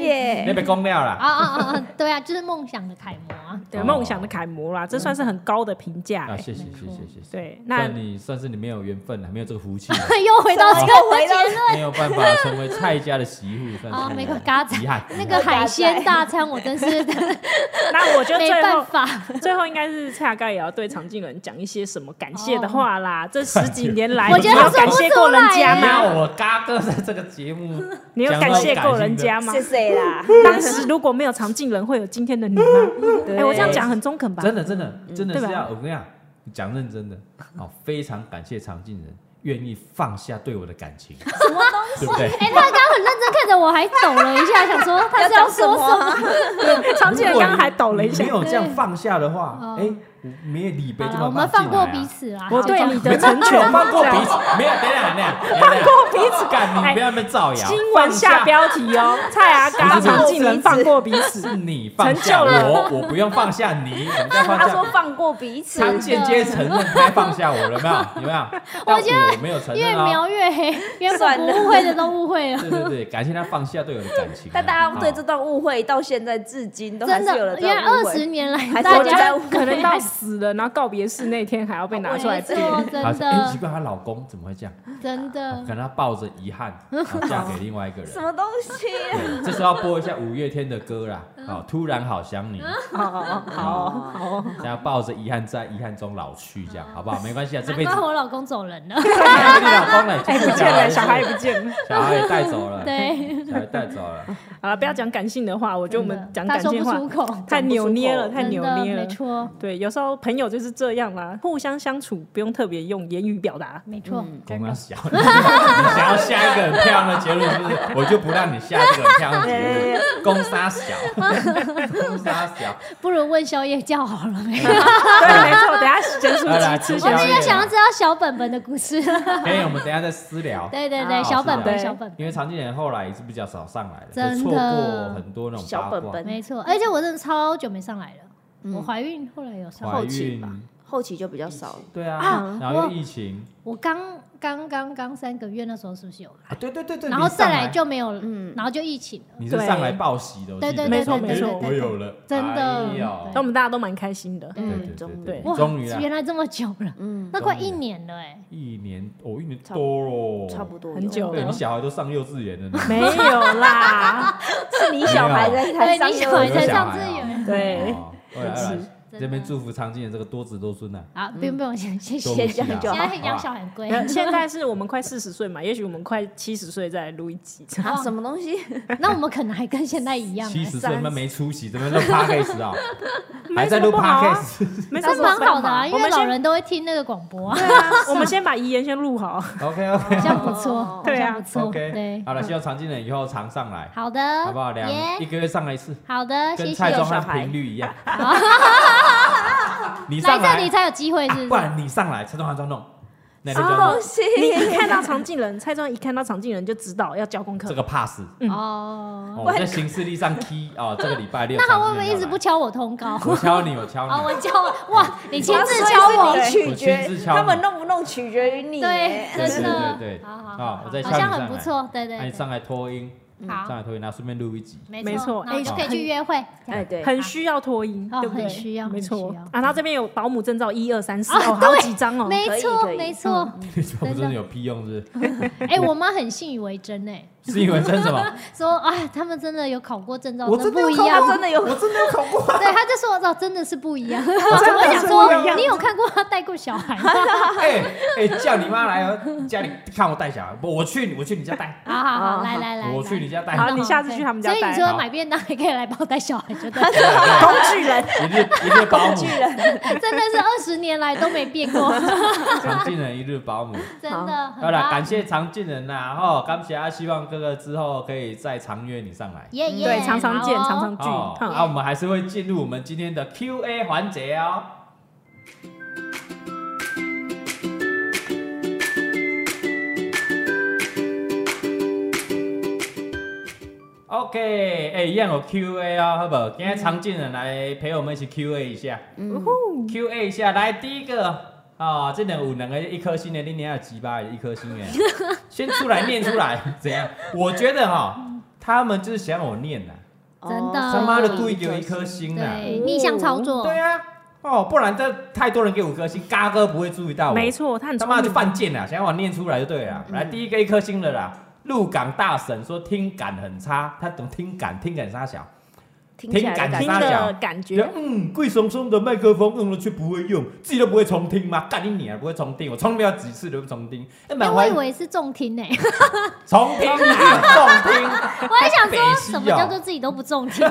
[SPEAKER 3] 耶
[SPEAKER 1] 那边公料
[SPEAKER 4] 啊
[SPEAKER 1] 啦，
[SPEAKER 4] 啊啊啊！对啊，就是梦想的楷模啊。 *laughs*
[SPEAKER 2] 对
[SPEAKER 1] 哦
[SPEAKER 2] 梦想的楷模啦，这算是很高的评价
[SPEAKER 1] 啊
[SPEAKER 2] 欸。
[SPEAKER 1] 谢谢谢
[SPEAKER 4] 没错
[SPEAKER 1] 谢谢谢，
[SPEAKER 2] 对，那
[SPEAKER 1] 算你算是你没有缘分了，没有这个福气，
[SPEAKER 4] 又回到这
[SPEAKER 1] 怎
[SPEAKER 4] 个
[SPEAKER 3] 又回到
[SPEAKER 1] 没有办法成为蔡家的媳妇，算
[SPEAKER 4] 啊，
[SPEAKER 1] 是
[SPEAKER 4] 没个嘎子
[SPEAKER 1] 遗憾。
[SPEAKER 4] 那个海鲜大餐，我真是
[SPEAKER 2] 那我觉得
[SPEAKER 4] 没
[SPEAKER 2] 最
[SPEAKER 4] 办
[SPEAKER 2] 后
[SPEAKER 4] 法。
[SPEAKER 2] 最后应该是蔡雅盖也要对常静人讲一些什么感谢的话啦。这十几年来，
[SPEAKER 4] *laughs* 我觉得
[SPEAKER 2] 你有
[SPEAKER 4] 他说
[SPEAKER 2] 感
[SPEAKER 4] 不
[SPEAKER 2] 谢
[SPEAKER 4] 出
[SPEAKER 2] 过人
[SPEAKER 4] 来
[SPEAKER 2] 家
[SPEAKER 4] 耶
[SPEAKER 1] 没有
[SPEAKER 2] 吗？
[SPEAKER 1] 我嘎哥在这个节目，
[SPEAKER 2] 你有感谢过人家吗
[SPEAKER 3] 谢？谢啦，
[SPEAKER 2] 当时如果没有常静人，会有今天的你吗？哎，我这样讲很中 *laughs* 肯吧？嗯
[SPEAKER 1] 真的真的真的
[SPEAKER 2] 对
[SPEAKER 1] 是
[SPEAKER 2] 吧
[SPEAKER 1] 要我跟你讲，讲认真的，好，非常感谢常进人愿意放下对我的感情，什么东西，对不对？
[SPEAKER 4] *laughs* 哎，他刚刚很认真看着我，还抖了一
[SPEAKER 3] *laughs*
[SPEAKER 4] 下，想说他是要说什么？
[SPEAKER 3] 么？啊
[SPEAKER 2] 常静人刚刚还抖了一下
[SPEAKER 1] 没。有这样放下的话，
[SPEAKER 4] 对
[SPEAKER 1] 哎，我没有理被这么
[SPEAKER 4] 好了我们放过彼此啊。
[SPEAKER 2] 我
[SPEAKER 4] 好这
[SPEAKER 2] 对
[SPEAKER 4] 样
[SPEAKER 2] 你的成
[SPEAKER 1] 没有
[SPEAKER 2] *laughs* 全
[SPEAKER 1] 哎
[SPEAKER 2] 啊
[SPEAKER 1] 放过彼此，没有，等一下等一下，放过彼此，干你
[SPEAKER 2] 哎
[SPEAKER 1] 不要被造谣，
[SPEAKER 2] 新闻下标题哦，蔡雅嘎常静人放过彼此。
[SPEAKER 1] 是你放下
[SPEAKER 2] 成就
[SPEAKER 1] 我，我不用放下你，你再放
[SPEAKER 2] *laughs*
[SPEAKER 3] 他
[SPEAKER 1] 下
[SPEAKER 3] 说放过彼此，
[SPEAKER 1] 他间接承认他放下我了，有没有？有没有？但
[SPEAKER 4] 觉得
[SPEAKER 1] 我没有承
[SPEAKER 4] 越
[SPEAKER 1] 认啊。
[SPEAKER 4] 描越黑，原本
[SPEAKER 3] 算
[SPEAKER 4] 不
[SPEAKER 3] 了
[SPEAKER 4] 误会的都误会了。
[SPEAKER 1] 对对对，感谢他放下对我的感情啊。
[SPEAKER 3] *laughs* 但大家对这
[SPEAKER 1] 好
[SPEAKER 3] 段误会到现在至今 *laughs* 都还
[SPEAKER 4] 真
[SPEAKER 3] 是有了
[SPEAKER 4] 的，
[SPEAKER 3] 这
[SPEAKER 4] 因为
[SPEAKER 3] 种误
[SPEAKER 4] 二十
[SPEAKER 3] 会。
[SPEAKER 4] 年来
[SPEAKER 3] 还是
[SPEAKER 4] 大
[SPEAKER 3] 我觉
[SPEAKER 4] 家
[SPEAKER 3] 得
[SPEAKER 2] 家可能
[SPEAKER 4] *laughs*
[SPEAKER 2] 到死了，然后告别式那天还要被拿出来
[SPEAKER 4] 没
[SPEAKER 2] 编。
[SPEAKER 4] 错，
[SPEAKER 1] 好
[SPEAKER 4] 真
[SPEAKER 1] 像哎，奇
[SPEAKER 4] 的嗯
[SPEAKER 1] 怪，她老公怎么会这样？
[SPEAKER 4] 真的
[SPEAKER 1] 可能他抱着遗憾，然后嫁给另外一个人
[SPEAKER 3] 什。么东西？啊
[SPEAKER 1] *laughs* 对这时候要播一下五月天的歌啦，好，突然好想你，
[SPEAKER 2] 哦哦哦，好哦好哦，
[SPEAKER 1] 大家抱着遗憾在遗憾中老去，这样好不好？没关系啊，这
[SPEAKER 4] 难
[SPEAKER 1] 辈子
[SPEAKER 4] 怪我老公走人了。
[SPEAKER 2] *laughs*
[SPEAKER 1] 嫁给你老公了，
[SPEAKER 2] 哎，
[SPEAKER 1] 就
[SPEAKER 2] *laughs*
[SPEAKER 1] *laughs*
[SPEAKER 2] 不
[SPEAKER 1] 是
[SPEAKER 2] 见了，小孩也不见了。
[SPEAKER 1] 小孩也带走了，
[SPEAKER 4] *laughs* 对，
[SPEAKER 1] 小孩带走了。
[SPEAKER 2] 好了，不要讲感性的话，我觉得我们讲
[SPEAKER 4] 他
[SPEAKER 2] 感
[SPEAKER 4] 说
[SPEAKER 2] 性
[SPEAKER 4] 不
[SPEAKER 2] 的话
[SPEAKER 4] 出口，
[SPEAKER 2] 太扭捏了，
[SPEAKER 3] 真
[SPEAKER 2] 太扭
[SPEAKER 4] 真的
[SPEAKER 2] 捏了
[SPEAKER 4] 没。错，
[SPEAKER 2] 对，有时候朋友就是这样啦，互相相处不用特别用言语表
[SPEAKER 4] *laughs*
[SPEAKER 2] 达。
[SPEAKER 4] 没错。
[SPEAKER 3] 嗯
[SPEAKER 1] 公要
[SPEAKER 4] *laughs*
[SPEAKER 1] 小，你想要下一个很漂亮的结论是不是？我就不让你下这个很漂亮的结
[SPEAKER 4] *laughs*
[SPEAKER 1] 论，公杀小，公杀小，
[SPEAKER 4] 不如问宵夜叫好了没？
[SPEAKER 2] 对，没错，等一下结束
[SPEAKER 1] 来来
[SPEAKER 2] 机
[SPEAKER 1] 吃
[SPEAKER 2] 吃
[SPEAKER 1] 宵
[SPEAKER 4] 我们
[SPEAKER 1] 夜
[SPEAKER 4] 也想要知道小本本的故事。
[SPEAKER 1] 可哎以，我们等一下再私聊。
[SPEAKER 4] 对对
[SPEAKER 1] 好
[SPEAKER 4] 对，小本本，
[SPEAKER 2] 啊是的
[SPEAKER 4] 小本
[SPEAKER 1] 因为常进人后来也是比较少上来的，
[SPEAKER 4] 真
[SPEAKER 1] 就错
[SPEAKER 4] 的
[SPEAKER 1] 过很多那种八
[SPEAKER 3] 小
[SPEAKER 1] 卦
[SPEAKER 3] 本本
[SPEAKER 4] 本，没错。而且我真的超久没上来了，我怀孕后来有上来，
[SPEAKER 1] 怀
[SPEAKER 3] 后期吧
[SPEAKER 1] 孕，
[SPEAKER 3] 后期就比较少了。
[SPEAKER 1] 对啊，然后又
[SPEAKER 4] 我
[SPEAKER 1] 疫情
[SPEAKER 4] 我刚刚刚刚三个月那时候是不是有
[SPEAKER 1] 啊，对对对对，
[SPEAKER 4] 然后
[SPEAKER 1] 你上
[SPEAKER 4] 再
[SPEAKER 1] 来
[SPEAKER 4] 来就没有了，
[SPEAKER 3] 嗯
[SPEAKER 4] 然后就疫情了。
[SPEAKER 1] 你是上来报喜的，我记得
[SPEAKER 4] 对对
[SPEAKER 2] 没错
[SPEAKER 1] 哎
[SPEAKER 2] 没错
[SPEAKER 1] 我有了，
[SPEAKER 4] 真的
[SPEAKER 1] 哎呦
[SPEAKER 2] 那我们大家都蛮开心的。
[SPEAKER 1] 对
[SPEAKER 3] 嗯，
[SPEAKER 1] 对
[SPEAKER 3] 中
[SPEAKER 1] 对
[SPEAKER 2] 对
[SPEAKER 1] 对，
[SPEAKER 4] 哇，
[SPEAKER 1] 终于啊
[SPEAKER 4] 原
[SPEAKER 1] 啦，
[SPEAKER 4] 来这么久了，
[SPEAKER 3] 嗯，
[SPEAKER 4] 那快
[SPEAKER 1] 啊
[SPEAKER 4] 一年了哎。
[SPEAKER 1] 一年哦，一年
[SPEAKER 3] 差不
[SPEAKER 1] 多了，
[SPEAKER 3] 差不多有
[SPEAKER 2] 很久
[SPEAKER 1] 对
[SPEAKER 2] 了
[SPEAKER 1] 你小孩都上幼稚园了呢。
[SPEAKER 2] 没有
[SPEAKER 4] *laughs*
[SPEAKER 2] 啦，
[SPEAKER 3] 是你小孩在台
[SPEAKER 4] 对
[SPEAKER 3] 上
[SPEAKER 4] 你小孩
[SPEAKER 1] 有
[SPEAKER 4] 才
[SPEAKER 1] 小
[SPEAKER 4] 上
[SPEAKER 1] 孩
[SPEAKER 4] 自
[SPEAKER 1] 啊
[SPEAKER 4] 由。
[SPEAKER 2] 对，
[SPEAKER 1] 哦，后来后
[SPEAKER 2] 是
[SPEAKER 1] 来这边祝福常青人这个多子多孙呐，
[SPEAKER 4] 好，不用不用，谢谢。
[SPEAKER 1] *laughs* 多
[SPEAKER 4] 现
[SPEAKER 1] 福气啊
[SPEAKER 3] 谢谢
[SPEAKER 1] 好
[SPEAKER 4] 在
[SPEAKER 1] 不好
[SPEAKER 4] 养小孩很贵，
[SPEAKER 2] 现在是我们快四十岁嘛，也许我们快七十岁再录一集。
[SPEAKER 4] *laughs*
[SPEAKER 3] 啊，什么东西？
[SPEAKER 4] *laughs* 那我们可能还跟现在一样。
[SPEAKER 1] 七十
[SPEAKER 4] 哎
[SPEAKER 1] 岁他妈没出息，怎么录 podcast 啊？还在
[SPEAKER 2] 没什么
[SPEAKER 1] 录
[SPEAKER 2] 不好啊
[SPEAKER 1] podcast？
[SPEAKER 2] 没事
[SPEAKER 4] 那，蛮好的啊，因
[SPEAKER 2] 我
[SPEAKER 4] 为
[SPEAKER 2] 们
[SPEAKER 4] 老
[SPEAKER 2] 先
[SPEAKER 4] 人都会听那个广播 *laughs* 啊，
[SPEAKER 2] 对啊，我们先把遗言先录
[SPEAKER 4] *laughs*
[SPEAKER 2] 好。
[SPEAKER 1] OK
[SPEAKER 4] 好
[SPEAKER 1] OK
[SPEAKER 4] 像不错，好
[SPEAKER 2] 对啊
[SPEAKER 4] 像不错，
[SPEAKER 1] OK，
[SPEAKER 4] 对，
[SPEAKER 1] 好了，希望常青人以后常上来，
[SPEAKER 4] 好的，
[SPEAKER 1] 好不好？两一
[SPEAKER 4] 耶，
[SPEAKER 1] 个月上来一次，
[SPEAKER 4] 好的，
[SPEAKER 1] 跟
[SPEAKER 4] 谢
[SPEAKER 1] 蔡
[SPEAKER 4] 谢
[SPEAKER 1] 宗。
[SPEAKER 3] 小
[SPEAKER 1] 汉
[SPEAKER 3] 孩
[SPEAKER 1] 频率一样。你
[SPEAKER 4] 来
[SPEAKER 1] 上
[SPEAKER 4] 这里
[SPEAKER 1] 来，
[SPEAKER 4] 才有机会，
[SPEAKER 1] 啊
[SPEAKER 4] 是
[SPEAKER 1] 不
[SPEAKER 4] 不是？
[SPEAKER 1] 然你上来，蔡宗汉就弄，那
[SPEAKER 3] 什
[SPEAKER 1] 就
[SPEAKER 3] 么
[SPEAKER 1] 弄
[SPEAKER 3] 东西？
[SPEAKER 2] 你一看到常进人，蔡庄一看到常进人就知道要交功课
[SPEAKER 1] 这。个 pass。
[SPEAKER 4] *laughs*
[SPEAKER 2] 嗯
[SPEAKER 4] 哦，
[SPEAKER 1] 哦我在行事历上 key 哦，这个礼拜六。
[SPEAKER 4] 那他会
[SPEAKER 1] 常
[SPEAKER 4] 不会
[SPEAKER 1] 青
[SPEAKER 4] 一
[SPEAKER 1] 人
[SPEAKER 4] 直
[SPEAKER 1] 要
[SPEAKER 4] 不
[SPEAKER 1] 来？
[SPEAKER 4] 敲我通告？
[SPEAKER 1] 我敲你，我
[SPEAKER 4] *laughs* 哦，
[SPEAKER 1] 敲
[SPEAKER 4] 我
[SPEAKER 1] 你。
[SPEAKER 4] 敲我，哇，你亲自
[SPEAKER 3] 所以
[SPEAKER 4] 敲我，
[SPEAKER 3] 是你取
[SPEAKER 1] 我亲
[SPEAKER 3] 决
[SPEAKER 1] 自敲你
[SPEAKER 3] 他们弄不弄取决于你。
[SPEAKER 4] 对，
[SPEAKER 1] 对
[SPEAKER 4] 真的，
[SPEAKER 1] 对对对
[SPEAKER 4] 哎好好
[SPEAKER 1] 好
[SPEAKER 4] 好，
[SPEAKER 1] 我再敲
[SPEAKER 4] 好
[SPEAKER 1] 你
[SPEAKER 4] 像
[SPEAKER 1] 上来
[SPEAKER 4] 很不错，对
[SPEAKER 1] 那你
[SPEAKER 4] 对，对
[SPEAKER 1] 上来拖音，上
[SPEAKER 4] 好，
[SPEAKER 1] 来拖音，然后顺便录一
[SPEAKER 4] *laughs*
[SPEAKER 1] 集。
[SPEAKER 4] 没
[SPEAKER 2] 没
[SPEAKER 4] 错
[SPEAKER 2] 错，
[SPEAKER 4] 那我就
[SPEAKER 2] 哎
[SPEAKER 4] 可以
[SPEAKER 2] 很
[SPEAKER 4] 去约会，
[SPEAKER 3] 哎，对，
[SPEAKER 2] 很需要脱音，
[SPEAKER 4] 哦
[SPEAKER 2] 对不对？
[SPEAKER 4] 很需要
[SPEAKER 2] 没错
[SPEAKER 4] 很需要
[SPEAKER 2] 啊。然后这边有保姆证照一二三四
[SPEAKER 4] 啊
[SPEAKER 2] 哦，好几张哦。
[SPEAKER 4] 没
[SPEAKER 3] 可
[SPEAKER 4] 错
[SPEAKER 3] 以可以
[SPEAKER 4] 没错，
[SPEAKER 2] 嗯
[SPEAKER 1] 你说我真的有屁用是不
[SPEAKER 4] 哎，我妈很信以为真哎，
[SPEAKER 1] 是？是因为真什么？
[SPEAKER 4] *laughs* 说啊，他们真的有考过证照，
[SPEAKER 1] 我
[SPEAKER 4] 真
[SPEAKER 1] 真的
[SPEAKER 4] 不
[SPEAKER 1] 有
[SPEAKER 4] 一
[SPEAKER 1] 考
[SPEAKER 4] 样
[SPEAKER 3] 他，真的有，
[SPEAKER 1] 真的有考过。
[SPEAKER 4] 对，他就说哦，真的是不一
[SPEAKER 2] *laughs*
[SPEAKER 4] 样。 *laughs* 我想说，你有看过他带过小孩吗？
[SPEAKER 1] *laughs* 哎哎，叫你妈来哦，家里看我带小孩，不，我去我去你家带，
[SPEAKER 4] 好好好，来来来，
[SPEAKER 1] 我去你
[SPEAKER 4] 家。
[SPEAKER 1] 家带。
[SPEAKER 2] 啊好，你下次去他们家
[SPEAKER 4] 所以你
[SPEAKER 2] 带。
[SPEAKER 4] 说买便当还可以来帮我带小孩，就对，
[SPEAKER 1] 对
[SPEAKER 3] 工具人，
[SPEAKER 4] 哦
[SPEAKER 1] 一日一日
[SPEAKER 4] *laughs*
[SPEAKER 1] 保姆
[SPEAKER 3] 工具，人，
[SPEAKER 4] 真的是二十年来都没
[SPEAKER 5] *laughs*
[SPEAKER 4] 变过，
[SPEAKER 1] 常进人一日保姆。
[SPEAKER 4] 真的。
[SPEAKER 1] 好了，感谢常进人呐，吼，感谢啊，希望哥哥之后，可以再常约你上来。
[SPEAKER 4] 耶耶，
[SPEAKER 5] 嗯对，常常见，
[SPEAKER 4] 好哦
[SPEAKER 5] 常常聚。
[SPEAKER 1] 哦，
[SPEAKER 5] 哼
[SPEAKER 1] 啊，我们还是会进入我们今天的 Q&A 环节哦。OK，哎、一样有 Q&A 哦，好不好？今天常进人来陪我们一起 Q&A 一下、q a 一下。来，第一个哦，这两有两个一颗星的，你娘有几巴的一颗星的，先出来念出来，怎样？我觉得哈、他们就是想我念呐、
[SPEAKER 4] 真
[SPEAKER 3] 哦
[SPEAKER 4] 的
[SPEAKER 1] 他妈的故意给我一颗星啊！
[SPEAKER 4] 呃对，逆向操作，
[SPEAKER 1] 对啊，哦，不然这太多人给五颗星，嘎哥不会注意到我。
[SPEAKER 5] 没，错，他很
[SPEAKER 1] 他
[SPEAKER 5] 聪
[SPEAKER 1] 妈
[SPEAKER 5] 明
[SPEAKER 1] 就犯贱啊！想要我念出来就对了
[SPEAKER 4] 嗯
[SPEAKER 1] 啊。来，第一个一颗星的啦，鹿港大神说听感很差，他懂听感，听感差小，
[SPEAKER 3] 听起来
[SPEAKER 1] 听感觉
[SPEAKER 3] 的感
[SPEAKER 5] 听
[SPEAKER 1] 沙小
[SPEAKER 5] 的感
[SPEAKER 1] 觉得 *laughs*
[SPEAKER 5] 觉，
[SPEAKER 1] 嗯，贵松松的麦克风用了却不会用，自己都不会重听吗？干你娘，不会重听，我重听了几次都不重听，那
[SPEAKER 4] 哎
[SPEAKER 1] 满
[SPEAKER 4] 我
[SPEAKER 1] 怀
[SPEAKER 4] 以为是重听呢，
[SPEAKER 1] 重听啊，重听。
[SPEAKER 4] *laughs* 我还想
[SPEAKER 1] 北
[SPEAKER 4] 说
[SPEAKER 1] 西嗯
[SPEAKER 4] 什么
[SPEAKER 1] 哦
[SPEAKER 4] 叫做自己都不重听，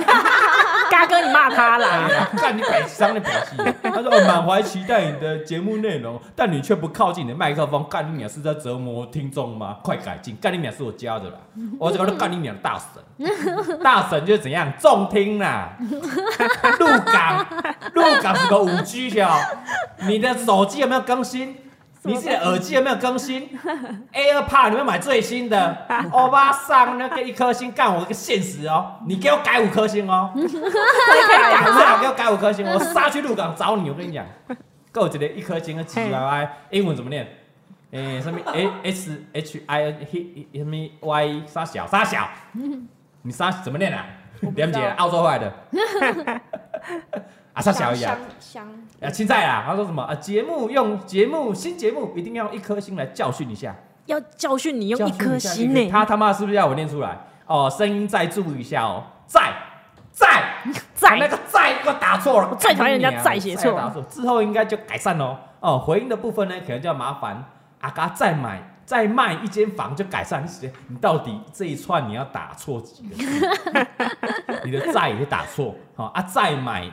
[SPEAKER 5] 嘎哥你骂他啦，
[SPEAKER 1] *laughs* 看你北伤你北西，他说我满怀期待你的节目内容，但你却不靠近你的麦克风，干你俩是在折磨听众吗？快改进，干你俩是我教的啦，我这个都干你俩的大神，大神就是怎样重听啦， *laughs* 入港入港是个五 G 的哦，你的手机有没有更新？你自己的耳机有没有更新 *laughs* ？AirPod 你们买最新的，哦欧巴桑那个一颗星干我一个现实哦，你给我改五颗星哦，打字啊，给我改五颗星，我杀去鹿港找你，我跟你讲，够一个一颗星的 G Y Y，英文怎么念？诶、什么 A S H I N H 什么 Y 杀小杀小，你杀怎么念啊？梁姐，澳洲回来的，啊杀小一啊
[SPEAKER 3] 香，香
[SPEAKER 1] 啊青菜啊，他说什么啊？节目用节目新节目一定要用一颗星来教训一下，
[SPEAKER 5] 要教训你用一颗心欸
[SPEAKER 1] 教训一
[SPEAKER 5] 呢
[SPEAKER 1] 下。他他妈是不是要我念出来？哦，声音再注意一下哦，在在。
[SPEAKER 5] 在
[SPEAKER 1] 那个在给我打错了，我哎
[SPEAKER 5] 最讨厌人家在写错
[SPEAKER 1] 打错之后应该就改善喽。哦，回应的部分呢，可能就要麻烦阿嘎再买再卖一间房就改善。你写你到底这一串你要打错几
[SPEAKER 5] *laughs*
[SPEAKER 1] 个字？你的在也打错，好、啊，再买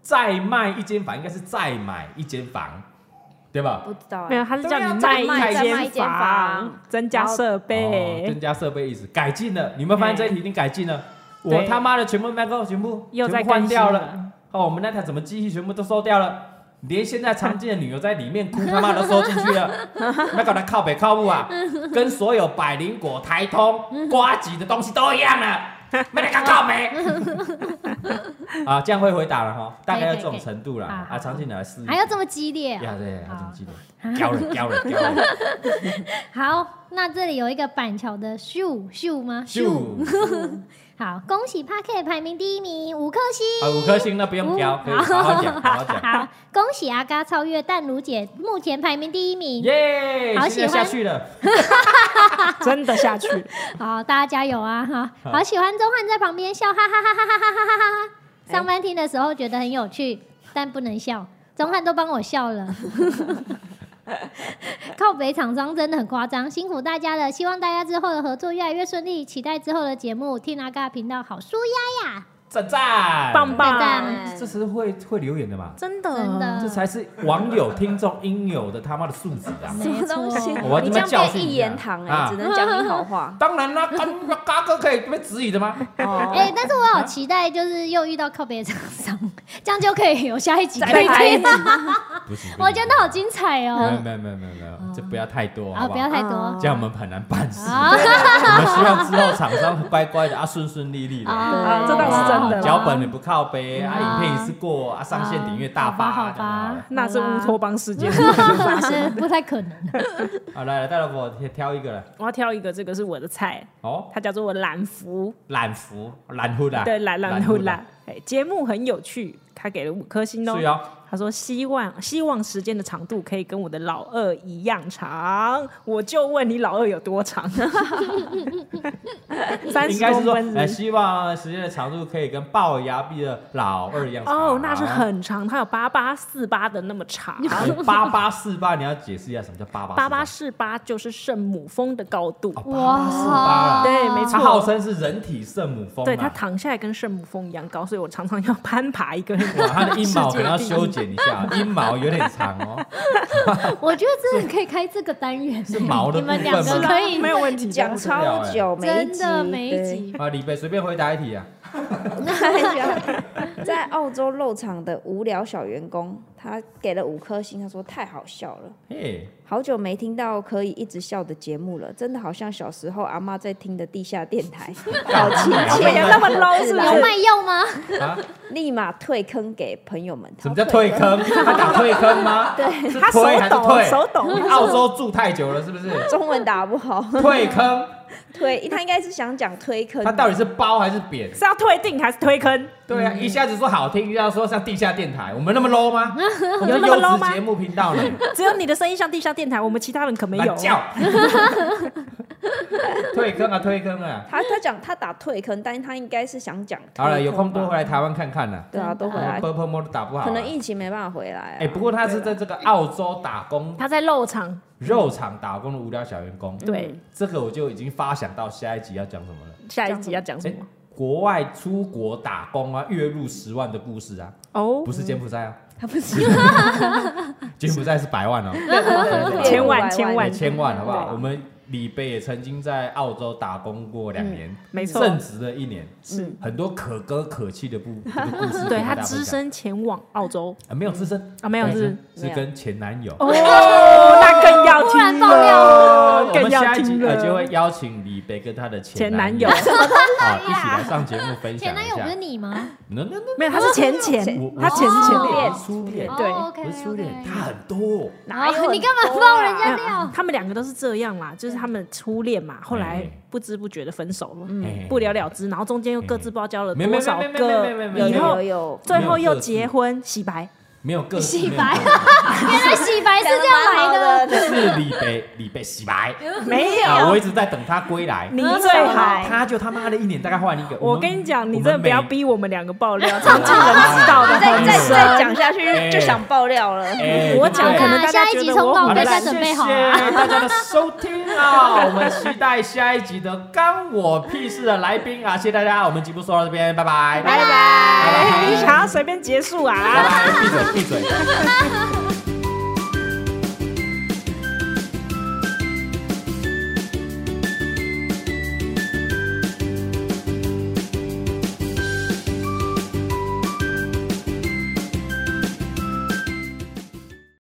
[SPEAKER 1] 再卖一间房应该是再买一间房，对吧？
[SPEAKER 3] 不知道
[SPEAKER 5] 没
[SPEAKER 3] 哎，
[SPEAKER 5] 有，他是
[SPEAKER 1] 对
[SPEAKER 5] 叫
[SPEAKER 1] 啊
[SPEAKER 5] 你
[SPEAKER 1] 再
[SPEAKER 5] 卖
[SPEAKER 1] 卖
[SPEAKER 3] 再卖
[SPEAKER 5] 一
[SPEAKER 3] 一间
[SPEAKER 5] 间
[SPEAKER 3] 房
[SPEAKER 5] 房，增加设
[SPEAKER 1] 哦
[SPEAKER 5] 备
[SPEAKER 1] 增。加设备意思改进了，你们发现这一题已经改进了。
[SPEAKER 5] 对
[SPEAKER 1] 我他妈的全部麦克风全部
[SPEAKER 5] 又在
[SPEAKER 1] 全部换掉
[SPEAKER 5] 更新
[SPEAKER 1] 了，哦，我们那台怎么机器全部都收掉了，连现在常见的女友在里面哭他妈都收进去了， *laughs* 那搞得靠北靠步啊，跟所有百灵果、台
[SPEAKER 4] *laughs*
[SPEAKER 1] 通、瓜子的东西都一样了，没得搞靠北。 *laughs* 啊，这样会回答了哈，大概要这种程度了
[SPEAKER 4] 可以可以可以
[SPEAKER 1] 啊，常进来试一下。
[SPEAKER 4] *laughs* 还要这么激烈啊，
[SPEAKER 1] 呀对，要这么激
[SPEAKER 4] 好
[SPEAKER 1] 烈，屌了屌
[SPEAKER 4] *laughs*
[SPEAKER 1] 了屌了，
[SPEAKER 4] 好，那这里有一个板桥的秀秀吗？
[SPEAKER 1] 咻！
[SPEAKER 4] 好，恭喜 Parket 排名第一名，五颗星。
[SPEAKER 1] 啊，五颗星那不用挑，可以好好讲，好好讲。
[SPEAKER 4] 嗯好，恭喜阿嘎超越淡如姐，目前排名第一名。
[SPEAKER 1] 耶，
[SPEAKER 4] 好
[SPEAKER 1] 现在
[SPEAKER 4] 喜欢
[SPEAKER 1] 下去了，
[SPEAKER 5] *laughs* 真的
[SPEAKER 1] *laughs*
[SPEAKER 5] 下去，
[SPEAKER 1] 哎
[SPEAKER 4] 好，大家加油啊！哈，好喜欢钟汉在旁边笑，哈哈哈哈哈哈哈哈哈。
[SPEAKER 5] 哎
[SPEAKER 4] 上班听的时候觉得很有趣，但不能笑。钟汉都帮我笑了。 *laughs* 靠北厂商真的很夸张，辛苦大家了！希望大家之后的合作越来越顺利，期待之后的节目。听阿嘎频道好舒压呀，
[SPEAKER 1] 赞赞，
[SPEAKER 5] 棒
[SPEAKER 4] 赞赞
[SPEAKER 5] 棒，
[SPEAKER 1] 这是会会留言的嘛？
[SPEAKER 5] 真
[SPEAKER 4] 真
[SPEAKER 5] 的。
[SPEAKER 4] 的。
[SPEAKER 1] 这才是网友听众应有的他妈的素质啊！
[SPEAKER 3] 什么东西
[SPEAKER 4] 没
[SPEAKER 1] 错？我要
[SPEAKER 3] 你
[SPEAKER 1] 这边
[SPEAKER 3] 这样
[SPEAKER 1] 教训你
[SPEAKER 3] 变
[SPEAKER 1] 啊
[SPEAKER 3] 一言堂哎，
[SPEAKER 1] 啊。
[SPEAKER 3] 只能讲你好话
[SPEAKER 1] *laughs* 当然啦，干嘎哥可以被质疑的吗？
[SPEAKER 4] 哎、
[SPEAKER 3] 哦，
[SPEAKER 4] 但是我好期待，就是又遇到靠别的厂商，这样就可以有下一集
[SPEAKER 3] 再
[SPEAKER 4] 可以
[SPEAKER 3] 拍一
[SPEAKER 4] 听
[SPEAKER 3] 集
[SPEAKER 4] 了。
[SPEAKER 1] 不行，
[SPEAKER 4] 我觉得好精彩
[SPEAKER 1] 没有
[SPEAKER 5] 嗯
[SPEAKER 4] 哦！
[SPEAKER 1] 没有没有没有没有，这不要太多，
[SPEAKER 4] 啊，
[SPEAKER 1] 好
[SPEAKER 4] 不
[SPEAKER 1] 不
[SPEAKER 4] 要
[SPEAKER 1] 好？
[SPEAKER 4] 太多
[SPEAKER 1] 这样我们很难办
[SPEAKER 5] 嗯
[SPEAKER 1] 事。
[SPEAKER 4] 啊！
[SPEAKER 1] 我们希望之后厂商乖乖的啊，顺顺利利的。
[SPEAKER 4] 啊
[SPEAKER 5] 嗯这倒是真的啦
[SPEAKER 1] 脚本也不靠背，
[SPEAKER 4] 啊
[SPEAKER 1] 啊，影片也是过，啊，上线
[SPEAKER 4] 啊
[SPEAKER 1] 订阅大发，
[SPEAKER 4] 好吧好吧
[SPEAKER 1] 这
[SPEAKER 5] 那
[SPEAKER 1] 样就好了
[SPEAKER 5] 是乌托邦世界，
[SPEAKER 4] 是不太可能。
[SPEAKER 1] 好，来来，大老婆挑一个了。
[SPEAKER 5] 我要挑一个，这个是我的菜，
[SPEAKER 1] 哦，
[SPEAKER 5] 它叫做懒福，
[SPEAKER 1] 懒福，懒福啦，
[SPEAKER 5] 对，懒懒呼
[SPEAKER 1] 啦
[SPEAKER 5] 懒。哎，节目很有趣，他给了五颗星哦
[SPEAKER 1] 是。哦，
[SPEAKER 5] 他说希望希望时间的长度可以跟我的老二一
[SPEAKER 1] *laughs*
[SPEAKER 5] 样长，我就问你老二有多长？
[SPEAKER 2] 三
[SPEAKER 1] 应
[SPEAKER 2] 十
[SPEAKER 1] 该是
[SPEAKER 2] 公
[SPEAKER 1] 说，
[SPEAKER 2] 分
[SPEAKER 1] 呃，
[SPEAKER 2] 是
[SPEAKER 1] 希望时间的长度可以跟龅牙壁的老二一样
[SPEAKER 2] 不是
[SPEAKER 1] 长啊
[SPEAKER 2] 哦，那是很长，它有八八四八的那么长。
[SPEAKER 1] 八八四八，你要解释一下什么叫八八
[SPEAKER 2] 八八四八就是圣母峰的高度，
[SPEAKER 1] 哦，八八啊四八啦，
[SPEAKER 2] 对，没
[SPEAKER 1] 它号
[SPEAKER 2] 错。
[SPEAKER 1] 称是人体圣母峰啊，
[SPEAKER 2] 对，它躺下来跟圣母峰一样高，所以我常常要攀爬一个人。
[SPEAKER 1] 哇，它的阴
[SPEAKER 2] *laughs*
[SPEAKER 1] 毛可能要
[SPEAKER 2] 世界
[SPEAKER 1] 修剪一下，阴毛有点长哦，
[SPEAKER 4] 我觉得真的可以开这个单元，
[SPEAKER 1] 是毛的
[SPEAKER 4] 你
[SPEAKER 1] 部
[SPEAKER 4] 们
[SPEAKER 1] 分
[SPEAKER 4] 两个
[SPEAKER 1] 吗？
[SPEAKER 4] 可
[SPEAKER 2] *laughs*
[SPEAKER 4] 以
[SPEAKER 2] 没有问题的，
[SPEAKER 3] 讲超久，每一
[SPEAKER 4] 真
[SPEAKER 3] 集
[SPEAKER 4] 的每一
[SPEAKER 3] 对
[SPEAKER 4] 集，
[SPEAKER 1] 啊，李贝随便回答一题啊，
[SPEAKER 3] *laughs* 在澳洲漏场的无聊小员工，他给了五颗星，他说太好笑了，
[SPEAKER 1] 嘿，
[SPEAKER 3] 好久没听到可以一直笑的节目了，真的好像小时候阿妈在听的地下电台，好亲切，
[SPEAKER 1] 有
[SPEAKER 3] 那么 low 是不
[SPEAKER 4] 有
[SPEAKER 3] 是？
[SPEAKER 4] 卖药吗？
[SPEAKER 1] 啊，
[SPEAKER 3] 立马退坑给朋友们。
[SPEAKER 1] 什么叫退坑？他打退坑吗？对，是
[SPEAKER 2] 他手
[SPEAKER 1] 推还是
[SPEAKER 2] 抖，手
[SPEAKER 1] 退？
[SPEAKER 2] 抖。
[SPEAKER 1] 你澳洲住太久了是不
[SPEAKER 2] *laughs*
[SPEAKER 1] 是？
[SPEAKER 3] 中文打不好，
[SPEAKER 1] 退坑，
[SPEAKER 3] 推他应该是想讲推坑。
[SPEAKER 1] 它到底是包还是扁？
[SPEAKER 2] 是要退订还是推坑？
[SPEAKER 1] 对
[SPEAKER 2] 嗯
[SPEAKER 1] 啊，一下子说好听，一下子说像地下电台，我们那么 low
[SPEAKER 2] *laughs*
[SPEAKER 1] 吗？我们
[SPEAKER 2] 有
[SPEAKER 1] 是
[SPEAKER 2] 那么
[SPEAKER 1] 优
[SPEAKER 2] low
[SPEAKER 1] 质
[SPEAKER 2] 吗
[SPEAKER 1] 节目频道呢，
[SPEAKER 2] 只有你的声音像地下电台，我们其他人可 *laughs* 没有
[SPEAKER 1] 懒。
[SPEAKER 2] *laughs*
[SPEAKER 1] 叫，退坑啊，退坑啊！
[SPEAKER 3] 他他讲他打退坑，但是他应该是想讲推坑吧。
[SPEAKER 1] 好了，有空多回来台湾看看呐。
[SPEAKER 3] 对啊，多回来，
[SPEAKER 1] Purple Mode 打不好啊，
[SPEAKER 3] 可能疫情没办法回来啊。
[SPEAKER 1] 哎，不过他是在这个澳洲打工
[SPEAKER 2] 他在肉场，
[SPEAKER 1] 肉厂打工的无聊小员工，
[SPEAKER 2] 对，
[SPEAKER 1] 这个我就已经发想到下一集要讲什么了。
[SPEAKER 2] 下一集要讲什
[SPEAKER 1] 哎
[SPEAKER 2] 么？，
[SPEAKER 1] 国外出国打工啊，月入十万的故事啊，
[SPEAKER 2] 哦
[SPEAKER 1] 不，是柬埔寨啊，
[SPEAKER 3] 他不是
[SPEAKER 1] 柬埔寨是百万哦。
[SPEAKER 3] 对
[SPEAKER 2] 嗯 *laughs* 千万
[SPEAKER 3] 对
[SPEAKER 2] 千
[SPEAKER 1] 百
[SPEAKER 2] 万
[SPEAKER 1] 千万，好不好？我们李贝也曾经在澳洲打工过两年，
[SPEAKER 2] 没错，
[SPEAKER 1] 正职的一年，是很多可歌可泣的故这个故事跟
[SPEAKER 2] 对
[SPEAKER 1] 大
[SPEAKER 2] 他
[SPEAKER 1] 家分享。
[SPEAKER 2] 只身前往澳洲
[SPEAKER 1] 啊，没有资深
[SPEAKER 2] 啊，没有是
[SPEAKER 1] 是跟前男友。
[SPEAKER 2] 哦， *laughs* 那更要
[SPEAKER 4] 突然
[SPEAKER 2] 听
[SPEAKER 4] 爆料
[SPEAKER 2] 了，
[SPEAKER 1] 我
[SPEAKER 2] 更
[SPEAKER 1] 们
[SPEAKER 2] 要
[SPEAKER 1] 下一集
[SPEAKER 2] 听
[SPEAKER 1] 呃
[SPEAKER 2] 了，
[SPEAKER 1] 就会邀请李贝跟他的
[SPEAKER 2] 前
[SPEAKER 1] 男
[SPEAKER 2] 男友
[SPEAKER 1] 啊， *laughs* 一起来上节目分享
[SPEAKER 4] 前男
[SPEAKER 1] 一
[SPEAKER 4] 友不是
[SPEAKER 1] 下。
[SPEAKER 4] 你吗？
[SPEAKER 1] 那那
[SPEAKER 2] 没有，他是前前
[SPEAKER 3] 前，
[SPEAKER 1] 那，
[SPEAKER 2] 他前
[SPEAKER 4] 哦
[SPEAKER 2] 前。
[SPEAKER 1] 恋，初恋，
[SPEAKER 2] 对
[SPEAKER 4] 哦，OK，
[SPEAKER 1] 不是初恋，
[SPEAKER 4] OK
[SPEAKER 1] 他很多哦。
[SPEAKER 3] 哪有很多啊
[SPEAKER 4] 你干嘛爆人家料？
[SPEAKER 2] *laughs* 他们两个都是这样啦，就是他们初恋嘛，后来不知不觉的分手了，
[SPEAKER 1] 哎
[SPEAKER 2] 不了了之，然后中间又各自不知道交了多少
[SPEAKER 1] 没没没没没没
[SPEAKER 2] 个，
[SPEAKER 1] 没
[SPEAKER 2] 以
[SPEAKER 1] 没
[SPEAKER 2] 后
[SPEAKER 3] 有有
[SPEAKER 2] 最后又结婚洗白，
[SPEAKER 1] 没有个
[SPEAKER 4] 洗
[SPEAKER 1] 性，
[SPEAKER 4] 白，原来洗白是这样来的。
[SPEAKER 3] 的，
[SPEAKER 1] 是李贝，李贝洗白。
[SPEAKER 2] 没
[SPEAKER 1] 啊，我一直在等他归来。
[SPEAKER 2] 你最好。
[SPEAKER 1] 他就他妈的一年大概换一个。
[SPEAKER 2] 我
[SPEAKER 1] 们
[SPEAKER 2] 跟你讲，你
[SPEAKER 1] 我们
[SPEAKER 2] 真的不要
[SPEAKER 1] 每
[SPEAKER 2] 逼我们两个爆料，常进人知道的
[SPEAKER 3] 再
[SPEAKER 2] 很
[SPEAKER 3] 再
[SPEAKER 2] 深。
[SPEAKER 3] 再讲下去
[SPEAKER 1] 哎
[SPEAKER 3] 就想爆料了。
[SPEAKER 1] 哎
[SPEAKER 2] 我
[SPEAKER 1] 对
[SPEAKER 2] 讲可能大家
[SPEAKER 4] 下一
[SPEAKER 2] 觉
[SPEAKER 4] 集
[SPEAKER 2] 得
[SPEAKER 4] 冲
[SPEAKER 2] 我
[SPEAKER 4] 动
[SPEAKER 2] 很
[SPEAKER 4] 大家
[SPEAKER 2] 烂
[SPEAKER 4] 准备好
[SPEAKER 1] 谢谢大家的收听啊！我们期待下一集的“干我屁事”的来宾啊！谢谢大家，我们节目说到这边，拜拜，拜拜，
[SPEAKER 2] 哎你想要随便结束啊？
[SPEAKER 1] 拜拜，闭嘴，闭嘴。